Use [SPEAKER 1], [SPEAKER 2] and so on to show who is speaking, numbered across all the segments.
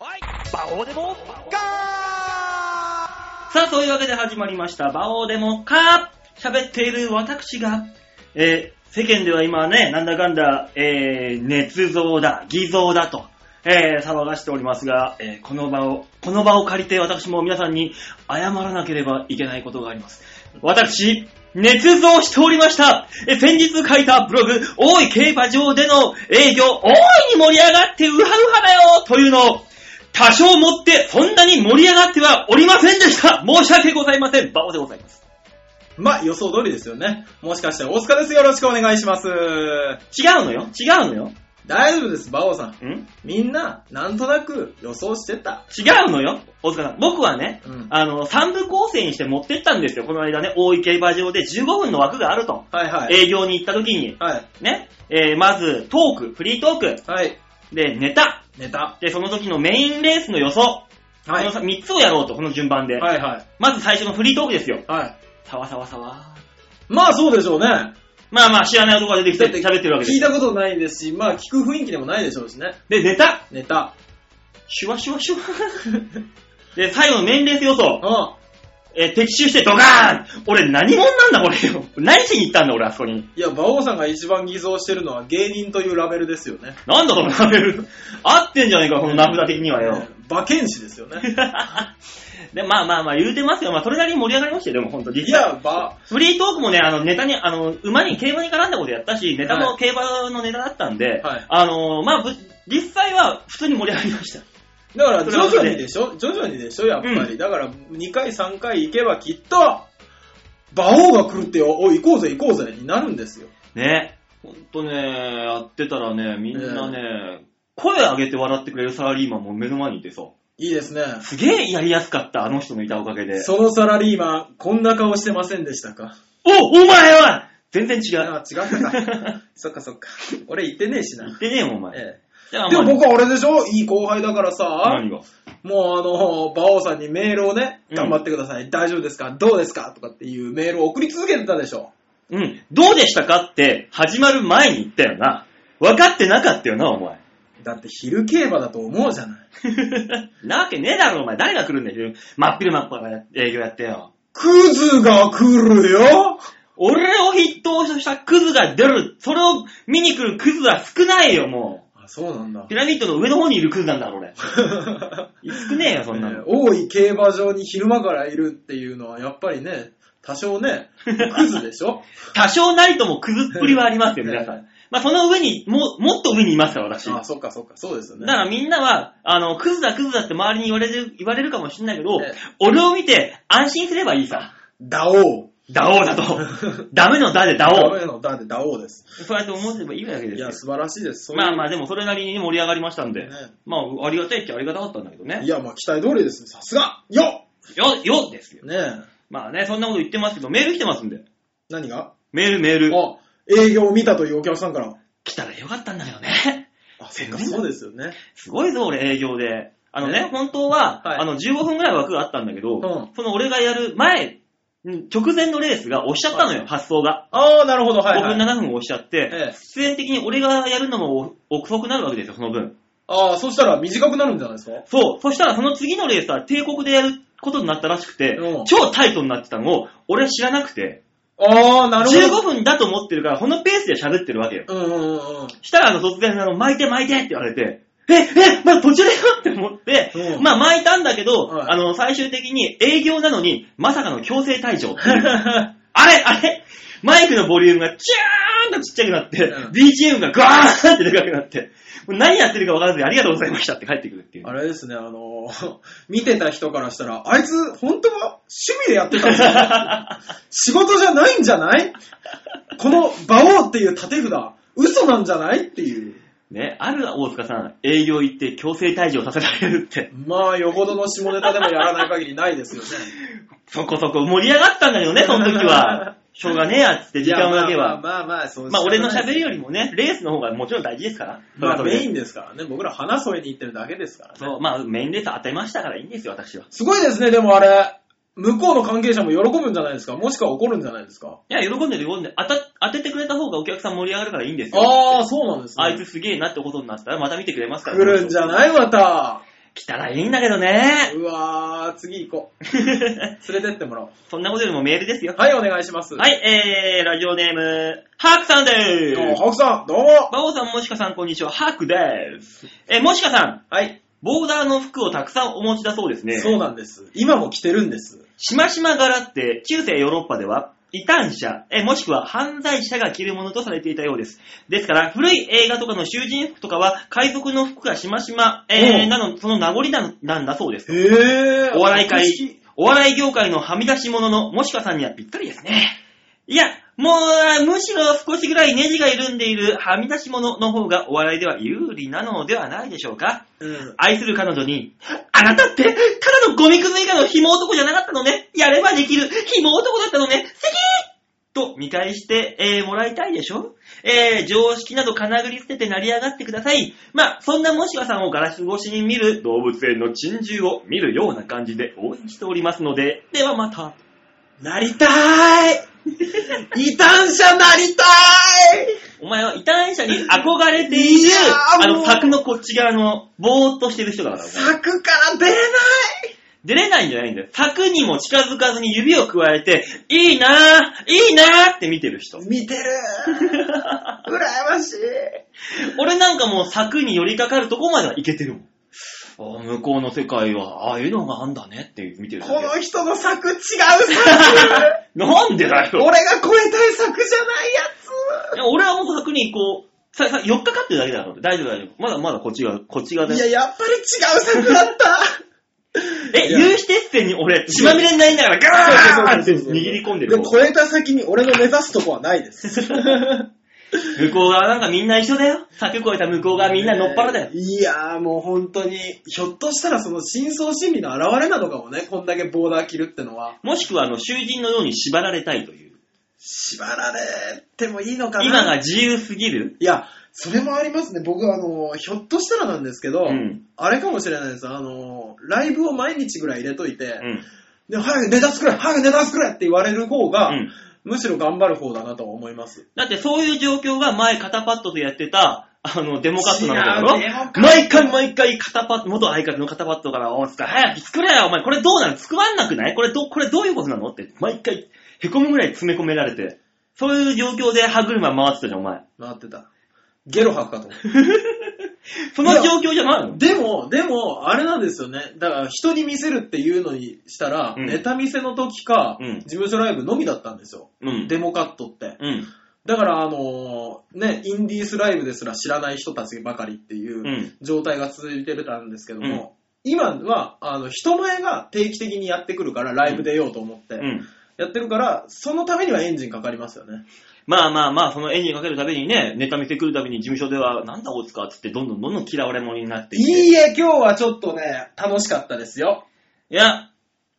[SPEAKER 1] バオデモカ
[SPEAKER 2] さあ、というわけで始まりました、バオデモか喋っている私が、えー世間では今ね、なんだかんだ、えー、捏造だ、偽造だと、えー騒がしておりますが、えーこの場を、この場を借りて私も皆さんに謝らなければいけないことがあります。私、捏造しておりました。えー先日書いたブログ、大井競馬場での営業、大いに盛り上がってウハウハだよというのを、多少もってそんなに盛り上がってはおりませんでした。申し訳ございません。バオでございます。
[SPEAKER 3] まあ予想通りですよね。もしかして大塚です。よろしくお願いします。
[SPEAKER 2] 違うのよ。違うのよ。ん
[SPEAKER 3] 大丈夫です、馬王さん。
[SPEAKER 2] 違う
[SPEAKER 3] みんな、なんとなく予想してた。
[SPEAKER 2] のよ。大塚さん。僕はね、
[SPEAKER 3] うん
[SPEAKER 2] あの、3部構成にして持ってったんですよ。この間ね、大井競馬場で15分の枠があると。
[SPEAKER 3] はいはい。
[SPEAKER 2] 営業に行った時に、
[SPEAKER 3] はい。
[SPEAKER 2] ね、えーまずトーク、フリートーク、
[SPEAKER 3] はい。
[SPEAKER 2] で、ネタ、
[SPEAKER 3] ネタ。
[SPEAKER 2] で、その時のメインレースの予想、
[SPEAKER 3] はい。
[SPEAKER 2] こ
[SPEAKER 3] は
[SPEAKER 2] の3つをやろうと、この順番
[SPEAKER 3] い
[SPEAKER 2] で。
[SPEAKER 3] はい。
[SPEAKER 2] まず最初のフリートークですよ。
[SPEAKER 3] はい。
[SPEAKER 2] さわさわさわ。
[SPEAKER 3] まあそうでしょうね。
[SPEAKER 2] まあまあ、知らない男が出てきて喋ってるわけで
[SPEAKER 3] 聞い
[SPEAKER 2] す。
[SPEAKER 3] たことないですし、まあ聞く雰囲気でもないでしょうしね。
[SPEAKER 2] で、ネタ、
[SPEAKER 3] ネタ。
[SPEAKER 2] シュワシュワシュワ。 で、最後の年齢性予想、
[SPEAKER 3] うん。
[SPEAKER 2] えー、的中してドカーン俺何者なんだこれよ。何しに行ったんだ俺あそこに。
[SPEAKER 3] いや、馬王さんが一番偽造してるのは芸人というラベルですよね。
[SPEAKER 2] なんだこのラベル。合ってんじゃねえか、この名札的にはよ。
[SPEAKER 3] 馬剣士ですよね。
[SPEAKER 2] で、まあまあまあ言うてますよ。まあそれなりに盛り上がりましたよ、でも本当
[SPEAKER 3] い
[SPEAKER 2] 実際。
[SPEAKER 3] や、馬、
[SPEAKER 2] フリートークもね、あの、ネタに、あの、馬に競馬に絡んだことやったし、ネタ
[SPEAKER 3] は
[SPEAKER 2] も競馬のネタだったんで、
[SPEAKER 3] はい
[SPEAKER 2] あの、まあ、ぶ実際は普通に盛り上がりました。
[SPEAKER 3] だから徐々にでしょ徐々にでしょやっぱり。だから2回3回行けばきっと、馬王が来るってよ、おい行こうぜ行こうぜになるんですよ。
[SPEAKER 2] ね。ほんとね、やってたらね、みんなね、声上げて笑ってくれるサラリーマンも目の前にいてさ、
[SPEAKER 3] いいですね。
[SPEAKER 2] すげえやりやすかった、あの人のいたおかげで。
[SPEAKER 3] そのサラリーマン、こんな顔してませんでしたか
[SPEAKER 2] お、お前は全然違う。
[SPEAKER 3] あ違った か。そっかそっか。俺行ってねえし
[SPEAKER 2] 言っ
[SPEAKER 3] な。
[SPEAKER 2] てねえよ、お前。
[SPEAKER 3] え
[SPEAKER 2] じゃ
[SPEAKER 3] え、
[SPEAKER 2] あ
[SPEAKER 3] でも
[SPEAKER 2] ま
[SPEAKER 3] 僕はあれでしょいい後輩だから
[SPEAKER 2] あ
[SPEAKER 3] さ、
[SPEAKER 2] 何が
[SPEAKER 3] もうあの、馬王さんにメールをね、
[SPEAKER 2] うん
[SPEAKER 3] 頑張ってください。大丈夫ですかどうですかとかっていうメールを送り続けてたでしょ。
[SPEAKER 2] うん。どうでしたかって、始まる前に言ったよな。分かってなかったよな、お前。
[SPEAKER 3] だって昼競馬だと思うじゃない。
[SPEAKER 2] なわけねえだろ、お前。誰が来るんだよ。真っ昼間っから営業やってよ。
[SPEAKER 3] クズが来るよ
[SPEAKER 2] 俺を筆頭としたクズが出る。それを見に来るクズは少ないよ、も
[SPEAKER 3] あ、そうなんだ
[SPEAKER 2] う。ピ。ラミッドの上の方にいるクズなんだ、俺。少ねえよ、そんな
[SPEAKER 3] えー
[SPEAKER 2] の。
[SPEAKER 3] 大井競馬場に昼間からいるっていうのは、やっぱりね、多少ね、クズでし ょ
[SPEAKER 2] 多少なりともクズっぷりはありますよ、皆さん。まあ、その上に、も、もっと上にいますから、私。
[SPEAKER 3] あ、
[SPEAKER 2] だ
[SPEAKER 3] そっかそっか、そうですよね。
[SPEAKER 2] からみんなは、あの、クズだクズだって周りに言われる、言われるかもしんないけど
[SPEAKER 3] ええ、
[SPEAKER 2] 俺を見て安心すればいいさ。
[SPEAKER 3] ダオウ。
[SPEAKER 2] ダオー だと。ダメのダでダ
[SPEAKER 3] ダ
[SPEAKER 2] オー。
[SPEAKER 3] メのダでダオウです。
[SPEAKER 2] そうやって思えばいいわけで
[SPEAKER 3] い
[SPEAKER 2] すよ
[SPEAKER 3] や、。素晴らしいです。そういう
[SPEAKER 2] まあまあ、でもそれなりに盛り上がりましたんで
[SPEAKER 3] ね。
[SPEAKER 2] まあ、ありがたいっちゃありがたかったんだけどね
[SPEAKER 3] い。や、まあ、期待通りです。さすがよ
[SPEAKER 2] よ、よですよ。
[SPEAKER 3] ねえ。
[SPEAKER 2] まあね、そんなこと言ってますけど、メール来てますんで。
[SPEAKER 3] 何が
[SPEAKER 2] メール、メール。
[SPEAKER 3] あ、営業を見たというお客さんから。
[SPEAKER 2] 来たらよかったんだけどね。
[SPEAKER 3] あ、そっか、そうですよね。
[SPEAKER 2] すごいぞ、俺営業で。あのね
[SPEAKER 3] ね、
[SPEAKER 2] 本当は、
[SPEAKER 3] はい
[SPEAKER 2] あの、15分ぐらい枠があったんだけど、
[SPEAKER 3] うん
[SPEAKER 2] その俺がやる前、ん直前のレースが押しちゃったのよ、
[SPEAKER 3] はい
[SPEAKER 2] 発想が。
[SPEAKER 3] ああ、なるほど、はい、は
[SPEAKER 2] 5
[SPEAKER 3] い。
[SPEAKER 2] 分7分押しちゃって、
[SPEAKER 3] ええ
[SPEAKER 2] 出演的に俺がやるのも遅くなるわけですよ、その分。
[SPEAKER 3] ああ、そしたら短くなるんじゃないですか
[SPEAKER 2] そう。そしたらその次のレースは帝国でやることになったらしくて
[SPEAKER 3] うん、
[SPEAKER 2] 超タイトになってたのを、俺は知らなくて、
[SPEAKER 3] ああ、なるほど。
[SPEAKER 2] 15分だと思ってるから、このペースで喋ってるわけよ。
[SPEAKER 3] うんうんうんうん。
[SPEAKER 2] したら、あの、突然、あの、巻いて巻いてって言われて、え、え、まだ途中だよって思って、
[SPEAKER 3] うん
[SPEAKER 2] まあ巻いたんだけど、
[SPEAKER 3] はい
[SPEAKER 2] あの、最終的に営業なのに、まさかの強制退場っていう あれあれマイクのボリュームがキューンとちっちゃくなって、
[SPEAKER 3] うん
[SPEAKER 2] BGM がガーンってでかくなって、もう何やってるか分からずにありがとうございましたって帰ってくるっていう。
[SPEAKER 3] あれですね、あの、 見てた人からしたら、あいつ、本当は趣味でやってたんじ ゃない仕事じゃないんじゃないこの、馬王っていう縦札、嘘なんじゃないっていう。
[SPEAKER 2] ね、ある大塚さん、営業行って強制退場させられるって、
[SPEAKER 3] まあ、よほどの下ネタでもやらない限りないですよね。
[SPEAKER 2] そこそこ盛り上がったんだよね、その 時は。しょうがねえやっつって、時間だけは。
[SPEAKER 3] まあまあまあ、そう
[SPEAKER 2] まあ俺の喋り
[SPEAKER 3] を。
[SPEAKER 2] よりもね、レースの方がもちろん大事ですから。
[SPEAKER 3] まあ、
[SPEAKER 2] それはそれで
[SPEAKER 3] メインですからね。僕ら花添えに行ってるだけですからね。
[SPEAKER 2] そう、まあメインレース当てましたからいいんですよ、私は。
[SPEAKER 3] すごいですね、でもあれ。向こうの関係者も喜ぶんじゃないですかもしくは怒るんじゃないですか
[SPEAKER 2] いや、喜んでる喜んでる当た、当ててくれた方がお客さん盛り上がるからいいんですよ。
[SPEAKER 3] ああ、そうなんですね。
[SPEAKER 2] あいつすげえなってことになったらまた見てくれますから。
[SPEAKER 3] 来るんじゃないまた。
[SPEAKER 2] 来たらいいんだけどね。
[SPEAKER 3] うわー、次行こう。連れてってもらおう。
[SPEAKER 2] そんなことよりもメールですよ。
[SPEAKER 3] はい、お願いします。。
[SPEAKER 2] はいい、えー、ラジオネーム、ハークさんで
[SPEAKER 3] お
[SPEAKER 2] ーす。
[SPEAKER 3] ハクさん、どうも。
[SPEAKER 2] バオさん、もしかさん、こんにちは。ハークでーす。えー、もしかさん、
[SPEAKER 3] はい、
[SPEAKER 2] ボーダーの服をたくさんお持ちだそうですね。
[SPEAKER 3] そうなんです。今も着てるんです。
[SPEAKER 2] しましま柄って、中世ヨーロッパでは、異端者、え、もしくは犯罪者が着るものとされていたようです。ですから、古い映画とかの囚人服とかは、海賊の服がしましま、え
[SPEAKER 3] う
[SPEAKER 2] ー、
[SPEAKER 3] ん
[SPEAKER 2] なの、その名残なんなんだそうです。
[SPEAKER 3] へー
[SPEAKER 2] お笑い界
[SPEAKER 3] 好き、
[SPEAKER 2] お笑い業界のはみ出し者のもしかさんにはぴったりですね。いや、もう、あむしろ少しぐらいネジが緩んでいるはみ出し者の方がお笑いでは有利なのではないでしょうか。
[SPEAKER 3] うん。
[SPEAKER 2] 愛する彼女に、あなたって、ただのゴミくず以下の紐男じゃなかったのね。やればできる紐男だったのね。すげえと見返して、えーもらいたいでしょえー常識などかなぐり捨てて成り上がってください。まあ、そんなもしかさんをガラス越しに見る動物園の珍獣を見るような感じで応援しておりますので、ではまた。
[SPEAKER 3] なりたー い異端者なりた
[SPEAKER 2] お前は異端者に憧れてい
[SPEAKER 3] い
[SPEAKER 2] る
[SPEAKER 3] や、ー
[SPEAKER 2] あの、
[SPEAKER 3] もう
[SPEAKER 2] 柵のこっち側の、ぼーっとしてる人だから
[SPEAKER 3] ーい。柵から出れない
[SPEAKER 2] 出れないんじゃないんだよ。柵にも近づかずに指を加えて、いいなぁいいなぁって見てる人。
[SPEAKER 3] 見てる羨ましい
[SPEAKER 2] 俺なんかもう柵に寄りかかるとこまではいけてるもん。ああ向こうの世界は、ああいうのがあんだねって見てるだけ
[SPEAKER 3] この人の柵違う柵
[SPEAKER 2] なんでだよ。
[SPEAKER 3] 俺が超えたい柵じゃないや
[SPEAKER 2] いや俺はもう柵にこう、さ、さ、寄っかかってるだけだから、大丈夫大丈夫。まだまだこっちが、こっちが
[SPEAKER 3] つい
[SPEAKER 2] ね。
[SPEAKER 3] や、やっぱり違う柵だった
[SPEAKER 2] え、
[SPEAKER 3] いや
[SPEAKER 2] 有刺鉄線に俺、血まみれになりながら、ガーンっ
[SPEAKER 3] そ
[SPEAKER 2] て
[SPEAKER 3] うそうそうそう
[SPEAKER 2] 握り込んで
[SPEAKER 3] で
[SPEAKER 2] る。
[SPEAKER 3] も
[SPEAKER 2] こ
[SPEAKER 3] 超えた先に俺の目指すとこはないです。
[SPEAKER 2] う 向こう側なんかみんな一緒だよ。柵越えた向こう側みんな乗っ腹だよ。
[SPEAKER 3] いやーもう本当に、ひょっとしたらその真相心理の表れなのかもね、こんだけボーダー切るってのは。
[SPEAKER 2] もしくは、あの、囚人のように縛られたいという。
[SPEAKER 3] 縛られてもいいのかな
[SPEAKER 2] 今が自由すぎる
[SPEAKER 3] いや、それもありますね。僕、あの、ひょっとしたらなんですけど、
[SPEAKER 2] うん
[SPEAKER 3] あれかもしれないです。あの、ライブを毎日ぐらい入れといて、
[SPEAKER 2] うん。
[SPEAKER 3] で早くネタ作れ早くネタ作れって言われる方が、
[SPEAKER 2] うん
[SPEAKER 3] むしろ頑張る方だなとは思います。
[SPEAKER 2] だってそういう状況が前肩パッドとやってた、あの、デモカットなの
[SPEAKER 3] 違うデモカッ
[SPEAKER 2] だろ
[SPEAKER 3] ト
[SPEAKER 2] 毎回毎回肩パッド、元相方の肩パッドから、おつか、早く作れよ、お前、これどうなの作らんなくないこれど、これどういうことなのって、毎回、凹むぐらい詰め込められて、そういう状況で歯車回ってたじゃん、お前。
[SPEAKER 3] 回ってた。ゲロ吐くかと思った。
[SPEAKER 2] その状況じゃないの
[SPEAKER 3] でも、でも、あれなんですよね。だから、人に見せるっていうのにしたら、
[SPEAKER 2] うん
[SPEAKER 3] ネタ見せの時か、
[SPEAKER 2] うん
[SPEAKER 3] 事務所ライブのみだったんですよ。
[SPEAKER 2] うん。
[SPEAKER 3] デモカットって。
[SPEAKER 2] うん。。
[SPEAKER 3] だから、あのーね、インディースライブですら知らない人たちばかりっていううん状態が続いてたんですけども、今は、あの、人前が定期的にやってくるから、ライブ出ようと思って、
[SPEAKER 2] うん。
[SPEAKER 3] やってるから、そのためにはエンジンかかりますよね。
[SPEAKER 2] まあまあまあ、その絵にかけるたびにね、ネタ見せ来るたびに事務所では、なんだ大塚っつって、どんどんどんどん嫌われ者になっていって。
[SPEAKER 3] いいえ、今日はちょっとね、楽しかったですよ。
[SPEAKER 2] いや、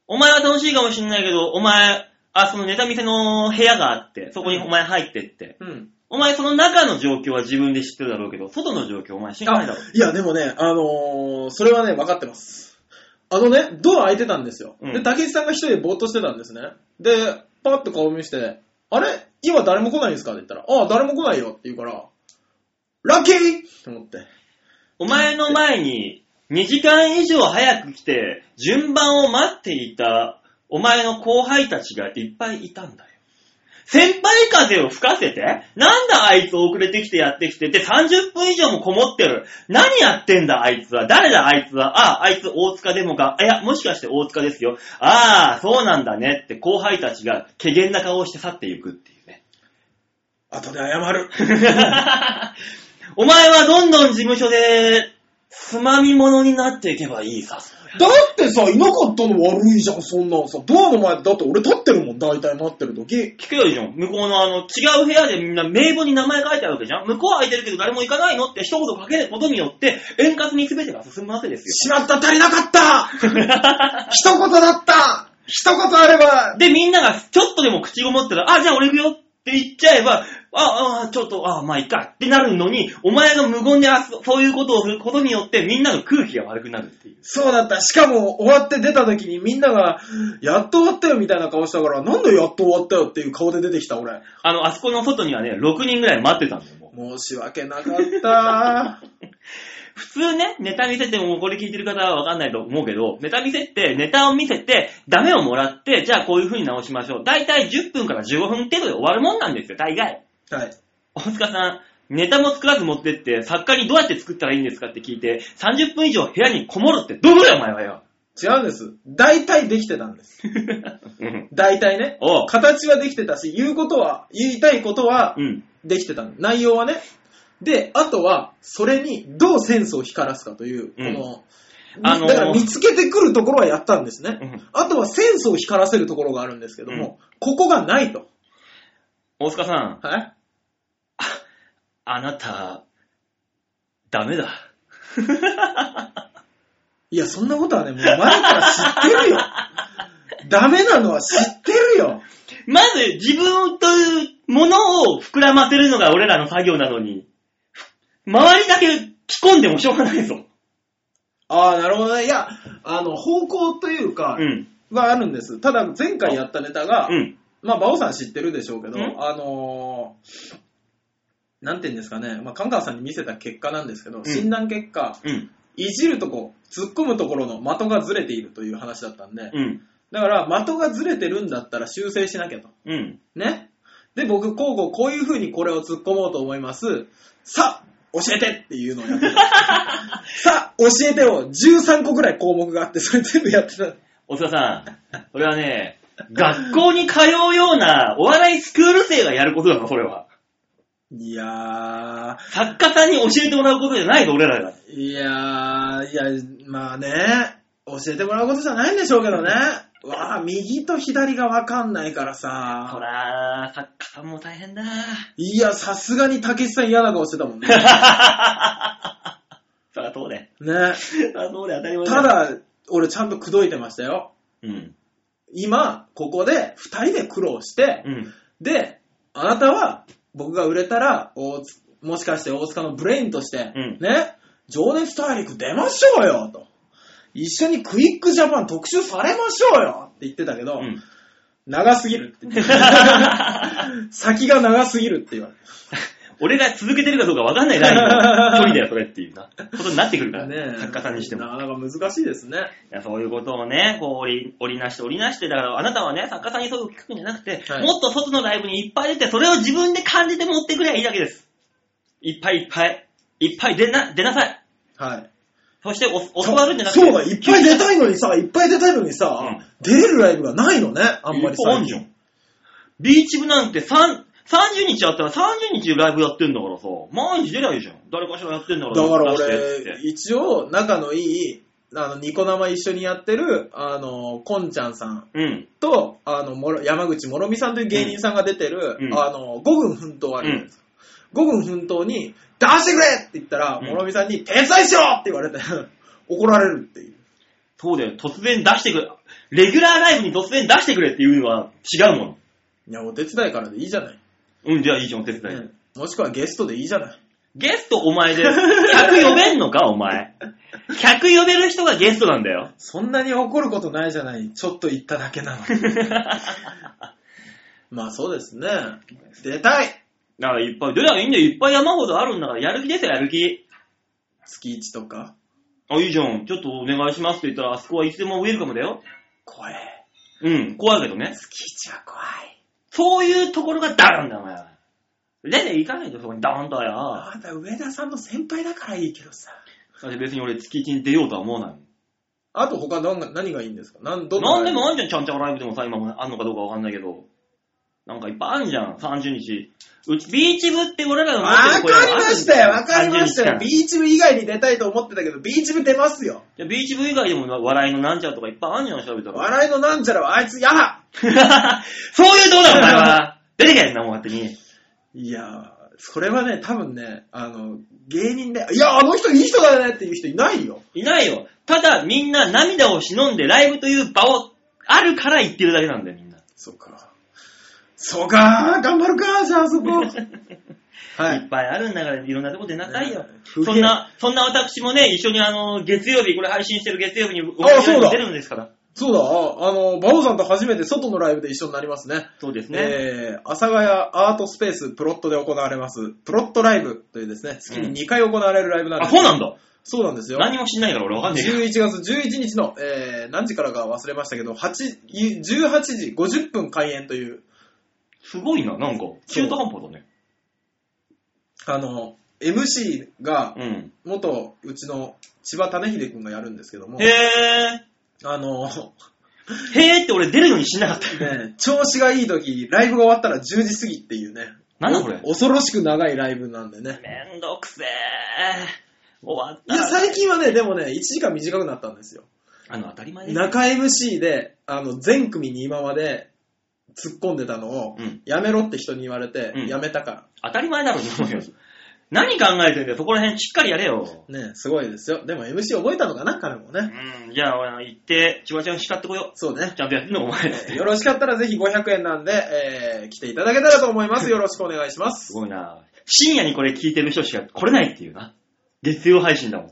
[SPEAKER 2] お前は楽しいかもしんないけど、お前、あ、そのネタ見せの部屋があって、そこにお前入ってって。
[SPEAKER 3] うん。
[SPEAKER 2] お前その中の状況は自分で知ってるだろうけど、外の状況お前知らないだろ。
[SPEAKER 3] いや、でもね、あのーそれはね、分かってます。あのね、ドア開いてたんですよ。
[SPEAKER 2] うん
[SPEAKER 3] で、竹内さんが一人でぼーっとしてたんですね。で、パッと顔見して、あれ今誰も来ないんですかって言ったら、ああ、誰も来ないよって言うから、ラッキーと思って。
[SPEAKER 2] お前の前に2時間以上早く来て、順番を待っていたお前の後輩たちがいっぱいいたんだよ。先輩風を吹かせて、なんだあいつ遅れてきてやってきてて30分以上もこもってる。何やってんだあいつは。誰だあいつは。ああ、あいつ大塚でもか。いや、もしかして大塚ですよ。ああ、そうなんだねって後輩たちが怪げな顔をして去っていくっていうね。
[SPEAKER 3] 後で謝 る。
[SPEAKER 2] お前はどんどん事務所で、つまみ者になっていけばいいさ、そりゃ
[SPEAKER 3] だってさ、いなかったの悪いじゃん、そんなんさ。ドアの前で、だって俺立ってるもん、大体待ってる時。
[SPEAKER 2] 聞くよりじゃん。向こうのあの、違う部屋でみんな名簿に名前書いてあるわけじゃん。向こうは空いてるけど誰も行かないのって一言かけることによって、円滑に全てが進むわけです
[SPEAKER 3] しまった、足りなかっ た
[SPEAKER 2] よ。
[SPEAKER 3] 一言だった一言あれば、
[SPEAKER 2] で、みんながちょっとでも口ごもったら、あ、じゃあ俺行くよって言っちゃえば、あ、あ、ちょっと、あ、まあいいかってなるのに、お前が無言であそそういうことをすることによって、みんなの空気が悪くなるっていう。
[SPEAKER 3] そうだった。しかも、終わって出た時にみんなが、やっと終わったよみたいな顔したから、なんでやっと終わったよっていう顔で出てきた、俺。
[SPEAKER 2] あの、あそこの外にはね、6人ぐらい待ってたんだよ、もう。
[SPEAKER 3] 申し訳なかった。
[SPEAKER 2] 普通ね、ネタ見せても、これ聞いてる方はわかんないと思うけど、ネタ見せって、ネタを見せて、ダメをもらって、じゃあこういう風に直しましょう。だいたい10分から15分程度で終わるもんなんですよ、大概。
[SPEAKER 3] はい。
[SPEAKER 2] 大塚さん、ネタも作らず持ってって、作家にどうやって作ったらいいんですかって聞いて、30分以上部屋にこもるってどういうことだよ、お前はよ。
[SPEAKER 3] 違うんです。大体できてたんです。
[SPEAKER 2] うん。
[SPEAKER 3] 大体ね。
[SPEAKER 2] おう。
[SPEAKER 3] 形はできてたし、言うことは、言いたいことは
[SPEAKER 2] うん。
[SPEAKER 3] できてたの。内容はね。で、あとは、それにどうセンスを光らすかという、こ
[SPEAKER 2] うん
[SPEAKER 3] の、
[SPEAKER 2] あのー
[SPEAKER 3] だから見つけてくるところはやったんですね。
[SPEAKER 2] うん
[SPEAKER 3] あとはセンスを光らせるところがあるんですけども、ここがないと。
[SPEAKER 2] 大塚さん、
[SPEAKER 3] はい
[SPEAKER 2] あなた、ダメだ。
[SPEAKER 3] いや、そんなことはね、もう前から知ってる よ。ダメなのは知ってるよ。
[SPEAKER 2] まず、自分というものを膨らませるのが俺らの作業なのに、ふ周りだけ着込んでもしょうがないぞ。
[SPEAKER 3] ああ、なるほどね。いや、あの、方向というか
[SPEAKER 2] う、ん。
[SPEAKER 3] はあるんです。ただ、前回やったネタが
[SPEAKER 2] う、ん。
[SPEAKER 3] まあ、バオさん知ってるでしょうけど、
[SPEAKER 2] うん
[SPEAKER 3] あのーなんて言うんですかね、まあ、カンカンさんに見せた結果なんですけど、
[SPEAKER 2] ん
[SPEAKER 3] 診断結果、
[SPEAKER 2] うん。
[SPEAKER 3] いじるとこ、突っ込むところの的がずれているという話だったんで、
[SPEAKER 2] うん。
[SPEAKER 3] だから、的がずれてるんだったら修正しなきゃと。
[SPEAKER 2] うん。
[SPEAKER 3] ね。で、僕、こうこう、こういう風にこれを突っ込もうと思います。さあ、教えてっていうのをやってた。さあ、教えてを13個くらい項目があって、それ全部やってた。
[SPEAKER 2] 大塚さん、これはね、学校に通うようなお笑いスクール生がやることだぞ、それは。
[SPEAKER 3] いやー、
[SPEAKER 2] 作家さんに教えてもらうことじゃないぞ、俺らが。
[SPEAKER 3] いやー、いや、まあね、教えてもらうことじゃないんでしょうけどね。わあ、右と左がわかんないから
[SPEAKER 2] ほ
[SPEAKER 3] さ。
[SPEAKER 2] らー、作家さんも大変だ。
[SPEAKER 3] いや、さすがに竹内さん嫌な顔してたもんね。
[SPEAKER 2] そりゃそうで。
[SPEAKER 3] ね。
[SPEAKER 2] そりゃそうで、当たり前だ
[SPEAKER 3] た、だ、俺ちゃんと口説いてましたよ。
[SPEAKER 2] うん。
[SPEAKER 3] 今、ここで二人で苦労して
[SPEAKER 2] う、ん。
[SPEAKER 3] で、あなたは僕が売れたら、大津もしかして大塚のブレインとして、
[SPEAKER 2] うん
[SPEAKER 3] ね、情熱大陸出ましょうよと。一緒にクイックジャパン特集されましょうよって言ってたけど、
[SPEAKER 2] うん。
[SPEAKER 3] 長すぎる って言って。先が長すぎるって言われ
[SPEAKER 2] 俺が続けてるかどうか分かんな いラインの距離だよ、それっていうな、ことになってくるから、
[SPEAKER 3] たね。
[SPEAKER 2] 作家さんにしても。
[SPEAKER 3] なかなか難しいですね。
[SPEAKER 2] いやそういうことをね、こう織り、織りなして織りなして、だからあなたはね、作家さんにそういうの聞くんじゃなくて、
[SPEAKER 3] はい
[SPEAKER 2] もっと外のライブにいっぱい出て、それを自分で感じて持ってくればいいだけです。いっぱいいっぱい、いっぱい出な、出なさい。
[SPEAKER 3] はい。
[SPEAKER 2] そしてお、教わるんじゃなくて、
[SPEAKER 3] そうだ、いっぱい出たいのにさ、いっぱい出たいのにさ、
[SPEAKER 2] うん
[SPEAKER 3] 出れるライブがないのね、あんまり
[SPEAKER 2] いっぱいあんじゃん。ビーチ部なんて3、30日あったら30日ライブやってんだからさ、毎日出ないじゃん。誰かしらやってんだから。
[SPEAKER 3] だから
[SPEAKER 2] 出してって
[SPEAKER 3] 俺、一応、仲のいい、あの、ニコ生一緒にやってる、あの、こんちゃんさん
[SPEAKER 2] うん。
[SPEAKER 3] と、あの、もろ山口もろみさんという芸人さんが出てる、
[SPEAKER 2] うん
[SPEAKER 3] あの、5分奮闘あるじゃないですか。5分奮闘に、出してくれって言ったら、
[SPEAKER 2] うん
[SPEAKER 3] もろみさんに、天才しろって言われて、 怒られるっていう。
[SPEAKER 2] そうだよ、突然出してくれ。レギュラーライブに突然出してくれっていうのは違うもの。
[SPEAKER 3] いや、お手伝いからでいいじゃない。
[SPEAKER 2] うん、じゃあいいじゃん、お手伝い。
[SPEAKER 3] うんもしくはゲストでいいじゃない。
[SPEAKER 2] ゲストお前で、 客呼べんのか、お前。客呼べる人がゲストなんだよ。
[SPEAKER 3] そんなに怒ることないじゃない。ちょっと言っただけなのに。 まあそうですね。出たい
[SPEAKER 2] だからいっぱい出りゃいいんだよ。いっぱい山ほどあるんだから、やる気ですよ、やる気。
[SPEAKER 3] 月1とか。
[SPEAKER 2] あ、いいじゃん。ちょっとお願いしますって言ったら、あそこはいつでもウェルカムだよ。
[SPEAKER 3] 怖え。
[SPEAKER 2] うん、怖いけどね。
[SPEAKER 3] 月1は怖い。
[SPEAKER 2] そういうところがダメなんだよ、お前は。レで行かないと、そこにダーンとはよ。
[SPEAKER 3] まだ上田さんの先輩だからいいけどさ。
[SPEAKER 2] だって別に俺月一に出ようとは思わない。
[SPEAKER 3] あと他何が何がいいんですかなんどん
[SPEAKER 2] なんで
[SPEAKER 3] あ
[SPEAKER 2] もあんじゃん、ちゃんちゃんライブでもさ、今もあんのかどうかわかんないけど。なんかいっぱいあんじゃん、30日。うち、ビーチ部って俺らの
[SPEAKER 3] わ
[SPEAKER 2] 持っ
[SPEAKER 3] か
[SPEAKER 2] てる
[SPEAKER 3] り
[SPEAKER 2] 声があるん
[SPEAKER 3] ま
[SPEAKER 2] だよ
[SPEAKER 3] したよわかりましたよ
[SPEAKER 2] 30日間
[SPEAKER 3] ビーチ部以外に出たいと思ってたけど、ビーチ部出ますよ
[SPEAKER 2] いやビーチ部以外でも笑いのなんちゃらとかいっぱいあんじゃん、調べたら。
[SPEAKER 3] 笑いのなんちゃらはあいつやだ
[SPEAKER 2] そういうとこだ、お前は。出てけんな、もう勝手に。
[SPEAKER 3] いやー、それはね、多分ね、あの、芸人で、いや、あの人いい人だよねっていう人いないよ。
[SPEAKER 2] いないよ。ただ、みんな涙を忍んでライブという場をあるから言ってるだけなんだよ、みんな。、
[SPEAKER 3] そうか。そうか頑張るかじゃあ そこ。はい
[SPEAKER 2] っ
[SPEAKER 3] い。
[SPEAKER 2] ぱいあるんだから、いろんなとこ出なさいよ
[SPEAKER 3] ね。不平
[SPEAKER 2] そんな、そんな私もね、一緒にあの、月曜日、これ配信してる月曜日に、
[SPEAKER 3] あそうだ
[SPEAKER 2] 出るんですから。
[SPEAKER 3] そうだ、ああの、馬王さんと初めて外のライブで一緒になりますね。
[SPEAKER 2] そうですね。
[SPEAKER 3] えー、阿佐ヶ谷アートスペースプロットで行われます、プロットライブというですね、月に2回行われるライブなんで
[SPEAKER 2] あ、
[SPEAKER 3] す。
[SPEAKER 2] そうなんだ。
[SPEAKER 3] そうなんですよ。
[SPEAKER 2] 何もしないから俺わかんねえよ。
[SPEAKER 3] 11月11日の、えー、何時からか忘れましたけど、8、18時50分開演という、
[SPEAKER 2] すごいな、なんか。中途半端だね。
[SPEAKER 3] あの、MC が、
[SPEAKER 2] うん。
[SPEAKER 3] 元うちの千葉種秀くんがやるんですけども
[SPEAKER 2] へ、え。
[SPEAKER 3] あの、
[SPEAKER 2] ー。へーって俺出るようにしなかった。
[SPEAKER 3] ね、調子がいい時、ライブが終わったら10時過ぎっていうね。
[SPEAKER 2] なんだこれ
[SPEAKER 3] お恐ろしく長いライブなんでね。
[SPEAKER 2] めんどくせえ。終わっ
[SPEAKER 3] いや、
[SPEAKER 2] た。
[SPEAKER 3] 最近はね、でもね、1時間短くなったんですよ。
[SPEAKER 2] あの、当たり前ですよ。
[SPEAKER 3] 中 MC で、あの、全組に今まで突っ込んでたのを、
[SPEAKER 2] うん
[SPEAKER 3] やめろって人に言われて、
[SPEAKER 2] うん
[SPEAKER 3] やめたか
[SPEAKER 2] 当たり前だろ、日本よ。何考えてんだよ、そこら辺しっかりやれよ。
[SPEAKER 3] ら。ね、すごいですよ。でも MC 覚えたのかな、彼もね。
[SPEAKER 2] うん、じゃあ俺行って、ちわちゃん叱ってこよ
[SPEAKER 3] そうね
[SPEAKER 2] う。。ちゃんとやってんの、お前。
[SPEAKER 3] よろしかったらぜひ500円なんで、えー、来ていただけたらと思います。よろしくお願いします
[SPEAKER 2] す。ごいな深夜にこれ聞いてる人しか来れないっていうな。月曜配信だもん。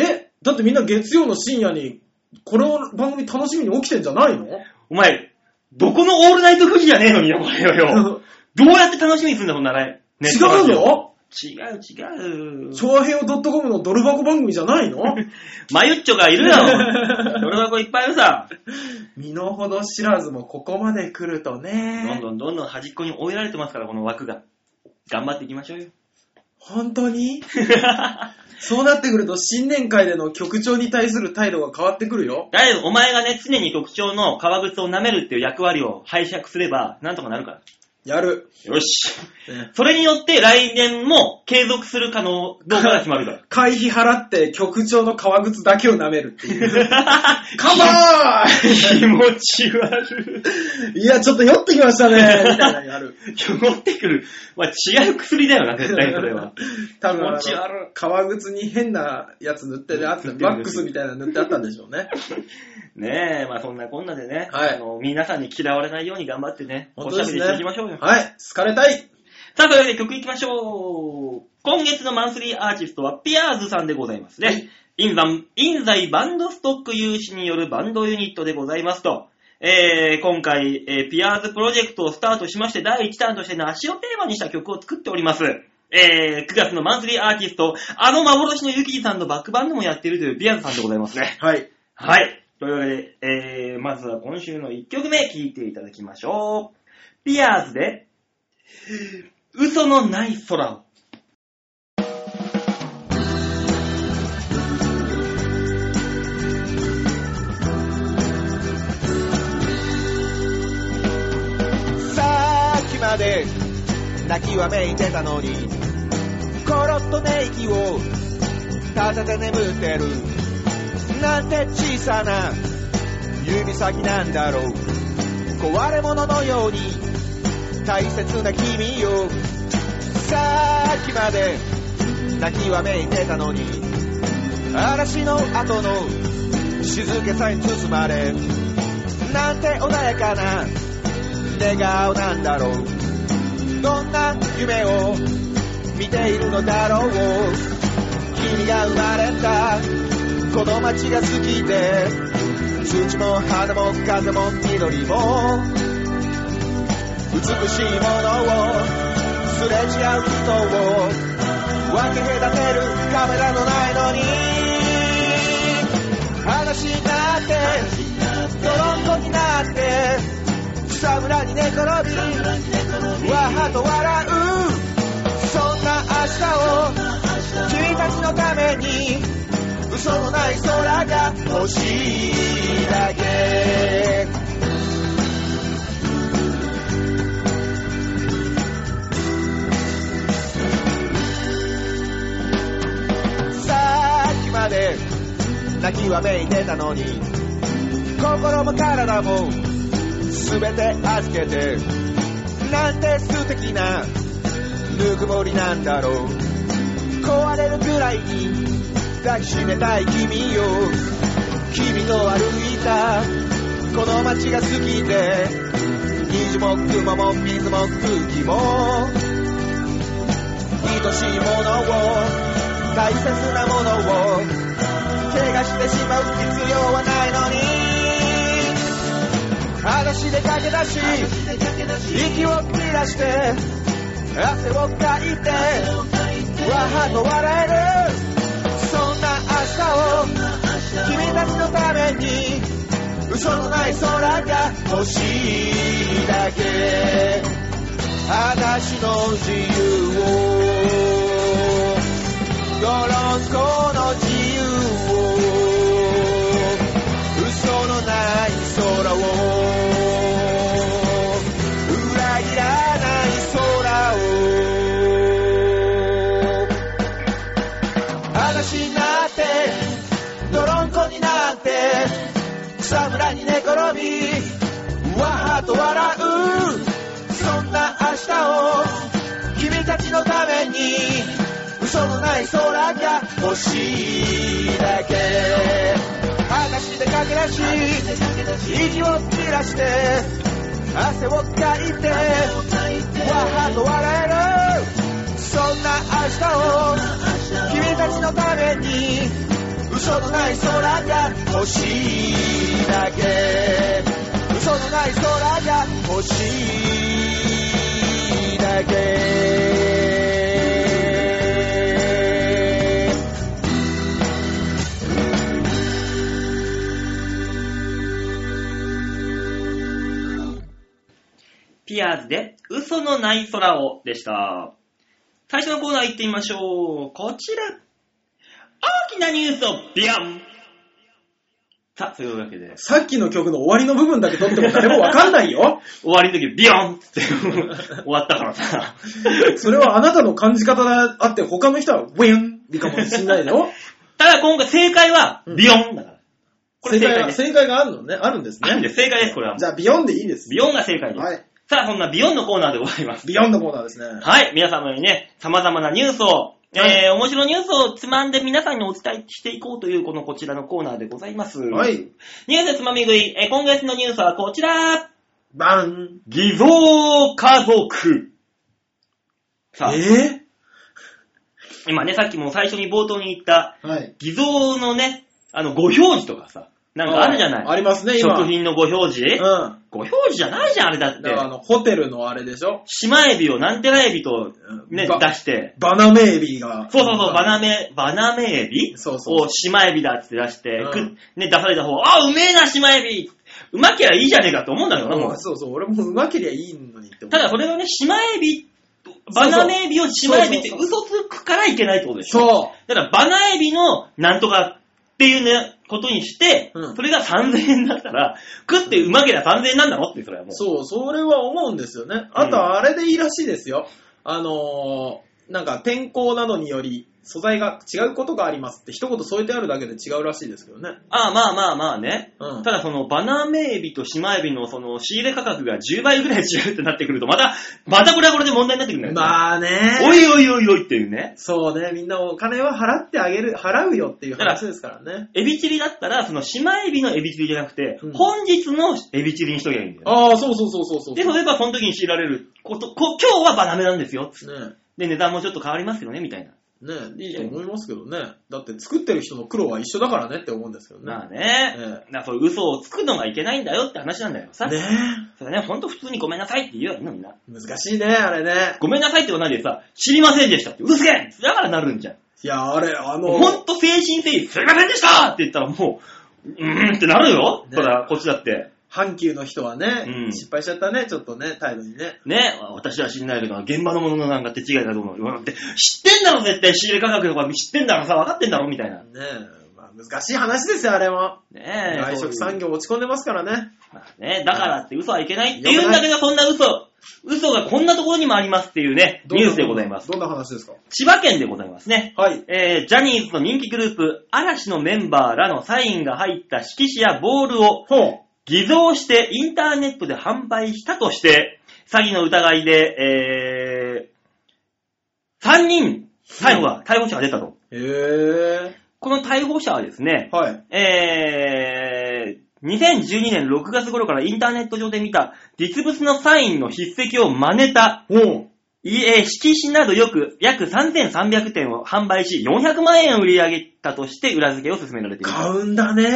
[SPEAKER 3] えだってみんな月曜の深夜に、この番組楽しみに起きてんじゃないの
[SPEAKER 2] お前、どこのオールナイト富士じゃねえのによ、これよよ。 どうやって楽しみにすんだ、こんなね。ネットラ
[SPEAKER 3] 違う
[SPEAKER 2] ジオ
[SPEAKER 3] の
[SPEAKER 2] 違う違う。
[SPEAKER 3] 長平をドットコムのドル箱番組じゃないの
[SPEAKER 2] マユッチョがいるよ。俺はこういっぱいいるさ。
[SPEAKER 3] 身の程知らずもここまで来ると
[SPEAKER 2] どん
[SPEAKER 3] ね。
[SPEAKER 2] どんどんどん端っこに追いやられてますから、この枠が。頑張っていきましょうよ。
[SPEAKER 3] 本当にそうなってくると新年会での局長に対する態度が変わってくるよ。
[SPEAKER 2] だいぶお前がね、常に局長の革靴を舐めるっていう役割を拝借すれば、なんとかなるから。
[SPEAKER 3] やる。
[SPEAKER 2] よし。
[SPEAKER 3] ね
[SPEAKER 2] それによって来年も継続する可能、動画が決まるから。
[SPEAKER 3] 会費払って局長の革靴だけを舐めるって いう。カバー
[SPEAKER 2] 気持ち悪
[SPEAKER 3] いや、ちょっと酔ってきましたね。みたいなのやる。
[SPEAKER 2] い。持ってくる。まあ、違う薬だよな、絶対それは。
[SPEAKER 3] 多分あの
[SPEAKER 2] 気持ち悪い
[SPEAKER 3] 革靴に変なやつ塗ってあった、
[SPEAKER 2] 塗ってる
[SPEAKER 3] バックスみたいなの塗ってあったんでしょうね。
[SPEAKER 2] ねえ、まあそんなこんなでね、
[SPEAKER 3] はい
[SPEAKER 2] あの、皆さんに嫌われないように頑張ってね、お
[SPEAKER 3] 本
[SPEAKER 2] し
[SPEAKER 3] 当
[SPEAKER 2] ゃ
[SPEAKER 3] で
[SPEAKER 2] べ
[SPEAKER 3] す
[SPEAKER 2] り
[SPEAKER 3] ね
[SPEAKER 2] していきましょうよ。
[SPEAKER 3] はい、好かれたい
[SPEAKER 2] さあ、というわけで曲いきましょう。今月のマンスリーアーティストはピアーズさんでございます
[SPEAKER 3] は
[SPEAKER 2] ね
[SPEAKER 3] い。
[SPEAKER 2] 印山、印西バンドストック有志によるバンドユニットでございますと。えー、今回、えーピアーズプロジェクトをスタートしまして、第1弾として梨をテーマにした曲を作っております。えー、9月のマンスリーアーティスト、あの幻のユキジさんのバックバンドもやっているというピアーズさんでございますね。
[SPEAKER 3] はい。
[SPEAKER 2] はい。というわけで、えー、まずは今週の1曲目聴いていただきましょう。ピアーズで、嘘のない空を。
[SPEAKER 1] さっきまで泣きわめいてたのにコロッと寝息を立てて眠ってるなんて小さな指先なんだろう壊れ物のように大切な君よさっきまで泣きわめいてたのに嵐の後の静けさに包まれなんて穏やかな笑顔なんだろうどんな夢を見ているのだろう君が生まれたこの街が好きで土も花も風も緑も美しいものをすれ違う人を分け隔てるカメラのないのに話になって泥んこになって草むらに寝転びわはと笑うそんな明日を君たちのために嘘のない空が欲しいだけさっきまで泣きわめいてたのに心も体もすべて預けてなんて素敵なぬくもりなんだろう壊れるくらいに抱きしめたい君よ君と歩いたこの街が好きで虹も雲も水も空気も愛しいものを大切なものを怪我してしまう必要はないのに裸足で駆け出し息を切らして汗をかいてわはと笑えるそんな明日を君たちのために嘘のない空が欲しいだけ私の自由をドロンスコの自由を嘘のない空を裏切らない空を話になって泥んこになって草むらに寝転びわはと笑うそんな明日を君たちのために嘘のない空が欲しいだけ話で駆け出し息を切らして汗をかいてわはと笑えるそんな明日を君たちのために嘘のない空が欲しいだけ嘘のない空が欲しいだけ
[SPEAKER 2] ピアーズで嘘のない空をでした。最初のコーナー行ってみましょう。こちら。大きなニュースをビャンさあ、そういうわけで、
[SPEAKER 3] さっきの曲の終わりの部分だけ取っても誰もわかんないよ。
[SPEAKER 2] 終わりの時ビヨンって終わったからさ。
[SPEAKER 3] それはあなたの感じ方であって、他の人はウィンでかもしんない よ。
[SPEAKER 2] ただ今回正解はビヨンだから。これ
[SPEAKER 3] 正
[SPEAKER 2] 正
[SPEAKER 3] 解
[SPEAKER 2] 解
[SPEAKER 3] が、
[SPEAKER 2] です。
[SPEAKER 3] 正解があるのね。あるんです
[SPEAKER 2] あるんで
[SPEAKER 3] ね。
[SPEAKER 2] す正解です、これは。
[SPEAKER 3] じゃあ、ビヨンでいいです。
[SPEAKER 2] ビヨンが正解です。
[SPEAKER 3] はい。
[SPEAKER 2] さあ、そんなビヨンのコーナーで終わります。
[SPEAKER 3] ビヨンのコーナーですね。
[SPEAKER 2] はい、皆様にね、様々なニュースを、
[SPEAKER 3] はい
[SPEAKER 2] えー、面白いニュースをつまんで皆さんにお伝えしていこうという、このこちらのコーナーでございます。
[SPEAKER 3] はい。
[SPEAKER 2] ニュースつまみ食い、えー今月のニュースはこちら
[SPEAKER 3] バン。
[SPEAKER 2] 偽造家族さあ、
[SPEAKER 3] え
[SPEAKER 2] 今ね、さっきも最初に冒頭に言った、
[SPEAKER 3] ーはい。
[SPEAKER 2] 偽造のね、あの、ご表示とかさ、なんかあるじゃない
[SPEAKER 3] ありますね、今。
[SPEAKER 2] 食品のご表示、
[SPEAKER 3] うん。だか
[SPEAKER 2] ご表示じゃないじゃん、あれだって。
[SPEAKER 3] ら、あの、ホテルのあれでしょ。
[SPEAKER 2] 島エビをなんてらエビとね、
[SPEAKER 3] ば
[SPEAKER 2] 出して、
[SPEAKER 3] バナメエビが。
[SPEAKER 2] そうそうそう、バナメ、バナメエビ
[SPEAKER 3] そうそう
[SPEAKER 2] を島エビだって出して、
[SPEAKER 3] うん
[SPEAKER 2] くね、出された方、あ、うめえな、島エビうまけりゃいいじゃねえかと思うんだけどな、も
[SPEAKER 3] う。
[SPEAKER 2] うん
[SPEAKER 3] そうそう、俺もうまけりゃいいのにって思う
[SPEAKER 2] ただそれがね、島エビ、バナメエビを島エビって
[SPEAKER 3] そうそう
[SPEAKER 2] 嘘つくからいけないってことでしょ。
[SPEAKER 3] そ
[SPEAKER 2] だから、バナエビのなんとかっていうね、ことにして、
[SPEAKER 3] うん
[SPEAKER 2] それが3000円だったら、食ってうまけりゃ3000円なんだろって、それはも
[SPEAKER 3] う。
[SPEAKER 2] う。
[SPEAKER 3] そう、それは思うんですよね。あと、あれでいいらしいですよ。あのー、なんか、天候などにより、素材が違うことがありますって、一言添えてあるだけで違うらしいですけどね。
[SPEAKER 2] ああ、まあまあまあね。
[SPEAKER 3] うん
[SPEAKER 2] た。だそのバナメエビとシマエビのその仕入れ価格が10倍ぐらい違うってなってくると、また、またこれはこれで問題になってくるんだよね。
[SPEAKER 3] まあね。
[SPEAKER 2] おいおいおいおいっていうね。
[SPEAKER 3] そうね、みんなお金は払ってあげる、払うよっていう話ですからね。
[SPEAKER 2] エビチリだったら、そのシマエビのエビチリじゃなくて、
[SPEAKER 3] うん
[SPEAKER 2] 本日のエビチリにしときゃいいんだよ。
[SPEAKER 3] ああ、そうそうそうそうそう。
[SPEAKER 2] で、例えばその時に知られること、こ今日はバナメなんです
[SPEAKER 3] ね
[SPEAKER 2] よ。で、値段もちょっと変わりますよね、みたいな。
[SPEAKER 3] ねいいと思いますけどね。だって作ってる人の苦労は一緒だからねって思うんですけどね。
[SPEAKER 2] まあね。
[SPEAKER 3] ええ
[SPEAKER 2] なそういう嘘をつくのがいけないんだよって話なんだよ。さ、
[SPEAKER 3] ね
[SPEAKER 2] それね、ほんと普通にごめんなさいって言えばいいのにな。
[SPEAKER 3] 難しいね、あれね。
[SPEAKER 2] ごめんなさいって言わないでさ、知りませんでしたって、うるせえだからなるんじゃん。
[SPEAKER 3] いや、あれ、あの、
[SPEAKER 2] ほんと精神誠意、すいませんでしたって言ったらもう、うーんってなるよ。
[SPEAKER 3] ね
[SPEAKER 2] ほら、こっちだって。
[SPEAKER 3] 阪急の人はね、
[SPEAKER 2] うん
[SPEAKER 3] 失敗しちゃったね、ちょっとね、態度にね。
[SPEAKER 2] ね、私は知んないけど、現場のものなんか手違いだと思う。わって知ってんだろ、絶対。仕入れ価格とか知ってんだろ、さ、分かってんだろ、みたいな。
[SPEAKER 3] ねまあ、難しい話ですよ、あれも。
[SPEAKER 2] ねえ。
[SPEAKER 3] 外食産業落ち込んでますからね。
[SPEAKER 2] まあね、だからって嘘はいけないって言うんだけど、そんな嘘。嘘がこんなところにもありますっていうね、ニュースでございます。
[SPEAKER 3] どんな話ですか
[SPEAKER 2] 千葉県でございますね。
[SPEAKER 3] はい。
[SPEAKER 2] えージャニーズの人気グループ、嵐のメンバーらのサインが入った色紙やボールを
[SPEAKER 3] ほう。
[SPEAKER 2] 偽造してインターネットで販売したとして、詐欺の疑いで、えー、3人逮捕が、逮捕者が出たと。
[SPEAKER 3] へえ。
[SPEAKER 2] この逮捕者はですね、
[SPEAKER 3] はい。
[SPEAKER 2] えー、2012年6月頃からインターネット上で見た実物のサインの筆跡を真似た、
[SPEAKER 3] ほう。
[SPEAKER 2] いえー色紙などよく約3300点を販売し400万円を売り上げたとして裏付けを進められています。
[SPEAKER 3] 買うんだね。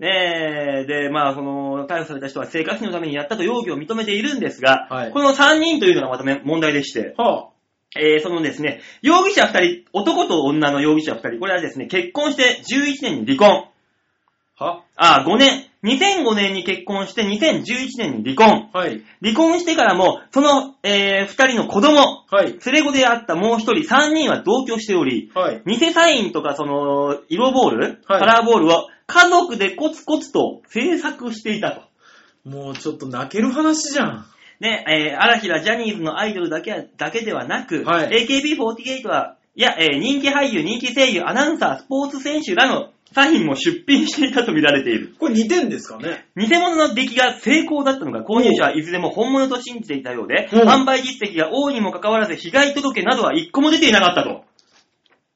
[SPEAKER 2] ねえ、で、まあ、その、逮捕された人は生活費のためにやったと容疑を認めているんですが、
[SPEAKER 3] はい
[SPEAKER 2] この3人というのがまため問題でして、
[SPEAKER 3] は
[SPEAKER 2] えー、そのですね、容疑者2人、男と女の容疑者2人、これはですね、結婚して11年に離婚。
[SPEAKER 3] あ。は
[SPEAKER 2] あ、5年。2005年に結婚して2011年に離婚。
[SPEAKER 3] はい。
[SPEAKER 2] 離婚してからも、その、えー、2人の子供、
[SPEAKER 3] はい。
[SPEAKER 2] 連れ子であったもう1人、3人は同居しており、
[SPEAKER 3] はい。
[SPEAKER 2] 偽サインとか、その、色ボール、
[SPEAKER 3] はい
[SPEAKER 2] カラーボールを家族でコツコツと制作していたと。
[SPEAKER 3] もうちょっと泣ける話じゃん。
[SPEAKER 2] ね、えー、荒平ジャニーズのアイドルだけはだけではなく、
[SPEAKER 3] は
[SPEAKER 2] AKB48 は、いや、えー人気俳優、人気声優、アナウンサー、スポーツ選手らのサインも出品していたと見られている。
[SPEAKER 3] これ2点ですかね。
[SPEAKER 2] 偽物の出来が成功だったのか、購入者はいずれも本物と信じていたようで、
[SPEAKER 3] うん
[SPEAKER 2] 販売実績が多いにもかかわらず、被害届などは一個も出ていなかったと。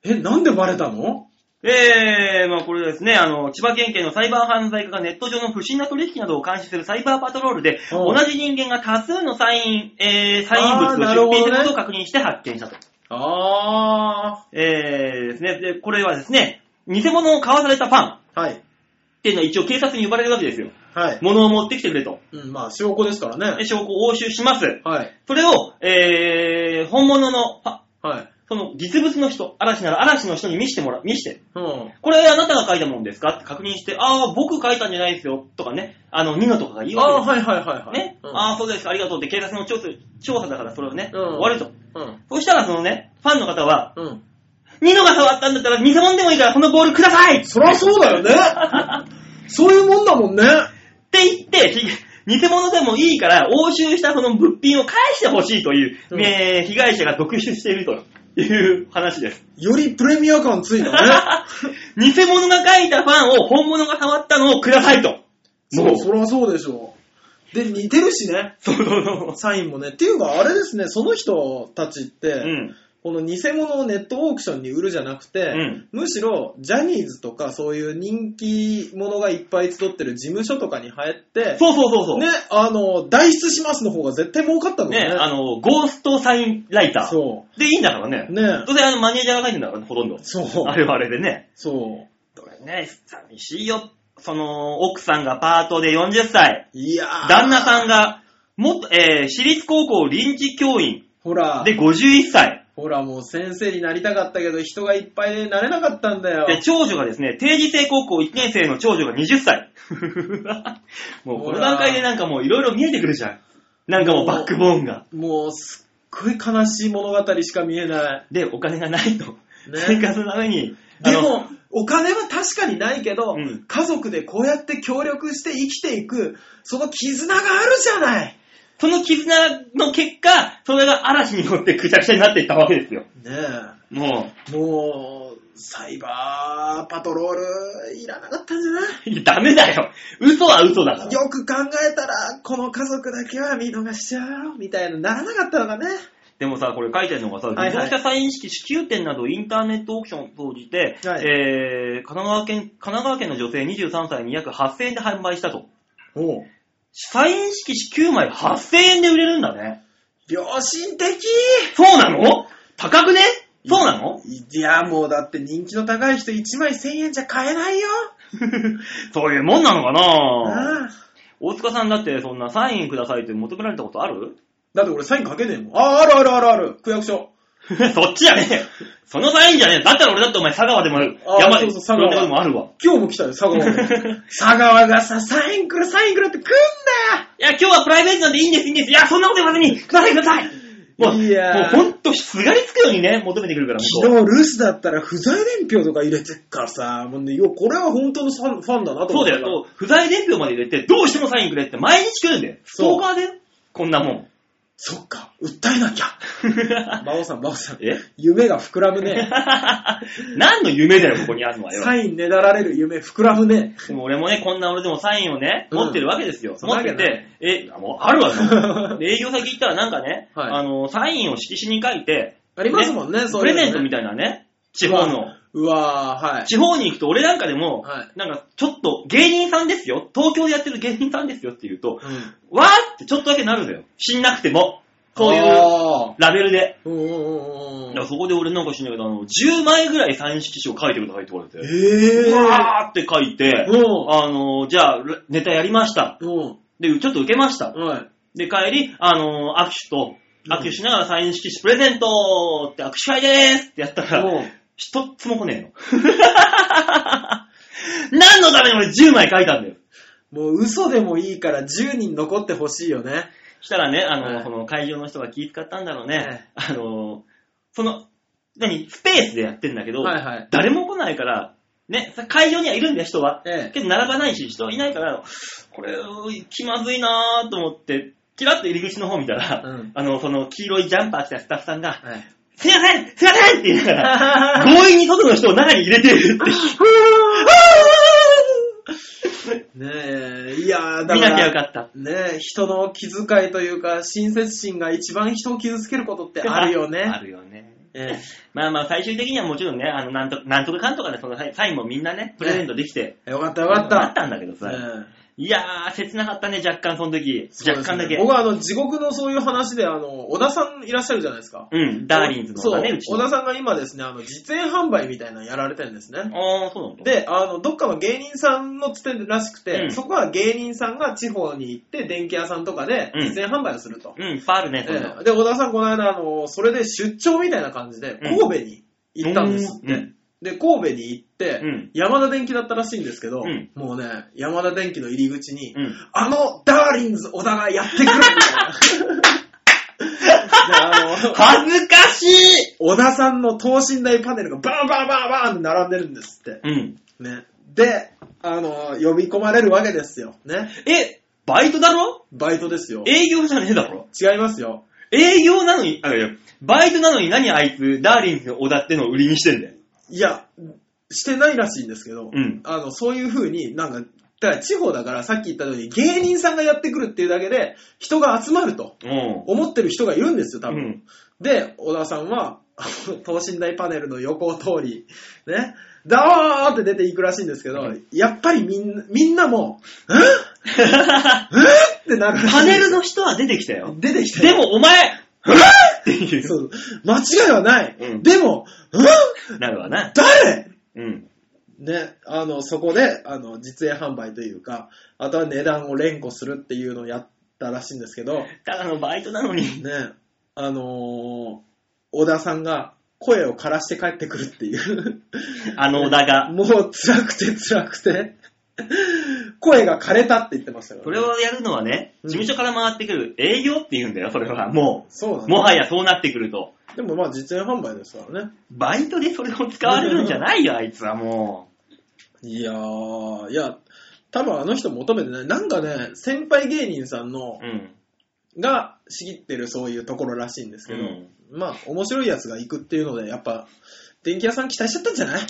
[SPEAKER 3] え、なんでバレたの
[SPEAKER 2] えー、まあこれですね、あの、千葉県警のサイバー犯罪課がネット上の不審な取引などを監視するサイバーパトロールで、
[SPEAKER 3] う
[SPEAKER 2] 同
[SPEAKER 3] ん
[SPEAKER 2] じ人間が多数のサイン、えー、サイン物を
[SPEAKER 3] あーなるほ
[SPEAKER 2] 出品
[SPEAKER 3] どね
[SPEAKER 2] することを確認して発見したと。
[SPEAKER 3] あ
[SPEAKER 2] えーですね、で、これはですね、偽物を買わされたパンっ
[SPEAKER 3] ー。はい。
[SPEAKER 2] ていうのは一応警察に呼ばれるわけですよ。
[SPEAKER 3] はい。
[SPEAKER 2] 物を持ってきてくれと。
[SPEAKER 3] うん、まあ、証拠ですから
[SPEAKER 2] で
[SPEAKER 3] ね。
[SPEAKER 2] 証拠を押収します。
[SPEAKER 3] はい。
[SPEAKER 2] それを、えー、本物の、あ
[SPEAKER 3] はい。
[SPEAKER 2] その実物の人、嵐なら嵐の人に見せてもら、見せて。
[SPEAKER 3] うん。
[SPEAKER 2] これあなたが書いたもんですかって確認して、ああ、僕書いたんじゃないですよ、とかね、あの、ニノとかが言う
[SPEAKER 3] あ
[SPEAKER 2] わ
[SPEAKER 3] ー、はいはいはいは
[SPEAKER 2] け
[SPEAKER 3] い。
[SPEAKER 2] です。ね。
[SPEAKER 3] うん
[SPEAKER 2] ああ、そうです、ありがとうって警察の調査調査だからそれをね、
[SPEAKER 3] うん
[SPEAKER 2] 終わると。
[SPEAKER 3] うん。
[SPEAKER 2] そしたらそのね、ファンの方は、
[SPEAKER 3] うん。
[SPEAKER 2] ニノが触ったんだったら偽物でもいいからこのボールくださいっ
[SPEAKER 3] そりゃそうだよね。 そういうもんだもんね。
[SPEAKER 2] て言って、ひ偽物でもいいから押収したその物品を返してほしいという、
[SPEAKER 3] うん
[SPEAKER 2] えー被害者が続出しているという話です。
[SPEAKER 3] よりプレミア感ついたね。
[SPEAKER 2] 偽物が書いたファンを本物が触ったのをくださいと。
[SPEAKER 3] そ
[SPEAKER 2] も
[SPEAKER 3] う、そりゃそうでしょう。で、似てるしね。
[SPEAKER 2] そうそうそう。
[SPEAKER 3] サインもね。っていうか、あれですね、その人たちって、
[SPEAKER 2] うん。
[SPEAKER 3] この偽物をネットオークションに売るじゃなくて、
[SPEAKER 2] ん
[SPEAKER 3] むしろジャニーズとかそういう人気者がいっぱい集ってる事務所とかに入って、
[SPEAKER 2] そうそうそうそう。
[SPEAKER 3] ね、あの、代筆しますの方が絶対儲かったの
[SPEAKER 2] ね、
[SPEAKER 3] ね。
[SPEAKER 2] あの、ゴーストサインライター。
[SPEAKER 3] そ
[SPEAKER 2] で、いいんだからね。
[SPEAKER 3] う。ね
[SPEAKER 2] どうせあの、マネージャーが書いてんだからね、ほとんど。
[SPEAKER 3] そう。
[SPEAKER 2] あれはあれでね。
[SPEAKER 3] そう。
[SPEAKER 2] これね、寂しいよ。その、奥さんがパートで40歳。
[SPEAKER 3] いやー
[SPEAKER 2] 旦那さんが、もっと、えー、私立高校臨時教員
[SPEAKER 3] ほら、
[SPEAKER 2] で51歳。
[SPEAKER 3] ほらもう先生になりたかったけど人がいっぱいでなれなかったんだよ。
[SPEAKER 2] で、長女がですね、定時制高校1年生の長女が20歳。 もう、この段階でなんかもういろいろ見えてくるじゃん。なんかもうバックボーンが。
[SPEAKER 3] もうすっごい悲しい物語しか見えない。
[SPEAKER 2] で、お金がないと。
[SPEAKER 3] ね
[SPEAKER 2] 生活のために。あ
[SPEAKER 3] で
[SPEAKER 2] の
[SPEAKER 3] も、お金は確かにないけど、
[SPEAKER 2] うん
[SPEAKER 3] 家族でこうやって協力して生きていく、その絆があるじゃない。
[SPEAKER 2] その絆の結果、それが嵐に乗ってくちゃくちゃになっていったわけですよ。
[SPEAKER 3] ね
[SPEAKER 2] も
[SPEAKER 3] え、もう、サイバーパトロール、いらなかったんじゃな
[SPEAKER 2] う、いやダメだよ。嘘は嘘だから
[SPEAKER 3] い。よく考えたら、この家族だけは見逃しちゃうよ、みたいな、ならなかったのがね。
[SPEAKER 2] でもさ、これ書いてあるのがさ、
[SPEAKER 3] はいはい
[SPEAKER 2] 自動車サイン式支給店などインターネットオークションを通じて、
[SPEAKER 3] はい
[SPEAKER 2] えー、神奈川県、神奈川県の女性23歳に約8000円で販売したと。
[SPEAKER 3] お
[SPEAKER 2] サイン式支給枚8000円で売れるんだね。
[SPEAKER 3] 良心的
[SPEAKER 2] そうなの高くねそうなの
[SPEAKER 3] いや、もうだって人気の高い人1枚1000円じゃ買えないよ。
[SPEAKER 2] そういうもんなのかな
[SPEAKER 3] ああ
[SPEAKER 2] 大塚さんだってそんなサインくださいって求められたことある
[SPEAKER 3] だって俺サインかけねえもん。ああ、あるあるあるある。区役所。
[SPEAKER 2] そっちじゃねえそのサインじゃねえだったら俺だってお前佐川でもある。
[SPEAKER 3] あー
[SPEAKER 2] 山
[SPEAKER 3] そ
[SPEAKER 2] で
[SPEAKER 3] うそう佐川
[SPEAKER 2] 呼んだこともあるわ。
[SPEAKER 3] 今日も来たよ、佐川 も。佐川がさ、サインくる、サインくるって来ん
[SPEAKER 2] いや、今日はプライベートなんでいいんです、いいんです。いや、そんなこと言わずに、ください、ください。もう、
[SPEAKER 3] いやー
[SPEAKER 2] もうほんと、すがりつくようにね、求めてくるから、
[SPEAKER 3] だ
[SPEAKER 2] 向こ
[SPEAKER 3] よ昨日、留守だったら不在伝票とか入れてっからさ、もうね、よ、これは本当のファンファンだな
[SPEAKER 2] う
[SPEAKER 3] と
[SPEAKER 2] そ
[SPEAKER 3] 思っ
[SPEAKER 2] う
[SPEAKER 3] た
[SPEAKER 2] だよ、そう不在伝票まで入れて、どうしてもサインくれって毎日来るんだよ。ストーカーでこんなもん。
[SPEAKER 3] そっか、訴えなきゃ。馬王さん、馬王さん。
[SPEAKER 2] え
[SPEAKER 3] 夢が膨らむね。
[SPEAKER 2] 何の夢だよ、ここにあるのはよ。
[SPEAKER 3] サインねだられる夢膨らむね。
[SPEAKER 2] でも俺もね、こんな俺でもサインをね、
[SPEAKER 3] うん
[SPEAKER 2] 持ってるわけですよ。
[SPEAKER 3] そん
[SPEAKER 2] 持
[SPEAKER 3] な
[SPEAKER 2] っ
[SPEAKER 3] わけ
[SPEAKER 2] て
[SPEAKER 3] ない
[SPEAKER 2] て、え、あもうあるわ よ。で営業先行ったらなんかね、
[SPEAKER 3] はい
[SPEAKER 2] あの、サインを色紙に書いて、
[SPEAKER 3] ありますもんね、そう
[SPEAKER 2] プ
[SPEAKER 3] いうの
[SPEAKER 2] レゼ
[SPEAKER 3] ね
[SPEAKER 2] ントみたいなね、地方の。
[SPEAKER 3] うわー、はい。
[SPEAKER 2] 地方に行くと俺なんかでも、
[SPEAKER 3] はい
[SPEAKER 2] なんかちょっと芸人さんですよ、東京でやってる芸人さんですよって言うと、
[SPEAKER 3] うん
[SPEAKER 2] わーってちょっとだけなるのよ。死んなくても。こういう
[SPEAKER 3] あ
[SPEAKER 2] ラベルで。
[SPEAKER 3] ーうんうんうんうん
[SPEAKER 2] だからそこで俺なんかしないけど、あの、10枚ぐらい三色紙を書いてくださいって言われて。
[SPEAKER 3] ええ
[SPEAKER 2] うわーって書いて、
[SPEAKER 3] うん
[SPEAKER 2] あの、じゃあ、ネタやりました。
[SPEAKER 3] うん。
[SPEAKER 2] で、ちょっと受けました。
[SPEAKER 3] はい。
[SPEAKER 2] で、帰り、あのー握手と、握手しながらサイン色紙プレゼントって握手会でーすってやったら、
[SPEAKER 3] うん
[SPEAKER 2] 一つも来ねえの。 何のために俺10枚書いたんだよ。
[SPEAKER 3] もう嘘でもいいから10人残ってほしいよね。
[SPEAKER 2] したらね、あのー
[SPEAKER 3] はい
[SPEAKER 2] この会場の人が気遣ったんだろうね。あのーその、何、スペースでやってんだけど、
[SPEAKER 3] はいはい
[SPEAKER 2] 誰も来ないから、ね、さ会場にはいるんだよ、人は。
[SPEAKER 3] ええ。
[SPEAKER 2] けど並ばないし、人いないから、これ、気まずいなーと思って、キラッと入り口の方見たら、
[SPEAKER 3] うん
[SPEAKER 2] あの、その黄色いジャンパー着たスタッフさんが、
[SPEAKER 3] はい。
[SPEAKER 2] すいませんすいませんって言いながら、 強引に外の人を中に入れてるって。
[SPEAKER 3] ねえ、いやー、だから。
[SPEAKER 2] 見なきゃよかった。
[SPEAKER 3] ねえ、人の気遣いというか、親切心が一番人を傷つけることってあるよ
[SPEAKER 2] あ
[SPEAKER 3] ね。
[SPEAKER 2] るよね。
[SPEAKER 3] え
[SPEAKER 2] まあまあ、最終的にはもちろんね、あの、なんとなんとかかんとかで、そのサインサインもみんなね、プレゼントできて。
[SPEAKER 3] えよかったよかった。
[SPEAKER 2] あったんだけどさ。
[SPEAKER 3] うん
[SPEAKER 2] いやー、切なかったね、若干、その時。
[SPEAKER 3] そうで
[SPEAKER 2] 若
[SPEAKER 3] すね
[SPEAKER 2] 干だけ。
[SPEAKER 3] 僕はあの、地獄のそういう話で、あの、小田さんいらっしゃるじゃないですか。
[SPEAKER 2] うん、ダーリンズの
[SPEAKER 3] そう
[SPEAKER 2] 方がね、うち
[SPEAKER 3] 小
[SPEAKER 2] の。
[SPEAKER 3] 田さんが今ですね、あの、実演販売みたいなのやられてるんですね。
[SPEAKER 2] あー、そうなんだ。
[SPEAKER 3] で、あの、どっかの芸人さんのつてらしくて、
[SPEAKER 2] うん
[SPEAKER 3] そこは芸人さんが地方に行って、電気屋さんとかで
[SPEAKER 2] うん
[SPEAKER 3] 実演販売をすると。
[SPEAKER 2] うん、いっぱいあるね、そういうの
[SPEAKER 3] ええで、小田さんこの間、あの、それで出張みたいな感じで、
[SPEAKER 2] う
[SPEAKER 3] 神
[SPEAKER 2] ん
[SPEAKER 3] 戸に行ったんですって。
[SPEAKER 2] うん
[SPEAKER 3] で、神戸に行って、
[SPEAKER 2] うん
[SPEAKER 3] 山田電機だったらしいんですけど、
[SPEAKER 2] うん
[SPEAKER 3] もうね、山田電機の入り口に、
[SPEAKER 2] うん
[SPEAKER 3] あの、ダーリンズ小田がやってくるみたいな。 で あの
[SPEAKER 2] 恥ずかしい
[SPEAKER 3] 小田さんの等身大パネルがバーバーバーバーンって並んでるんですって。
[SPEAKER 2] うん。
[SPEAKER 3] ね。で、あの、呼び込まれるわけですよ。ね。
[SPEAKER 2] え、バイトだろ
[SPEAKER 3] バイトですよ。
[SPEAKER 2] 営業じゃねえだろ
[SPEAKER 3] 違いますよ。
[SPEAKER 2] 営業なのに、あ、いや、バイトなのに何あいつ、ダーリンズの小田ってのを売りにしてんだよ。
[SPEAKER 3] いや、してないらしいんですけど、
[SPEAKER 2] うん
[SPEAKER 3] あの、そういう風になんか、だから地方だからさっき言ったように芸人さんがやってくるっていうだけで人が集まると
[SPEAKER 2] う
[SPEAKER 3] 思ってる人がいるんですよ、多分。
[SPEAKER 2] うん
[SPEAKER 3] で、小田さんは、 あの等身大パネルの横を通り、ね、ダーって出ていくらしいんですけど、
[SPEAKER 2] うん
[SPEAKER 3] やっぱりみんな、みんなもう、んえってなるらしい
[SPEAKER 2] パネルの人は出てきた よ。
[SPEAKER 3] 出てきた
[SPEAKER 2] で
[SPEAKER 3] よ
[SPEAKER 2] もお 前、うわっていう。
[SPEAKER 3] そう間違いはない、
[SPEAKER 2] うん
[SPEAKER 3] でも、ん
[SPEAKER 2] なるわな。
[SPEAKER 3] 誰
[SPEAKER 2] うん。
[SPEAKER 3] ね、あの、そこで、あの、実演販売というか、あとは値段を連呼するっていうのをやったらしいんですけど、ね、
[SPEAKER 2] ただのバイトなのに。
[SPEAKER 3] あのー小田さんが声を枯らして帰ってくるって いう。
[SPEAKER 2] あの小田が。
[SPEAKER 3] もう辛くて辛くて、声が枯れたって言ってましたよ、ね。
[SPEAKER 2] それをやるのはね、
[SPEAKER 3] うん
[SPEAKER 2] 事務所から回ってくる営業って言うんだよ、それは。も
[SPEAKER 3] そうな
[SPEAKER 2] う。
[SPEAKER 3] の
[SPEAKER 2] もはやそうなってくると。
[SPEAKER 3] でもまあ実演販売ですからね。
[SPEAKER 2] バイトでそれを使われるんじゃな いよ、あいつはも
[SPEAKER 3] いやー、いや、多分あの人求めてない。なんかね、先輩芸人さんの
[SPEAKER 2] う。うん。
[SPEAKER 3] が仕切ってるそういうところらしいんですけど、
[SPEAKER 2] うん
[SPEAKER 3] まあ面白いやつが行くっていうのでやっぱ電気屋さん期待しちゃったんじゃない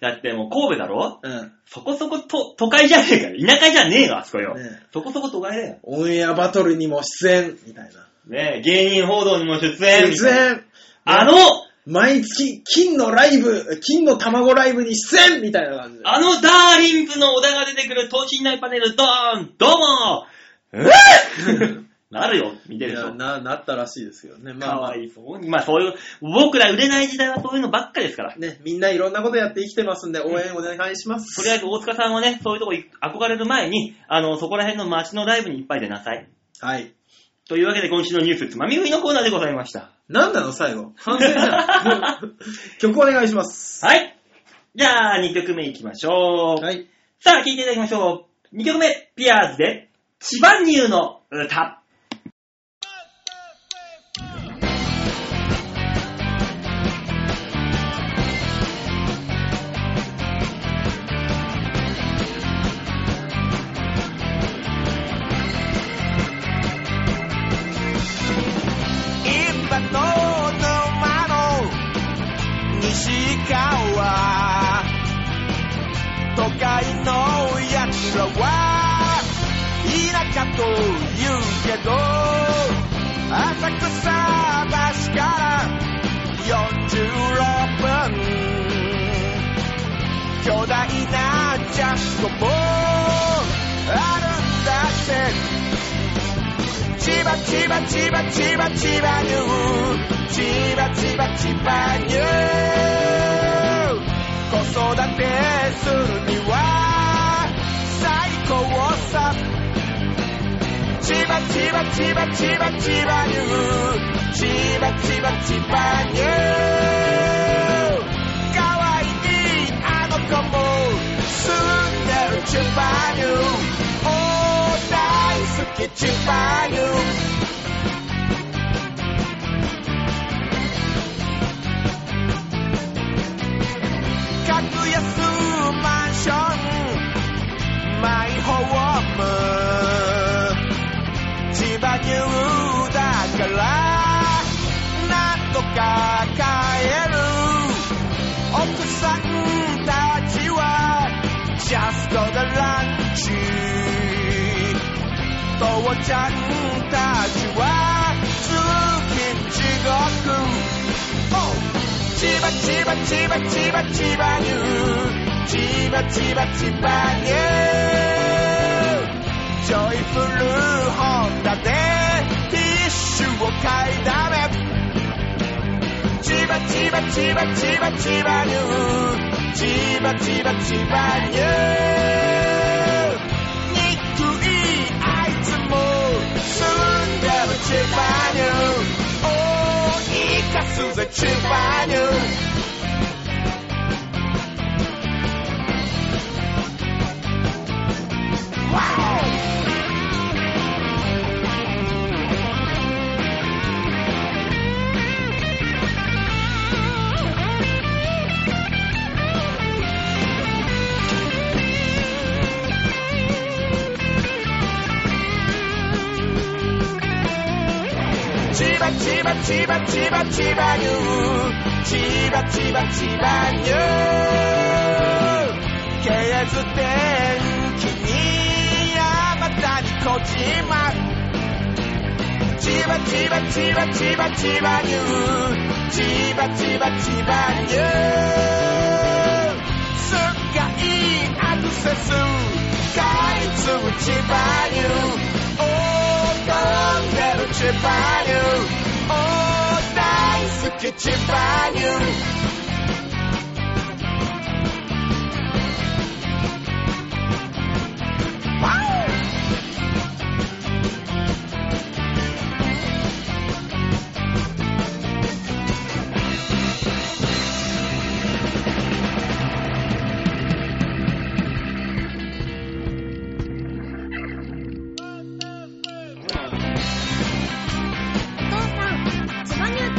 [SPEAKER 2] だってもう神戸だろ
[SPEAKER 3] うん
[SPEAKER 2] そこそこと都会じゃねえから、田舎じゃねえよ、あそこよ。
[SPEAKER 3] ね
[SPEAKER 2] そこそこ都会だよ。
[SPEAKER 3] オンエアバトルにも出演みたいな
[SPEAKER 2] ねえ、芸人報道にも出演。
[SPEAKER 3] 出演
[SPEAKER 2] あの、
[SPEAKER 3] 毎月金のライブ金の卵ライブに出演みたいな感じで
[SPEAKER 2] あのダーリンズの小田が出てくる等身大パネル、ドーンどうもえぇ なるよ、見て
[SPEAKER 3] い
[SPEAKER 2] る
[SPEAKER 3] や
[SPEAKER 2] と。
[SPEAKER 3] ななったらしいですけどねま
[SPEAKER 2] か
[SPEAKER 3] あ、ま
[SPEAKER 2] わ
[SPEAKER 3] あ
[SPEAKER 2] いそうに。まあそういう、僕ら売れない時代はそういうのばっかですから。
[SPEAKER 3] ね、みんないろんなことやって生きてますんで応援お願いします、
[SPEAKER 2] とりあえず大塚さんはね、そういうとこい憧れる前に、あの、そこら辺の街のライブにいっぱい出なさい。
[SPEAKER 3] はい
[SPEAKER 2] というわけで今週のニュースつまみ食いのコーナーでございました。
[SPEAKER 3] なんなの最後反省じゃ ん曲お願いします
[SPEAKER 2] はい。じゃあ、2曲目いきましょう。
[SPEAKER 3] はい
[SPEAKER 2] さあ、聴いていただきましょう。2曲目、ピアーズで、千葉乳の歌。
[SPEAKER 1] 今の沼の西川都会のやつらはいなかと言うけど浅草橋から46分巨大なジャスコもあるんだって千葉千葉千葉千葉千葉ニュー千葉千葉千葉ニュー子育てするには最高さ千葉千葉千葉千葉千葉ニュー千葉千葉千葉ニューかわいいあの子も住んでる千葉ニューお大好き千葉ニュー格安マンションマイホーム千葉ニューだからなんとか買える奥さんたちは Just the lunch 父ちゃんたちは通勤地獄千葉千葉千葉千葉千葉ニュー千葉千葉千葉ニュージョイフルホンダでティッシュを買いだめ千葉千葉千葉千葉千葉ニュー千葉千葉千葉ニュー憎いあいつも住んでる千葉ニュー追いかすぜ千葉ニュー千葉千葉千葉千葉千葉ニュー千葉千葉千葉ニューケーズ天気に山谷小島千葉千葉千葉千葉千葉ニュー千葉千葉千葉ニューすっがいいアクセス開通千葉ニューお飛んでる千葉ニューおー大好き千葉ニュー
[SPEAKER 4] お父さん、千葉ニューっ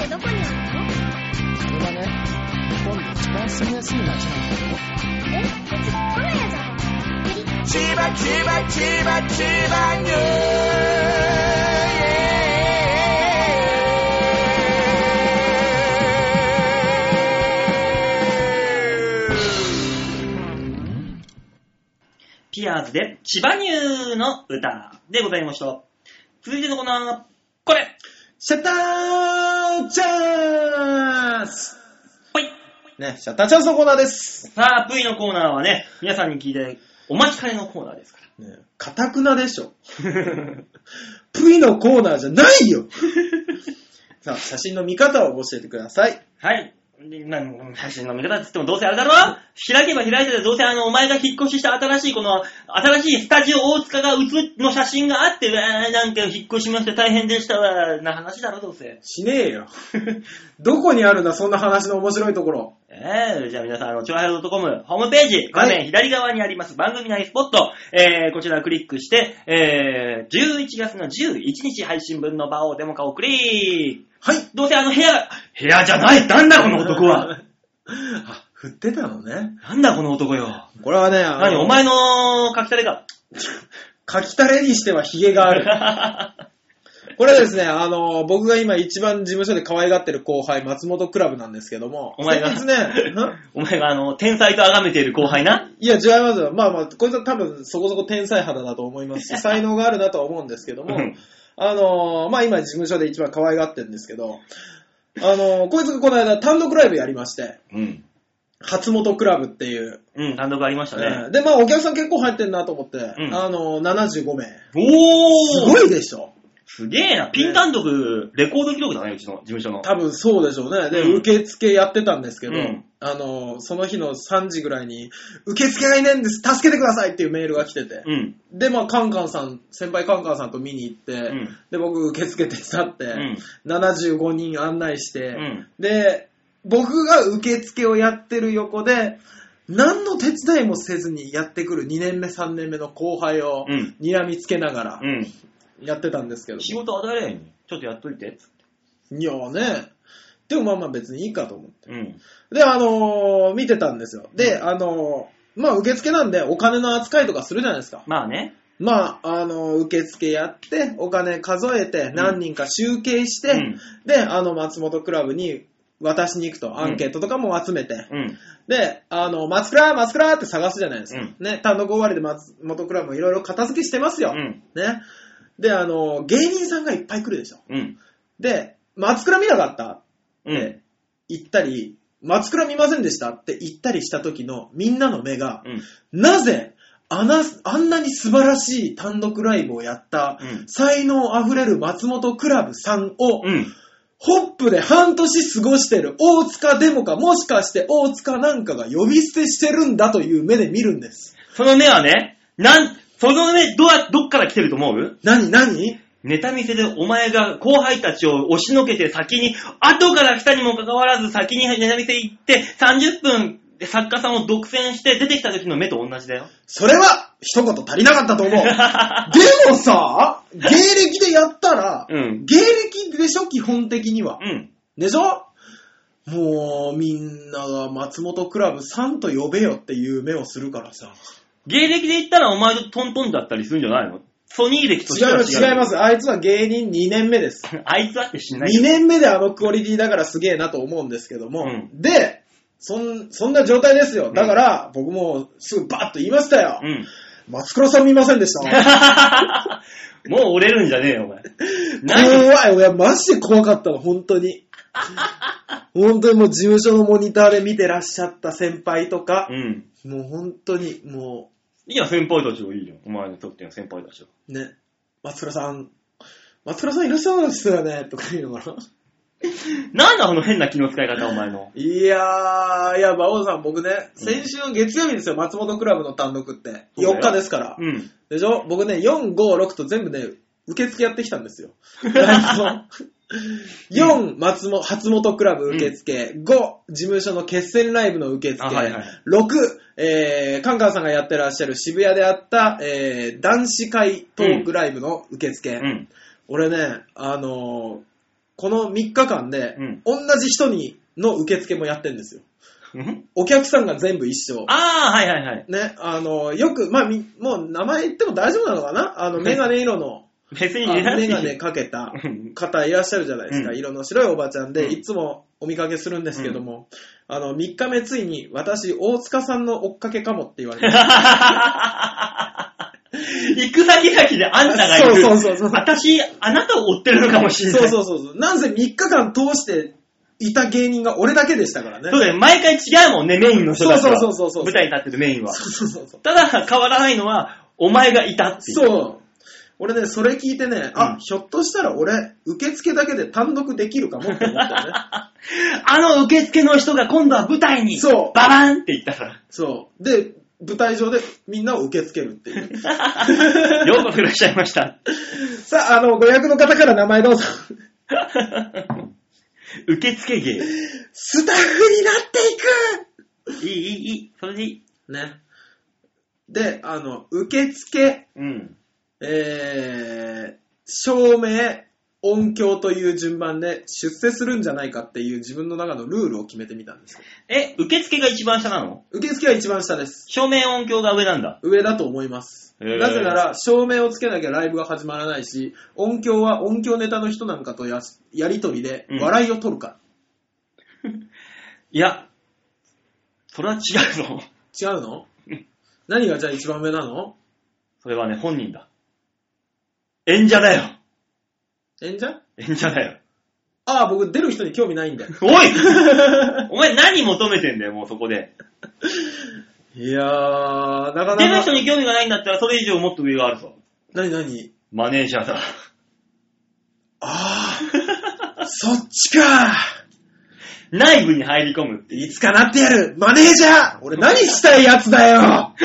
[SPEAKER 4] てどこにあるの
[SPEAKER 5] それがね、今度一番住みやすい街なんだよ。
[SPEAKER 4] え、こっち、我が家じゃん。
[SPEAKER 1] 千葉千葉千葉千葉ニュー
[SPEAKER 2] ピアーズで、千葉ニューの歌でございました。続いてのコーナー、これ
[SPEAKER 3] シャッターチャンス
[SPEAKER 2] ほい
[SPEAKER 3] ね、シャッターチャンスのコーナーです。
[SPEAKER 2] さあ、V のコーナーはね、皆さんに聞いて、お待ちかねのコーナーですか
[SPEAKER 3] ね、かたくなでしょ。
[SPEAKER 2] ら。
[SPEAKER 3] プイのコーナーじゃない よさあ、写真の見方を教えてください。
[SPEAKER 2] はい。なん写真の見方って言ってもどうせあれだろ開けば開いてどうせあの、お前が引っ越しした新しいこの、新しいスタジオ大塚が写の写真があって、うわーなんか引っ越しまして大変でしたわ、な話だろ、どうせ。
[SPEAKER 3] しねえよ。どこにあるんだ、そんな話の面白いところ。
[SPEAKER 2] えー、じゃあ皆さん、あの、超配 .com ホームページ、画
[SPEAKER 3] は
[SPEAKER 2] 面左側にあります番組内スポット、えー、こちらクリックして、えー、11月の11日配信分の場をデモ化をクリック。
[SPEAKER 3] はい。
[SPEAKER 2] どうせあの部屋が、部屋じゃないなんだこの男は
[SPEAKER 3] あ、振ってたのね。
[SPEAKER 2] なんだこの男よ
[SPEAKER 3] これはね、あの
[SPEAKER 2] 何お前の書きたれか。
[SPEAKER 3] 書き垂れにしてはヒゲがあ る。これですね、あの、僕が今一番事務所で可愛がってる後輩、松本クラブなんですけども、
[SPEAKER 2] お前が
[SPEAKER 3] 先日 ね、ん
[SPEAKER 2] お前があの、天才と崇めている後輩な。
[SPEAKER 3] いや、違いますよ。まあまあ、こいつは多分そこそこ天才肌だと思い ますし、才能があるなとは思うんですけども、
[SPEAKER 2] うん
[SPEAKER 3] あのーまあ今事務所で一番可愛がってるんですけど、あのーこいつがこの間単独ライブやりまして、
[SPEAKER 2] うん。
[SPEAKER 3] 初本クラブっていう。
[SPEAKER 2] うん、単独ありましたね。
[SPEAKER 3] えーで、まあお客さん結構入ってんなと思って、
[SPEAKER 2] ん
[SPEAKER 3] あのー75名。す
[SPEAKER 2] おー
[SPEAKER 3] ごいでしょ
[SPEAKER 2] すげえな。ピン単独、レコード記録だね、うちの事務所の。
[SPEAKER 3] 多分そうでしょうね。で、
[SPEAKER 2] うん
[SPEAKER 3] 受付やってたんですけど、
[SPEAKER 2] うん
[SPEAKER 3] あの、その日の3時ぐらいに、受付がいないんです、助けてくださいっていうメールが来てて。
[SPEAKER 2] うん。
[SPEAKER 3] で、まあ、カンカンさん、先輩カンカンさんと見に行って、
[SPEAKER 2] ん
[SPEAKER 3] で、僕受付手伝って、
[SPEAKER 2] ん
[SPEAKER 3] 75人案内して、
[SPEAKER 2] うん
[SPEAKER 3] で、僕が受付をやってる横で、何の手伝いもせずにやってくる2年目、3年目の後輩を
[SPEAKER 2] うん
[SPEAKER 3] 睨みつけながら
[SPEAKER 2] うん。
[SPEAKER 3] やってたんですけど、
[SPEAKER 6] 仕事与えれへんね
[SPEAKER 2] ちょっとやっといて。
[SPEAKER 3] いやーね、でもまあまあ別にいいかと思って。
[SPEAKER 2] うん。
[SPEAKER 3] で、あのー見てたんですよ。で、あのーまあ、受付なんでお金の扱いとかするじゃないですか。
[SPEAKER 2] まあね。
[SPEAKER 3] まあ、あのー受付やって、お金数えて、何人か集計して、
[SPEAKER 2] うん
[SPEAKER 3] で、あの、松本クラブに渡しに行くと、アンケートとかも集めて、
[SPEAKER 2] うん。
[SPEAKER 3] で、あの、松倉松倉って探すじゃないですか。
[SPEAKER 2] うん
[SPEAKER 3] ね、単独終わりで松本クラブもいろいろ片付けしてますよ。
[SPEAKER 2] うん
[SPEAKER 3] ね。で、あのー芸人さんがいっぱい来るでしょ。
[SPEAKER 2] うん。
[SPEAKER 3] で、松倉見なかった
[SPEAKER 2] うん。
[SPEAKER 3] 行ったり、松倉見ませんでしたって言ったりした時のみんなの目が、
[SPEAKER 2] うん。
[SPEAKER 3] なぜあな、あんなに素晴らしい単独ライブをやった、
[SPEAKER 2] うん
[SPEAKER 3] 才能あふれる松本クラブさんを、
[SPEAKER 2] うん。
[SPEAKER 3] ホップで半年過ごしてる大塚デモか、もしかして大塚なんかが呼び捨てしてるんだという目で見るんです。
[SPEAKER 2] その目はね、なん、その目、どう、どっから来てると思う
[SPEAKER 3] 何何
[SPEAKER 2] ネタ見せでお前が後輩たちを押しのけて先に、後から来たにもかかわらず先にネタ見せ行って、30分で作家さんを独占して出てきた時の目と同じだよ。
[SPEAKER 3] それは、一言足りなかったと思う。 でもさ、芸歴でやったら、
[SPEAKER 2] うん
[SPEAKER 3] 芸歴でしょ基本的には
[SPEAKER 2] う。ん。
[SPEAKER 3] でしょもう、みんなが松本クラブさんと呼べよっていう目をするからさ。
[SPEAKER 2] 芸歴で言ったらお前とトントンだったりするんじゃないのソニー歴とし
[SPEAKER 3] 違
[SPEAKER 2] てはい
[SPEAKER 3] ます、違います。あいつは芸人2年目です。
[SPEAKER 2] あいつだって死んない
[SPEAKER 3] 2年目であのクオリティだからすげえなと思うんですけども、
[SPEAKER 2] うん
[SPEAKER 3] でそん、そんな状態ですよ。だから、僕もすぐバーッと言いましたよ。
[SPEAKER 2] うん。
[SPEAKER 3] 松倉さん見ませんで した。
[SPEAKER 2] もう折れるん じゃねえよ、お前。何
[SPEAKER 3] 怖い。俺、マジで怖かったの、本当 に。本当にもう事務所のモニターで見てらっしゃった先輩とか
[SPEAKER 2] う、ん。
[SPEAKER 3] もう本当に、も
[SPEAKER 2] いいや、先輩たちもいいじゃん。お前にとっての先輩たちを。
[SPEAKER 3] う、ね、松倉さん、松倉さんいらっしゃるんですよね、とか言うのかな。
[SPEAKER 2] なんだ、この変な気の使い方、お前の。
[SPEAKER 3] いやー、いや、馬王さん、僕ね、先週の月曜日ですよ、松本クラブの単独って。
[SPEAKER 2] そうだよ
[SPEAKER 3] 4日ですから。
[SPEAKER 2] うん。
[SPEAKER 3] でしょ僕ね、4、5、6と全部ね、受付やってきたん ですよ。ライブを4、松本、初本クラブ受付。5、事務所の決戦ライブの受付。
[SPEAKER 2] あはいはい
[SPEAKER 3] 6、えー、カンカンさんがやってらっしゃる渋谷であった、えー、男子会トークライブの受付。
[SPEAKER 2] うん。
[SPEAKER 3] 俺ね、あのーこの3日間で、
[SPEAKER 2] うん
[SPEAKER 3] 同じ人にの受付もやってんですよ。
[SPEAKER 2] うん
[SPEAKER 3] お客さんが全部一緒。
[SPEAKER 2] ああ、はいはいはい。
[SPEAKER 3] ね、あのーよく、まあ、みもう名前言っても大丈夫なのかなあの、
[SPEAKER 2] ね
[SPEAKER 3] メガネ色の、
[SPEAKER 2] 別に
[SPEAKER 3] あ
[SPEAKER 2] 入れなく
[SPEAKER 3] メ
[SPEAKER 2] ていい
[SPEAKER 3] ガネかけた
[SPEAKER 2] うん
[SPEAKER 3] 方いらっしゃるじゃないですか。
[SPEAKER 2] うん
[SPEAKER 3] 色の白いおばちゃんで、
[SPEAKER 2] うん
[SPEAKER 3] いつもお見かけするんですけども、あの、3日目ついに、私、大塚さんの追っかけかもって言われ て、
[SPEAKER 2] 行く先々であんたがいる。
[SPEAKER 3] そうそうそうそう
[SPEAKER 2] 私、あなたを追ってるのかもしれない。
[SPEAKER 3] そうそうそうそう。なんせ3日間通していた芸人が俺だけでしたからね。
[SPEAKER 2] そうだよ、毎回違うもんね、メインの人たち
[SPEAKER 3] そう
[SPEAKER 2] は
[SPEAKER 3] そうそうそうそう
[SPEAKER 2] 舞台に立ってるメインは。
[SPEAKER 3] そうそうそう。
[SPEAKER 2] ただ、変わらないのは、お前がいたっていう。
[SPEAKER 3] そう。俺ね、それ聞いてね、
[SPEAKER 2] うん
[SPEAKER 3] あ、ひょっとしたら俺、受付だけで単独できるかもって思ったよね。
[SPEAKER 2] あの受付の人が今度は舞台に、
[SPEAKER 3] そう
[SPEAKER 2] ババンって言ったら、
[SPEAKER 3] そう。で、舞台上でみんなを受け付けるっていう。
[SPEAKER 2] ようこそいらっしゃいました。
[SPEAKER 3] さあ、あの、ご予約の方から名前どうぞ。
[SPEAKER 2] 受付芸。い
[SPEAKER 3] スタッフになって
[SPEAKER 2] い、いい、いい。それでいい。
[SPEAKER 3] いくね。で、あの、受付、
[SPEAKER 2] うん。
[SPEAKER 3] えー、照明、音響という順番で出世するんじゃないかっていう自分の中のルールを決めてみたんですよ
[SPEAKER 2] え、受付が一番下なの
[SPEAKER 3] 受付は一番下です。
[SPEAKER 2] 照明音響が上なんだ。
[SPEAKER 3] 上だと思います。
[SPEAKER 2] へー
[SPEAKER 3] なぜなら、照明をつけなきゃライブが始まらないし、音響は音響ネタの人なんかとやしやりとりで
[SPEAKER 2] うん、
[SPEAKER 3] 笑いを取るか。
[SPEAKER 2] いや、それは違うぞ。
[SPEAKER 3] 違うの何がじゃあ一番上なの
[SPEAKER 2] それはね、本人だ。演者だよ。
[SPEAKER 3] 演者
[SPEAKER 2] 演者だよ。
[SPEAKER 3] ああ、僕出る人に興味ない んだよ。
[SPEAKER 2] お いお前何求めてんだよ、もうそこで。
[SPEAKER 3] いやー、なかな
[SPEAKER 2] 出る人
[SPEAKER 3] か。
[SPEAKER 2] に興味がないんだったら、それ以上もっと上があるぞ。
[SPEAKER 3] 何何
[SPEAKER 2] マネージャーだ。
[SPEAKER 3] ああ、そっちか。
[SPEAKER 2] 内部に入り込む。
[SPEAKER 3] いつかなってやる。マネージャー俺何したいやつだよ。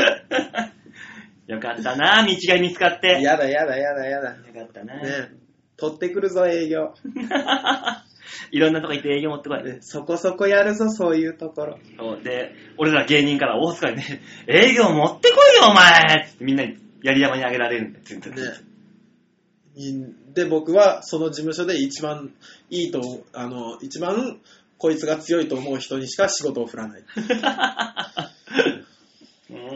[SPEAKER 2] よかったな、道が見つかって。よ
[SPEAKER 3] やだやだやだやだ。ね
[SPEAKER 2] かったな。
[SPEAKER 3] え取ってくるぞ営業。
[SPEAKER 2] いろんなとこ行って営業持ってこい。
[SPEAKER 3] ねそこそこやるぞ、そういうところ。
[SPEAKER 2] そうで、俺ら芸人から大塚にね、 営業持ってこいよ、お前ってみんなにやり玉にあげられるんだよ、ずっと
[SPEAKER 3] ね、で、僕はその事務所で一番いいと、あの、一番こいつが強いと思う人にしか仕事を振らない。
[SPEAKER 2] うーん。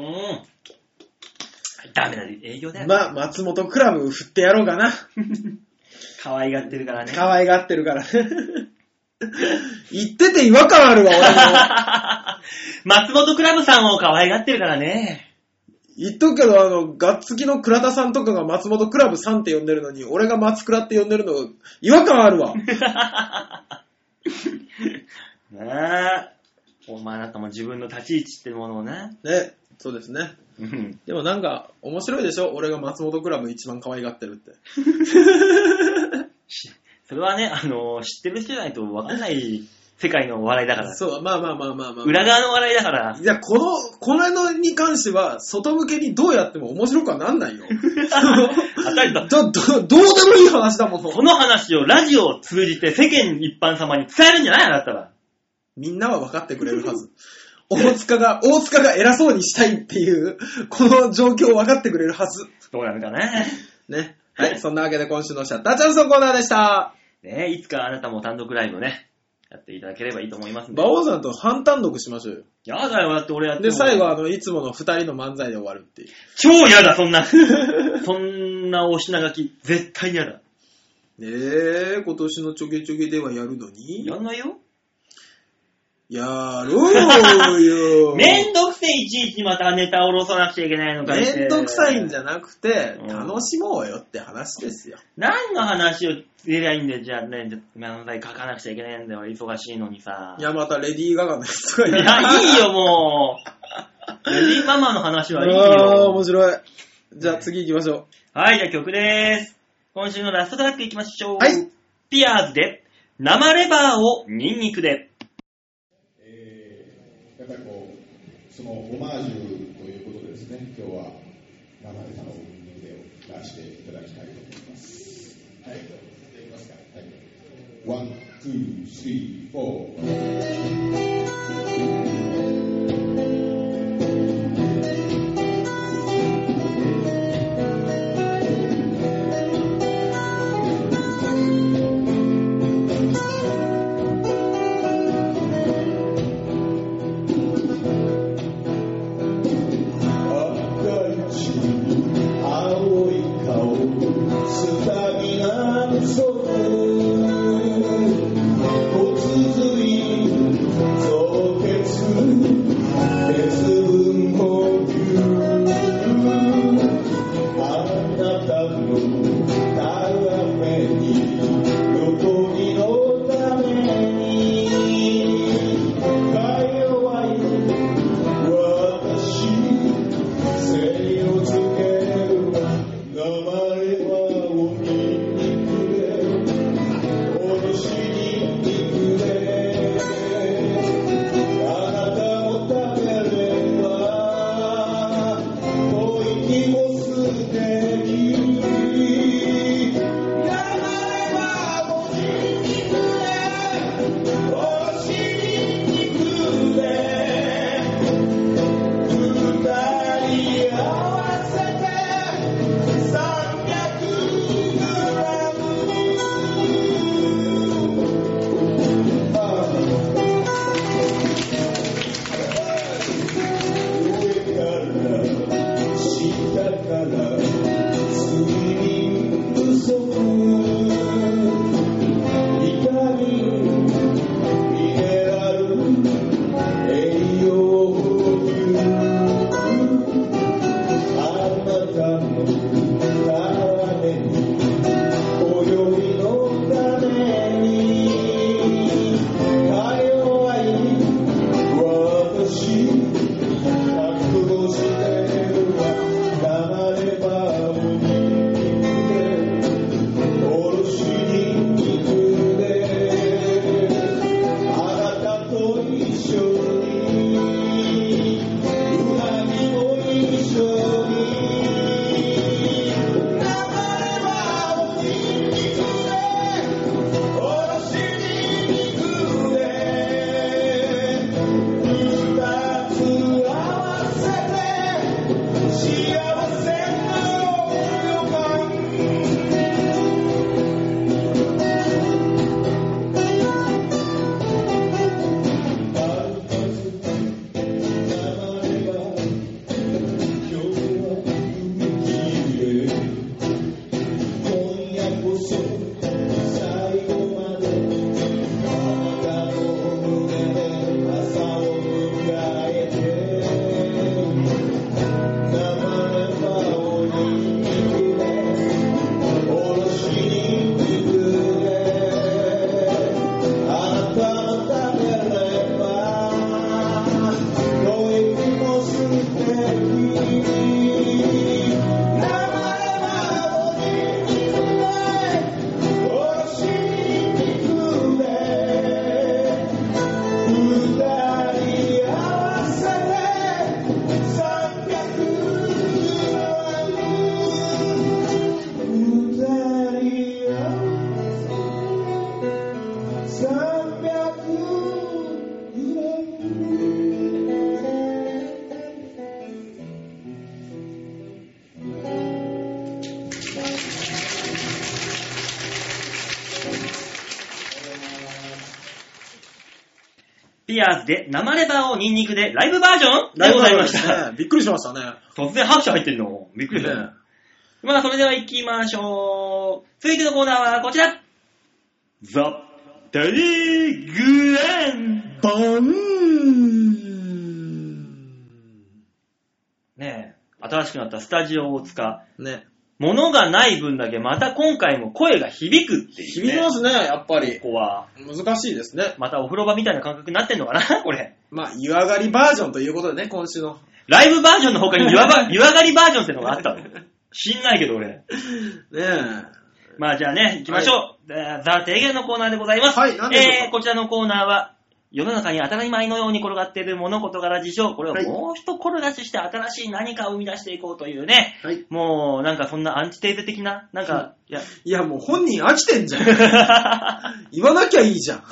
[SPEAKER 2] ダメだ、営業だよ。
[SPEAKER 3] まあ、松本クラブ振ってやろうかな。
[SPEAKER 2] 可愛がってるからね。
[SPEAKER 3] 可愛がってるから。言ってて違和感あるわ、俺も。
[SPEAKER 2] 松本クラブさんを可愛がってるからね。
[SPEAKER 3] 言っとくけど、あの、ガッツキの倉田さんとかが松本クラブさんって呼んでるのに、俺が松倉って呼んでるの、違和感あるわ。
[SPEAKER 2] なあ。お前あなたも自分の立ち位置ってものをな。
[SPEAKER 3] ね、そうですね。
[SPEAKER 2] うん
[SPEAKER 3] でもなんか、面白いでしょ俺が松本クラブ一番可愛がってるって。
[SPEAKER 2] しそれはね、あの知ってる人じゃないと分かんない世界のお笑いだから。
[SPEAKER 3] そう、まあまあまあまあまあ。
[SPEAKER 2] 裏側のお笑いだから。
[SPEAKER 3] いや、この、これのに関しては、外向けにどうやっても面白くはなんない よ。
[SPEAKER 2] 当たりだ
[SPEAKER 3] ど、ど、どうでもいい話だも
[SPEAKER 2] こ
[SPEAKER 3] ん。
[SPEAKER 2] の話をラジオを通じて世間一般様に伝えるんじゃないあなたは。
[SPEAKER 3] みんなは分かってくれる はず。大塚が、大塚が偉そうにしたいっていう、この状況を分かってくれるはず。
[SPEAKER 2] どうなるかね。
[SPEAKER 3] ね。はい、そんなわけで今週のシャッターチャンスのコーナーでした。
[SPEAKER 2] ねいつかあなたも単独ライブをね、やっていただければいいと思いますんで。
[SPEAKER 3] 馬王さんと半単独しましょうよ。
[SPEAKER 2] やだよ、だって俺やって
[SPEAKER 3] で、
[SPEAKER 2] も
[SPEAKER 3] 最後、あの、いつもの二人の漫才で終わるっていう。
[SPEAKER 2] 超嫌だ、そんな。 そんなお品書き、絶対嫌だ。
[SPEAKER 3] ねえ、今年のちょけちょけではやるのに
[SPEAKER 2] やんないよ。
[SPEAKER 3] やろうよ。
[SPEAKER 2] めんどくせえ、いちいちまたネタを下ろさなくちゃいけないのか
[SPEAKER 3] めんどくさいんじ
[SPEAKER 2] ゃ。
[SPEAKER 3] ゃなくて
[SPEAKER 2] うん、
[SPEAKER 3] 楽しもうよって話ですよ。
[SPEAKER 2] 何の話を言えりゃいいんだよ、じゃあね、漫才書かなくちゃいけないんだよ、俺忙しいのにさ。
[SPEAKER 3] いや、またレディー・ガガのやつが
[SPEAKER 2] いや、いいよ、もう。レディーママの話はいい
[SPEAKER 3] ああ、面
[SPEAKER 2] よ。
[SPEAKER 3] 白い。じゃあ次行きましょ
[SPEAKER 2] はい、じゃあ曲です。今週のラストトラックいきましょう。
[SPEAKER 3] はい。
[SPEAKER 2] ピアーズで、生レバーをニンニクで。
[SPEAKER 6] えーやっぱりこうそのオマージュということでですね今日は生でのオープニングで出していただきたいと思いますはいできますかはいワンツースリーフォー赤い血青い顔つたみなのそれ小綴り人合わせて三百二人合わせて三百
[SPEAKER 2] ピアーズで生レバーをニンニクでライブバージョンでございました。
[SPEAKER 3] ね。びっくりしましたね。
[SPEAKER 2] 突然拍手入ってるの。びっくりした。
[SPEAKER 3] ね
[SPEAKER 2] まあ、それでは行きましょう。続いてのコーナーはこちら。ザ・デリーグエン
[SPEAKER 3] バン
[SPEAKER 2] ねえ、新しくなったスタジオ大塚。
[SPEAKER 3] ね。
[SPEAKER 2] 物がない分だけまた今回も声が響くっていう、ね。
[SPEAKER 3] 響きますね、やっぱり。
[SPEAKER 2] ここは。
[SPEAKER 3] 難しいですね。
[SPEAKER 2] またお風呂場みたいな感覚になってんのかな これ。
[SPEAKER 3] まあ、湯上がりバージョンということでね、今週の。
[SPEAKER 2] ライブバージョンの他に湯上 が湯上がりバージョンってのがあったの。知んないけど俺。
[SPEAKER 3] ねえ。
[SPEAKER 2] まあじゃあね、行きましょう。えーザ・提言のコーナーでございます。
[SPEAKER 3] はい何でしょうか
[SPEAKER 2] えーこちらのコーナーは、世の中に当たり前のように転がっている物事柄事象、これを
[SPEAKER 3] はい
[SPEAKER 2] もう一転がしして新しい何かを生み出していこうというね、
[SPEAKER 3] はい。
[SPEAKER 2] もうなんかそんなアンチテーゼ的な、なんか、 いや、
[SPEAKER 3] いや、もう本人飽きてんじゃん。言わなきゃいいじゃん。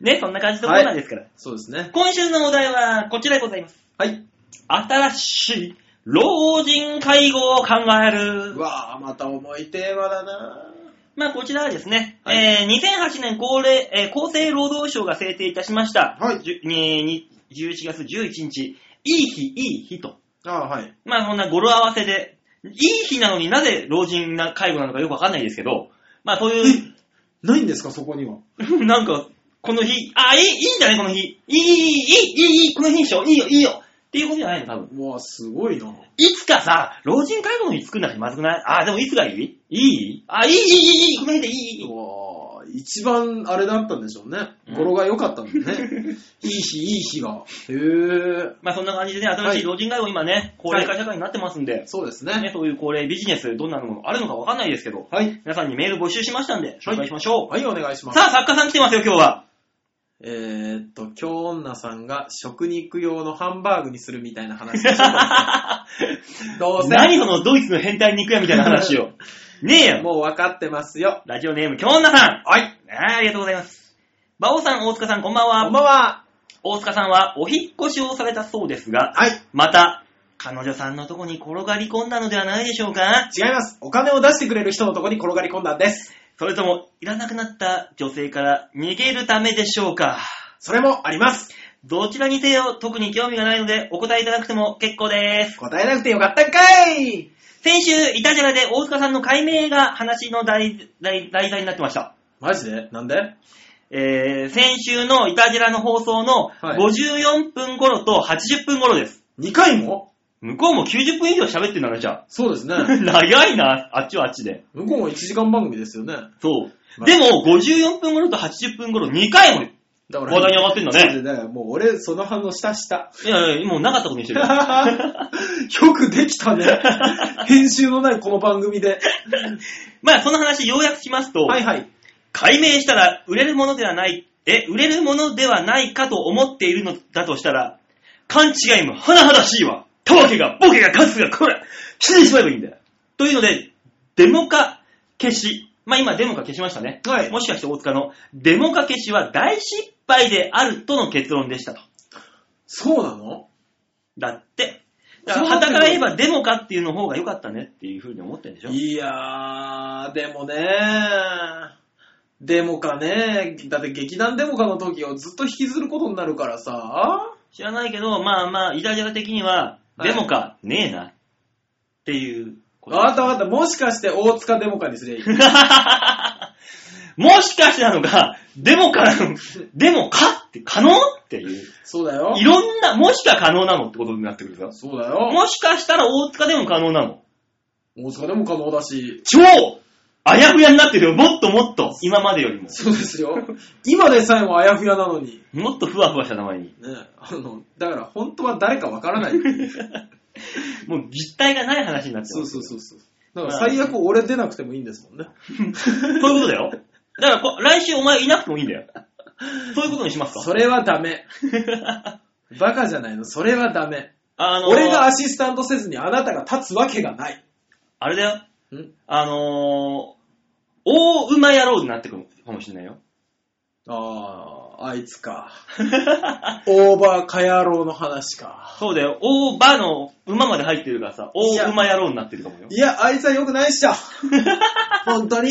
[SPEAKER 2] ね、そんな感じのコーナーですから。
[SPEAKER 3] そうですね。
[SPEAKER 2] 今週のお題はこちらでございます。
[SPEAKER 3] はい。
[SPEAKER 2] 新しい老人介護を考える
[SPEAKER 3] う。わあまた重いテーマだな
[SPEAKER 2] まあ、こちらはですね、
[SPEAKER 3] はい
[SPEAKER 2] えー2008年高齢、えー厚生労働省が制定いたしました、
[SPEAKER 3] はい
[SPEAKER 2] じゅにに11月11日、いい日、いい日と。
[SPEAKER 3] ああはい。
[SPEAKER 2] まあ、そんな語呂合わせで、いい日なのになぜ老人な介護なのかよくわかんないですけど、まあ、そうい
[SPEAKER 3] ないんですか、そこには。
[SPEAKER 2] う、 なんか、この日、あ、いい、いいんじゃないこの日。いい、いい、いい、いい、いい、この日にしよう。いいよ、いいよ。っていうことじゃないの、多分。
[SPEAKER 3] うわすごいない
[SPEAKER 2] つかさ、老人介護の日作んなきゃまずくないあ、でもいつがいいいいあ、いい、いい、いい、この日でいい、いいいい。
[SPEAKER 3] うわ一番あれだったんでしょうね
[SPEAKER 2] うん。
[SPEAKER 3] 語呂が良かったんだ ね。いい日、いい日が。へ
[SPEAKER 2] まあそんな感じでね、新しい老人介護今ね、高齢化社会になってますん
[SPEAKER 3] え。
[SPEAKER 2] で、
[SPEAKER 3] そうです
[SPEAKER 2] ね、
[SPEAKER 3] ね。
[SPEAKER 2] そういう高齢ビジネス、どんなのもあるのかわかんないですけど、
[SPEAKER 3] はい。
[SPEAKER 2] 皆さんにメール募集しましたんで、紹介しましょう。
[SPEAKER 3] はい、お願いします
[SPEAKER 2] さ。あ、作家さん来てますよ、今日は。
[SPEAKER 3] えーっと、京女さんが食肉用のハンバーグにするみたいな話でし ょどうせ。
[SPEAKER 2] 何そのドイツの変態肉屋みたいな話 を。ねえよ。
[SPEAKER 3] もう分かってますよ。
[SPEAKER 2] ラジオネーム、京女さん。
[SPEAKER 3] はい。
[SPEAKER 2] ねえありがとうございます。馬王さん、大塚さん、こんばん
[SPEAKER 3] こん
[SPEAKER 2] は。
[SPEAKER 3] ばんは。
[SPEAKER 2] 大塚さんはお引っ越しをされたそうですが、
[SPEAKER 3] はい。
[SPEAKER 2] また、彼女さんのとこに転がり込んだのではないでしょうか
[SPEAKER 3] 違います。お金を出してくれる人のとこに転がり込んだんです。
[SPEAKER 2] それとも、いらなくなった女性から逃げるためでしょうか
[SPEAKER 3] それもあり ます。
[SPEAKER 2] どちらにせよ特に興味がないのでお答えいただくても結構です。
[SPEAKER 3] 答えなくてよかったんかい
[SPEAKER 2] 先週、イタジェラで大塚さんの解明が話の題題題材になってました。
[SPEAKER 3] マジでなんで
[SPEAKER 2] えー、先週のイタジェラの放送の
[SPEAKER 3] はい
[SPEAKER 2] 54分頃と80分頃です。
[SPEAKER 3] ?2 回 も
[SPEAKER 2] 向こうも90分以上喋ってんだね、じゃあ。
[SPEAKER 3] そうですね。
[SPEAKER 2] 長いな、あっちはあっちで。
[SPEAKER 3] 向こうも1時間番組ですよね。
[SPEAKER 2] そう。
[SPEAKER 3] まあ
[SPEAKER 2] でも、54分頃と80分頃2回も
[SPEAKER 3] だか
[SPEAKER 2] 話題に上がってんだね
[SPEAKER 3] そうだよもう俺、その反応した した。
[SPEAKER 2] いやいや、もうなかったことにしてる。
[SPEAKER 3] よくできたね。編集のないこの番組で。
[SPEAKER 2] まあ、その話、要約しますと、
[SPEAKER 3] はいはい。
[SPEAKER 2] 解明したら売れるものではない、え、売れるものではないかと思っているのだとしたら、勘違いも甚だしいわ。たわけが、ボケが、カスが、これ、死にしまえばいいんだよ。というので、デモ化消し。まあ今デモ化消しましたね。
[SPEAKER 3] はい
[SPEAKER 2] もしかして大塚の、デモ化消しは大失敗であるとの結論でしたと。
[SPEAKER 3] そうなの
[SPEAKER 2] だって。だか
[SPEAKER 3] そ
[SPEAKER 2] ら、
[SPEAKER 3] うなって
[SPEAKER 2] 旗
[SPEAKER 3] くる
[SPEAKER 2] から言えばデモ化っていうの方が良かったねっていうふうに思ってるんでしょ
[SPEAKER 3] いやー、でもねデモかねだって劇団デモかの時をずっと引きずることになるからさ。
[SPEAKER 2] 知らないけど、まあまあ、イタジェラ的には、
[SPEAKER 3] はい
[SPEAKER 2] デモか、ねえな、っていうこと。
[SPEAKER 3] わかったわかった。もしかして大塚デモかにすりゃいい。
[SPEAKER 2] もしかしてなのか、デモかなの、デモかって可能っていう。
[SPEAKER 3] そうだよ
[SPEAKER 2] い。ろんな、もしか可能なのってことになってくるぞ。
[SPEAKER 3] そうだよ。
[SPEAKER 2] もしかしたら大塚でも可能なの。
[SPEAKER 3] 大塚デモ可能だし。
[SPEAKER 2] 超あやふやになってるよ。もっともっと。今までよりも。
[SPEAKER 3] そうですよ。今でさえもあやふやなのに。
[SPEAKER 2] もっとふわふわした名前に。
[SPEAKER 3] ねあの、だから本当は誰かわからないっていう。
[SPEAKER 2] もう実体がない話になっ て
[SPEAKER 3] そ
[SPEAKER 2] ま
[SPEAKER 3] う
[SPEAKER 2] す。
[SPEAKER 3] そうそうそう。だから最悪俺出なくてもいいんですもんね。
[SPEAKER 2] そういうことだよ。だからこ、来週お前いなくてもいいんだよ。そういうことにしますか
[SPEAKER 3] それはダ メ。バカじゃないの。それはダメ。俺がア
[SPEAKER 2] 足、
[SPEAKER 3] シスタントせずにあなたが立つわけがない。
[SPEAKER 2] あれだよ。
[SPEAKER 3] ん
[SPEAKER 2] あのー、大馬野郎になってくるかもしれ ないよ。
[SPEAKER 3] ああ、あいつか。オーバーカヤローの話か。
[SPEAKER 2] そうだよ。大馬の馬まで入ってるからさ、大馬野郎になってるかもよ。
[SPEAKER 3] いや、あいつは良くないっし ょ。本当に。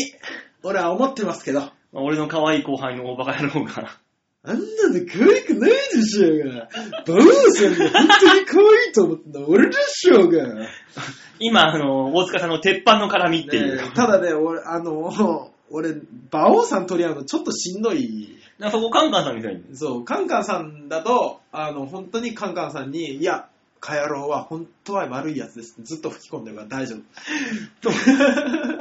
[SPEAKER 3] 俺は思ってますけど。
[SPEAKER 2] まあ俺の可愛い後輩の大馬野郎が。
[SPEAKER 3] あんなの可愛くないでしょうが。バオさんが本当に可愛いと思ったの俺でしょうが。
[SPEAKER 2] 今、あのー、大塚さんの鉄板の絡みっていう。
[SPEAKER 3] ねえただね、俺、あの、 俺、馬王さん取り合うのちょっとしんどい。
[SPEAKER 2] なんかそこカンカンさんみたいに。
[SPEAKER 3] そう、カンカンさんだと、あの、本当にカンカンさんに、いや、カヤロウは本当は悪いやつですってずっと吹き込んでるから大丈夫。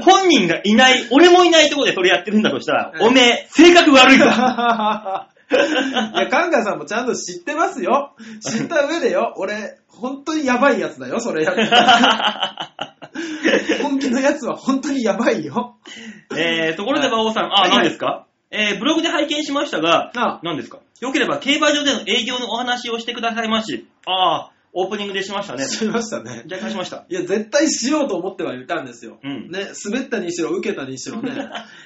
[SPEAKER 2] 本人がいない、俺もいないところでそれやってるんだとしたら、
[SPEAKER 3] うん
[SPEAKER 2] おめえ、性格悪 い
[SPEAKER 3] い
[SPEAKER 2] わ。
[SPEAKER 3] や、カンカンさんもちゃんと知ってますよ。知った上でよ、俺、本当にやばいやつだよ、それやったら本気のやつは本当にやばいよ。
[SPEAKER 2] えー、ところで馬王さん、
[SPEAKER 3] は
[SPEAKER 2] あ、
[SPEAKER 3] い
[SPEAKER 2] 何ですかえー、ブログで拝見しましたが、
[SPEAKER 3] あ
[SPEAKER 2] 何ですかよければ競馬場での営業のお話をしてくださいまし。ああ、オープニングでしましたね。
[SPEAKER 3] 知りましたね。
[SPEAKER 2] じゃあ返しました。
[SPEAKER 3] いや、絶対しようと思ってはいたんですよ。
[SPEAKER 2] うん
[SPEAKER 3] ね、滑ったにしろ、受けたにしろ ね、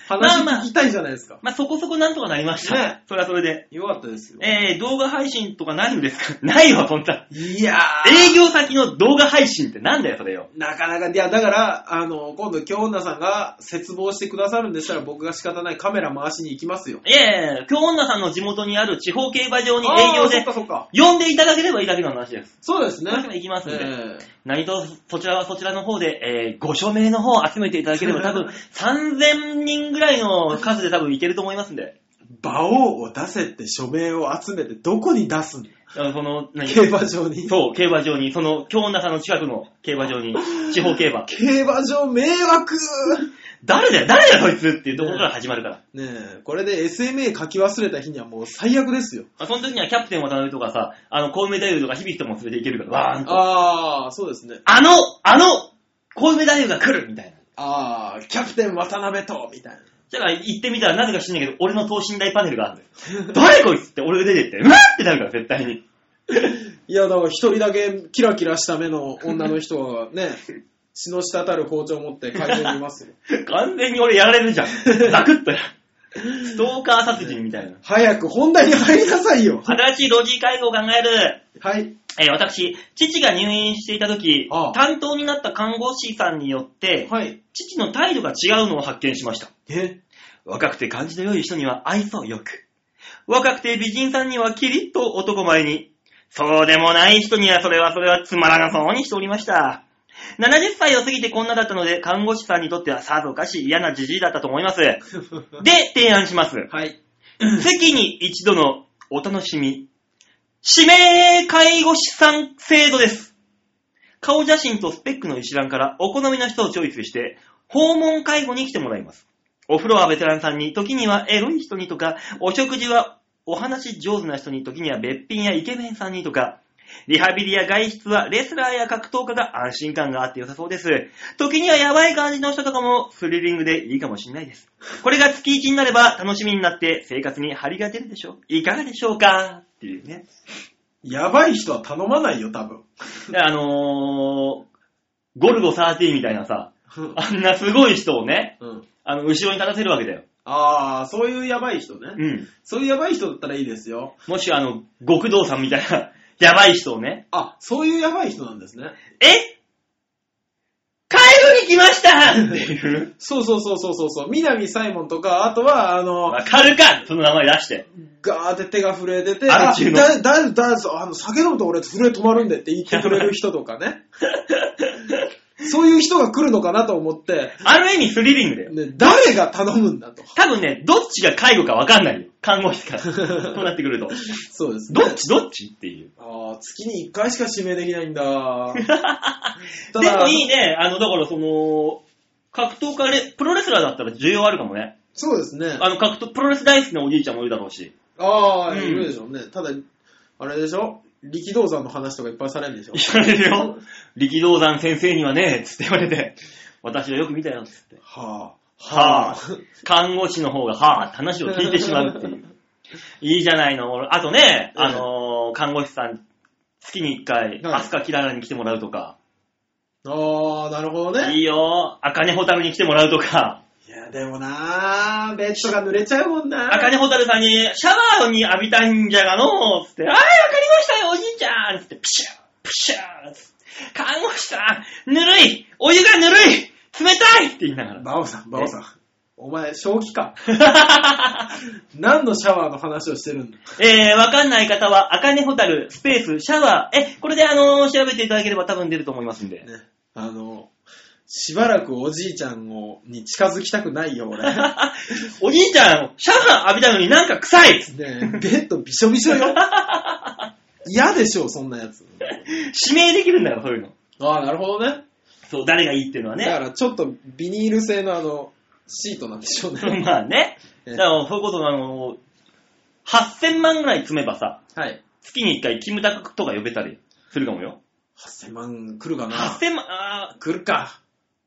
[SPEAKER 3] 話聞きたいじゃないですか。
[SPEAKER 2] まあ、そこそこなんとかなりました。
[SPEAKER 3] ね
[SPEAKER 2] それはそれで。
[SPEAKER 3] よかったですよ。
[SPEAKER 2] えー、動画配信とかないんですかないわ、そんな。
[SPEAKER 3] いや
[SPEAKER 2] 営業先の動画配信ってなんだよ、それよ。
[SPEAKER 3] ー、なかなか、いや、だから、あの、今度、京女さんが絶望してくださるんでしたら、僕が仕方ないカメラ回しに行きますよ。
[SPEAKER 2] いやいや、今日女さんの地元にある地方競馬場に営
[SPEAKER 3] あー
[SPEAKER 2] 業
[SPEAKER 3] そっ
[SPEAKER 2] で
[SPEAKER 3] かそっか。
[SPEAKER 2] 呼んでいただければいいだけの話です。
[SPEAKER 3] そうですね。
[SPEAKER 2] 私も行きますんで
[SPEAKER 3] え
[SPEAKER 2] 何と、そちらはそちらの方で、えー、ご署名の方を集めていただければ多分、3000人ぐらいの数で多分いけると思いますんで。
[SPEAKER 3] ー馬王を出せって署名を集めて、どこに出すんだ
[SPEAKER 2] あのその、何
[SPEAKER 3] 競馬場に。
[SPEAKER 2] そう、競馬場に、その、京女さんの近くの競馬場に、地方競馬。
[SPEAKER 3] 競馬場迷惑
[SPEAKER 2] 誰だよ、誰だよ、こいつっていうところから始まるから。
[SPEAKER 3] ねえ、これで SMA 書き忘れた日にはもう最悪ですよ。
[SPEAKER 2] あその時にはキャプテン渡辺とかさ、あの、コウメ太夫とか響とも連れていけるから、わーんと。
[SPEAKER 3] ああ、そうですね。
[SPEAKER 2] あの、あの、コウメ太夫が来るみたいな。
[SPEAKER 3] ああ、キャプテン渡辺と、みたいな。
[SPEAKER 2] じゃあ行ってみたらなぜか知んないけど、俺の等身大パネルがあるんだよ。誰こいつって俺が出てって、うわーってなるから、絶対に。
[SPEAKER 3] いや、だから一人だけキラキラした目の女の人が ね、血の滴る包丁を持って会場にいますよ。
[SPEAKER 2] 完全に俺やられるじゃん。ザクッとや。ストーカー殺人みたいな。
[SPEAKER 3] 早く本題に入りなさいよ。
[SPEAKER 2] 新しい老人会合を考える。
[SPEAKER 3] はい。
[SPEAKER 2] えー私、父が入院していた時
[SPEAKER 3] ああ
[SPEAKER 2] 担当になった看護師さんによって、
[SPEAKER 3] はい。
[SPEAKER 2] 父の態度が違うのを発見しました。
[SPEAKER 3] え
[SPEAKER 2] 若くて感じの良い人には愛想よく。若くて美人さんにはキリッと男前に。そうでもない人にはそれはそれはつまらなそうにしておりました。70歳を過ぎてこんなだったので、看護師さんにとってはさぞかし嫌なじじいだったと思 います。で、提案します。
[SPEAKER 3] はい。
[SPEAKER 2] 月に一度のお楽しみ。指名介護士さん制度です。顔写真とスペックの一覧からお好みの人をチョイスして、訪問介護に来てもらいます。お風呂はベテランさんに、時にはエロい人にとか、お食事はお話上手な人に、時にはべっぴんやイケメンさんにとか、リハビリや外出はレスラーや格闘家が安心感があって良さそうです。時にはやばい感じの人とかもスリリングでいいかもしれないです。これが月1になれば楽しみになって生活に張りが出るでしょう。いかがでしょうかっていうね。
[SPEAKER 3] やばい人は頼まないよ、多分。
[SPEAKER 2] であのー、ゴルゴ13みたいなさ、あんなすごい人をね、
[SPEAKER 3] うん。
[SPEAKER 2] あの、後ろに立たせるわけだよ。
[SPEAKER 3] ああ、そういうやばい人ね。
[SPEAKER 2] うん。
[SPEAKER 3] そういうやばい人だったらいいですよ。
[SPEAKER 2] もしあの、極道さんみたいな、 やばい人をね、
[SPEAKER 3] あ、そういうやばい人なんですね。
[SPEAKER 2] え介護に来ましたっていう。
[SPEAKER 3] そうそうそうそうそうそう。南サイモンとか、あとは、あの、
[SPEAKER 2] わかるかその名前出して。
[SPEAKER 3] ガーって手が震えてて、
[SPEAKER 2] ア
[SPEAKER 3] あ、
[SPEAKER 2] ル中の
[SPEAKER 3] だ、だ、だ、そうあの、酒飲むと俺震え止まるんでって言ってくれる人とかね。そういう人が来るのかなと思って、
[SPEAKER 2] ある意味スリリングだよ。
[SPEAKER 3] ね、誰が頼むんだと。
[SPEAKER 2] 多分ね、どっちが介護かわかんないよ。看護 師から。そうなってくると。
[SPEAKER 3] そうです、ね。
[SPEAKER 2] どっちどっちっていう。
[SPEAKER 3] ああ、月に1回しか指名できないん だ。た
[SPEAKER 2] で
[SPEAKER 3] だ
[SPEAKER 2] もいいね。あの、だからその、格闘家レ、プロレスラーだったら需要あるかもね。
[SPEAKER 3] そうですね。
[SPEAKER 2] あの、格闘、プロレス大好きなおじいちゃんもいるだろうし。
[SPEAKER 3] ああ、
[SPEAKER 2] うん
[SPEAKER 3] いるでしょうね。ただ、あれでしょ力道山の話とかいっぱいされるんでしょ
[SPEAKER 2] 言われるよ。力道山先生にはね、つって言われて、私はよく見たよ、つって。
[SPEAKER 3] はあ。
[SPEAKER 2] はぁ、看護師の方がはぁって話を聞いてしまうっていう。いいじゃないの。俺あとね、
[SPEAKER 3] うん
[SPEAKER 2] あのー看護師さん、月に一回、
[SPEAKER 3] はい
[SPEAKER 2] アスカキララに来てもらうとか、
[SPEAKER 3] ああ、なるほどね。
[SPEAKER 2] いいよ、アカネホタルに来てもらうとか、
[SPEAKER 3] いや、でもなーベッドが濡れちゃうもんな
[SPEAKER 2] アカネホタルさんに、シャワーに浴びたいんじゃがの、つって、あーわかりましたよ、おじいちゃんつって、プシャー、プシャー、つって看護師さん、ぬるいお湯がぬるい冷たいって言いながら。
[SPEAKER 3] バオさん、バオさん。お前、正気か。何のシャワーの話をしてるんだ
[SPEAKER 2] えー、わかんない方は、アカネホタル、スペース、シャワー、え、これであのー調べていただければ多分出ると思いますんで。
[SPEAKER 3] ね。あの、しばらくおじいちゃんをに近づきたくないよ、 俺。ね
[SPEAKER 2] おじいちゃん、シャワー浴びたのになんか臭い
[SPEAKER 3] え、ベッドびしょびしょ よ。嫌でしょ、そんなやつ。
[SPEAKER 2] 指名できるんだから、そういうの。
[SPEAKER 3] ああ、なるほどね。
[SPEAKER 2] そう、誰がいいっていうのは
[SPEAKER 3] だか
[SPEAKER 2] ね。
[SPEAKER 3] ら、ちょっとビニール製のあの、シートなんでしょうね。
[SPEAKER 2] まあね。
[SPEAKER 3] え
[SPEAKER 2] だから、そういうことが、あの、8000万ぐらい積めばさ、
[SPEAKER 3] はい。
[SPEAKER 2] 月に1回、キムタクとか呼べたりするかもよ。
[SPEAKER 3] 8000万来るかな。
[SPEAKER 2] 8000万、あ
[SPEAKER 3] 来るか。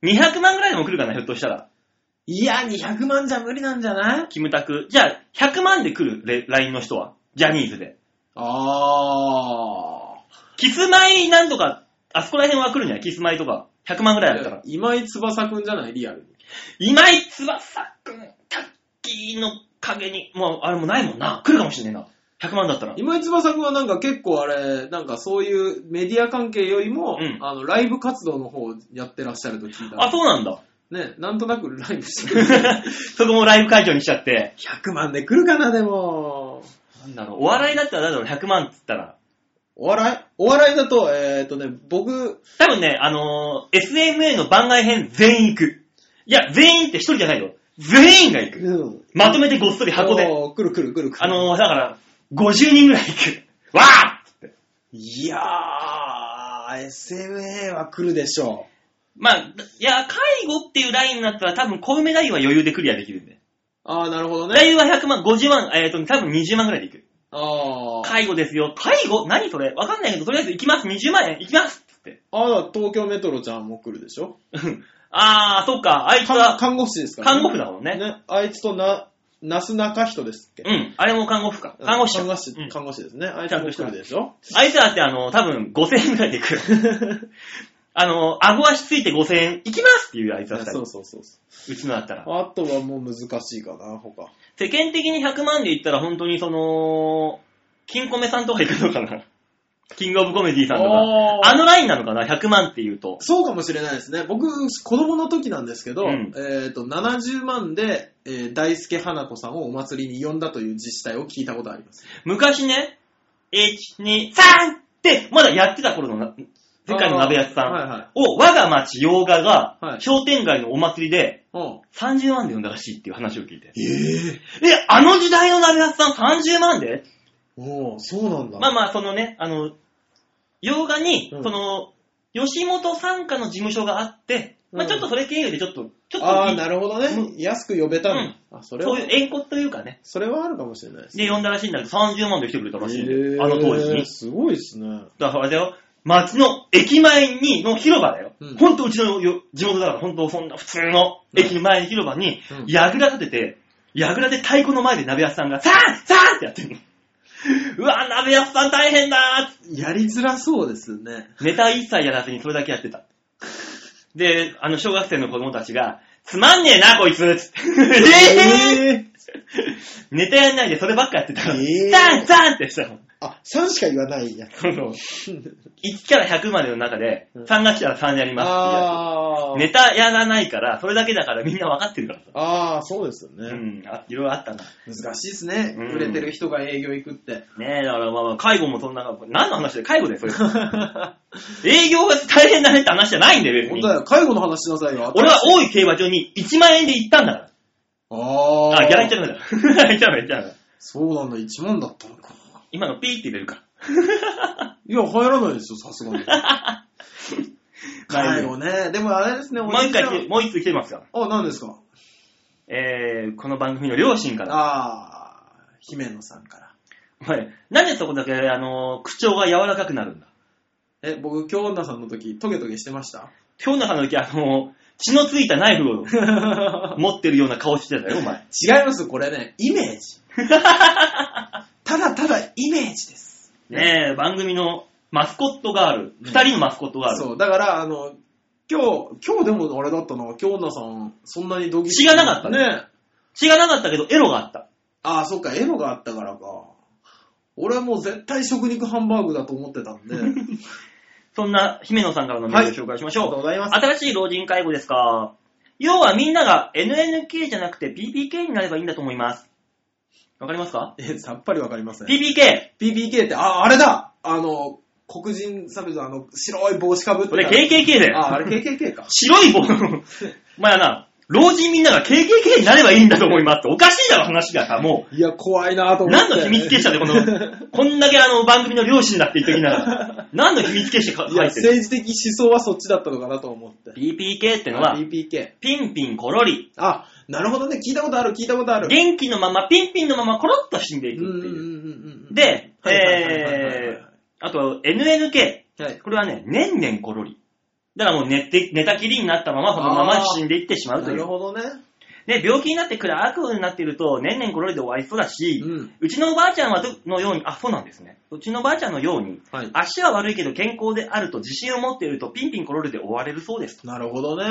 [SPEAKER 2] ー200万ぐらいでも来るかな、ひょっとしたら。
[SPEAKER 3] いや、200万じゃ無理なんじゃない
[SPEAKER 2] キムタク。じゃあ、100万で来るレ、LINE の人は。ジャニーズで。
[SPEAKER 3] ああ。
[SPEAKER 2] キスマイなんとか、あそこら辺は来るんじゃないキスマイとか。100万ぐらいだったら。
[SPEAKER 3] 今井翼くんじゃないリアルに。
[SPEAKER 2] 今井翼くん、タッキーの影に、もうあれもないもんな。来るかもしれないな。100万だったら。
[SPEAKER 3] 今井翼くんはなんか結構あれ、なんかそういうメディア関係よりも、
[SPEAKER 2] うん
[SPEAKER 3] あの、ライブ活動の方をやってらっしゃると聞いた。
[SPEAKER 2] あ、そうなんだ。
[SPEAKER 3] ね、なんとなくライブしてる。
[SPEAKER 2] そこもライブ会場にしちゃって。
[SPEAKER 3] 100万で来るかな、でも。
[SPEAKER 2] なんだろう。お笑いだったら誰だろう、100万っつったら。
[SPEAKER 3] お笑いお笑いだと、えーっとね、僕、
[SPEAKER 2] 多分ね、あのー SMA の番外編全員行く。いや、全員って一人じゃないよ。全員が行く。
[SPEAKER 3] うん。
[SPEAKER 2] まとめてごっそり箱で。
[SPEAKER 3] おー。来る来る来る来る。
[SPEAKER 2] あ、のーだから、50人ぐらい行く。わーっつって。
[SPEAKER 3] いやー、SMA は来るでしょう。
[SPEAKER 2] まあ、いや、介護っていうラインになったら多分小梅太夫は余裕でクリアできるんで。
[SPEAKER 3] あー、なるほど
[SPEAKER 2] 太
[SPEAKER 3] ね。
[SPEAKER 2] 夫は100万、50万、えっ、と、多分20万ぐらいで行く。
[SPEAKER 3] あー。
[SPEAKER 2] 介護ですよ。介護何それわかんないけど、とりあえず行きます。20万円行きますっつって。
[SPEAKER 3] あー、だから東京メトロちゃんも来るでしょ。
[SPEAKER 2] うんあー、そっか。あいつ
[SPEAKER 3] 看
[SPEAKER 2] は
[SPEAKER 3] 看護師ですから、
[SPEAKER 2] 看護婦だもんね。
[SPEAKER 3] ね、あいつとな、なすなか人ですっけ、
[SPEAKER 2] うん。あれも看護婦か。看護師
[SPEAKER 3] 看
[SPEAKER 2] か。
[SPEAKER 3] 護師、
[SPEAKER 2] うん
[SPEAKER 3] 看護師ですね。あい
[SPEAKER 2] ち
[SPEAKER 3] つ
[SPEAKER 2] ゃん
[SPEAKER 3] も
[SPEAKER 2] と
[SPEAKER 3] 来るでしょ
[SPEAKER 2] あいつだってあの、多分5000円ぐらいで来る。 あの、顎足ついて5000円行きますっていうあいつだったり
[SPEAKER 3] そう。そうそうそう
[SPEAKER 2] ちのだったら。
[SPEAKER 3] う。あとはもう難しいかな、他。
[SPEAKER 2] 世間的に100万で言ったら本当にその、金コメさんとか行くのかな。 キングオブコメディさんとか。
[SPEAKER 3] おー
[SPEAKER 2] あのラインなのかな ?100 万って言うと。
[SPEAKER 3] そうかもしれないですね。僕、子供の時なんですけど、
[SPEAKER 2] うん
[SPEAKER 3] えっ、と、70万で、えー大輔花子さんをお祭りに呼んだという自治体を聞いたことあります。
[SPEAKER 2] 昔ね、1、2、3って、まだやってた頃のな、世界の鍋屋さ
[SPEAKER 3] あーはい
[SPEAKER 2] ん
[SPEAKER 3] はい。
[SPEAKER 2] を、我が町洋画が
[SPEAKER 3] は、い
[SPEAKER 2] 商店街のお祭りで、
[SPEAKER 3] うん。
[SPEAKER 2] 30万で呼んだらしいっていう話を聞いて。
[SPEAKER 3] え
[SPEAKER 2] え、あの時代の鍋屋さん30万で
[SPEAKER 3] えおーそうなんだ。
[SPEAKER 2] まあまあ、そのね、あの、洋画に、
[SPEAKER 3] うん
[SPEAKER 2] その、吉本参加の事務所があって、まあ
[SPEAKER 3] うん
[SPEAKER 2] ちょっとそれ経由でちょっと、ちょっと、
[SPEAKER 3] ああ、なるほどね。
[SPEAKER 2] う
[SPEAKER 3] 安く呼べたの、
[SPEAKER 2] うん
[SPEAKER 3] あ、それ
[SPEAKER 2] そ
[SPEAKER 3] は
[SPEAKER 2] ういう、縁故というかね、
[SPEAKER 3] それはあるかもしれないですね。
[SPEAKER 2] で呼んだらしいんだけど、30万で来てくれたらしいんで、あの当時
[SPEAKER 3] えー
[SPEAKER 2] に。
[SPEAKER 3] すごいですね。
[SPEAKER 2] だからあれだよ、街の駅前に、の広場だよ。
[SPEAKER 3] うん
[SPEAKER 2] ほんとうちのよ地元だから、ほんとそんな普通の駅前の広場に
[SPEAKER 3] うん、
[SPEAKER 2] やぐら立てて、やぐらで太鼓の前で鍋屋さんが、さあさあってやってるの。 うわ、鍋屋さん大変だ
[SPEAKER 3] やりづらそうですね。
[SPEAKER 2] ーネタ一切やらずにそれだけやってた。で、あの、小学生の子供たちが、つまんねえな、こいつつってえぇ、
[SPEAKER 3] え
[SPEAKER 2] ネタやんないでそればっかやってたから、
[SPEAKER 3] えー
[SPEAKER 2] さあさあってしたの。
[SPEAKER 3] あ、3しか言わないやつ。
[SPEAKER 2] そ の1から100までの中で、3が来たら3やりますっていうやつ。
[SPEAKER 3] あー、
[SPEAKER 2] ネタやらないから、それだけだからみんな分かってるからさ。
[SPEAKER 3] あー、そうですよ
[SPEAKER 2] う
[SPEAKER 3] ね。
[SPEAKER 2] ん、あいろいろあったな。
[SPEAKER 3] 難しいですね。
[SPEAKER 2] うん
[SPEAKER 3] 売れてる人が営業行くって。
[SPEAKER 2] ねえ、だからまあまあ、介護もそんな、何の話で介護 だよ、それ。営業が大変だねって話じゃないんだよ、別
[SPEAKER 3] 本
[SPEAKER 2] に
[SPEAKER 3] 当。だよ、介護の話しなさいよ。
[SPEAKER 2] 俺は
[SPEAKER 3] お
[SPEAKER 2] 大井競馬場に1万円で行ったんだから。
[SPEAKER 3] あ
[SPEAKER 2] あ、
[SPEAKER 3] ー
[SPEAKER 2] ギャラ言っちゃダメだ。 ギャラ言っちゃダメ、言っちゃダメ。
[SPEAKER 3] そうなんだ、1万だったのか。
[SPEAKER 2] 今のピーって入れ るか。
[SPEAKER 3] いや、入らないですよ、さす がに。介護ね。でもあれですね、
[SPEAKER 2] もう
[SPEAKER 3] おじ
[SPEAKER 2] 一
[SPEAKER 3] いちゃ
[SPEAKER 2] 回
[SPEAKER 3] ん
[SPEAKER 2] 来て、もう一つ来てますから。
[SPEAKER 3] あ、何ですか
[SPEAKER 2] えー、この番組の両親から。
[SPEAKER 3] あー、姫野さんから。
[SPEAKER 2] お前、なんでそこだけ、あのー、口調が柔らかくなるんだ
[SPEAKER 3] え、僕、京女さんの時、トゲトゲしてました
[SPEAKER 2] 今日の話の時、あのー、血のついたナイフを 持ってるような顔してたよ、お前。
[SPEAKER 3] 違います、これね、イメージ。ただただイメージです。
[SPEAKER 2] ねえ、番組のマスコットがある。二人のマスコットがある。
[SPEAKER 3] そう、だから、あの、今日、今日でもあれだったな、京女さん、そんなにドキ
[SPEAKER 2] 血がなかったね
[SPEAKER 3] ね。
[SPEAKER 2] 血がなかったけど、エロがあった。
[SPEAKER 3] ああ、そっか、エロがあったからか。俺はもう絶対食肉ハンバーグだと思ってた んで。あり
[SPEAKER 2] そんな姫野さんからのメールを紹介しましょう。
[SPEAKER 3] がとうございます。
[SPEAKER 2] 新しい老人介護ですか要はみんなが NNK じゃなくて PPK になればいいんだと思います。わかりますか
[SPEAKER 3] え、さっぱりわかりません。
[SPEAKER 2] ?PPK!
[SPEAKER 3] PPK って、あ、あれだあの、黒人差別のあの、白い帽子かぶって
[SPEAKER 2] こ
[SPEAKER 3] た
[SPEAKER 2] れ KKK だよ。
[SPEAKER 3] あ、あれ KKK か。
[SPEAKER 2] 白い棒。 お前はな、老人みんなが KKK になればいいんだと思いますっておかしいだろ話がさ、も
[SPEAKER 3] いや、怖いなと
[SPEAKER 2] う。
[SPEAKER 3] 思って。
[SPEAKER 2] 何の秘密結社 でこの、こんだけあの番組の両親だって言ってきなが ら、何の秘密結社か
[SPEAKER 3] いや、
[SPEAKER 2] 入ってる
[SPEAKER 3] 政治的思想はそっちだったのかなと思って。
[SPEAKER 2] ?PPK ってのは、
[SPEAKER 3] PPK。
[SPEAKER 2] ピンピンコロリ。
[SPEAKER 3] あ、なるほどね。聞いたことある、聞いたことある。
[SPEAKER 2] 元気のまま、ピンピンのままコロッと死んでいく
[SPEAKER 3] うんうん
[SPEAKER 2] って
[SPEAKER 3] うんう
[SPEAKER 2] いう。
[SPEAKER 3] んうん。
[SPEAKER 2] で、
[SPEAKER 3] はいはいはいはいはい
[SPEAKER 2] えー、あと NNK。
[SPEAKER 3] はい。
[SPEAKER 2] これはね、年々コロリ。だからもう寝て、寝たきりになったまま、そのまま死んでいってしまうと
[SPEAKER 3] ないる
[SPEAKER 2] う。
[SPEAKER 3] ほどね。
[SPEAKER 2] で、病気になって暗くなっていると、年々コロリで終わりそうだし、う
[SPEAKER 3] うん。
[SPEAKER 2] ちのおばあちゃんはどのように、あ、そうなんですね。うちのおばあちゃんのように、
[SPEAKER 3] はい。
[SPEAKER 2] 足は悪いけど健康であると自信を持っていると、ピンピンコロリで終われるそうです。
[SPEAKER 3] なるほどね。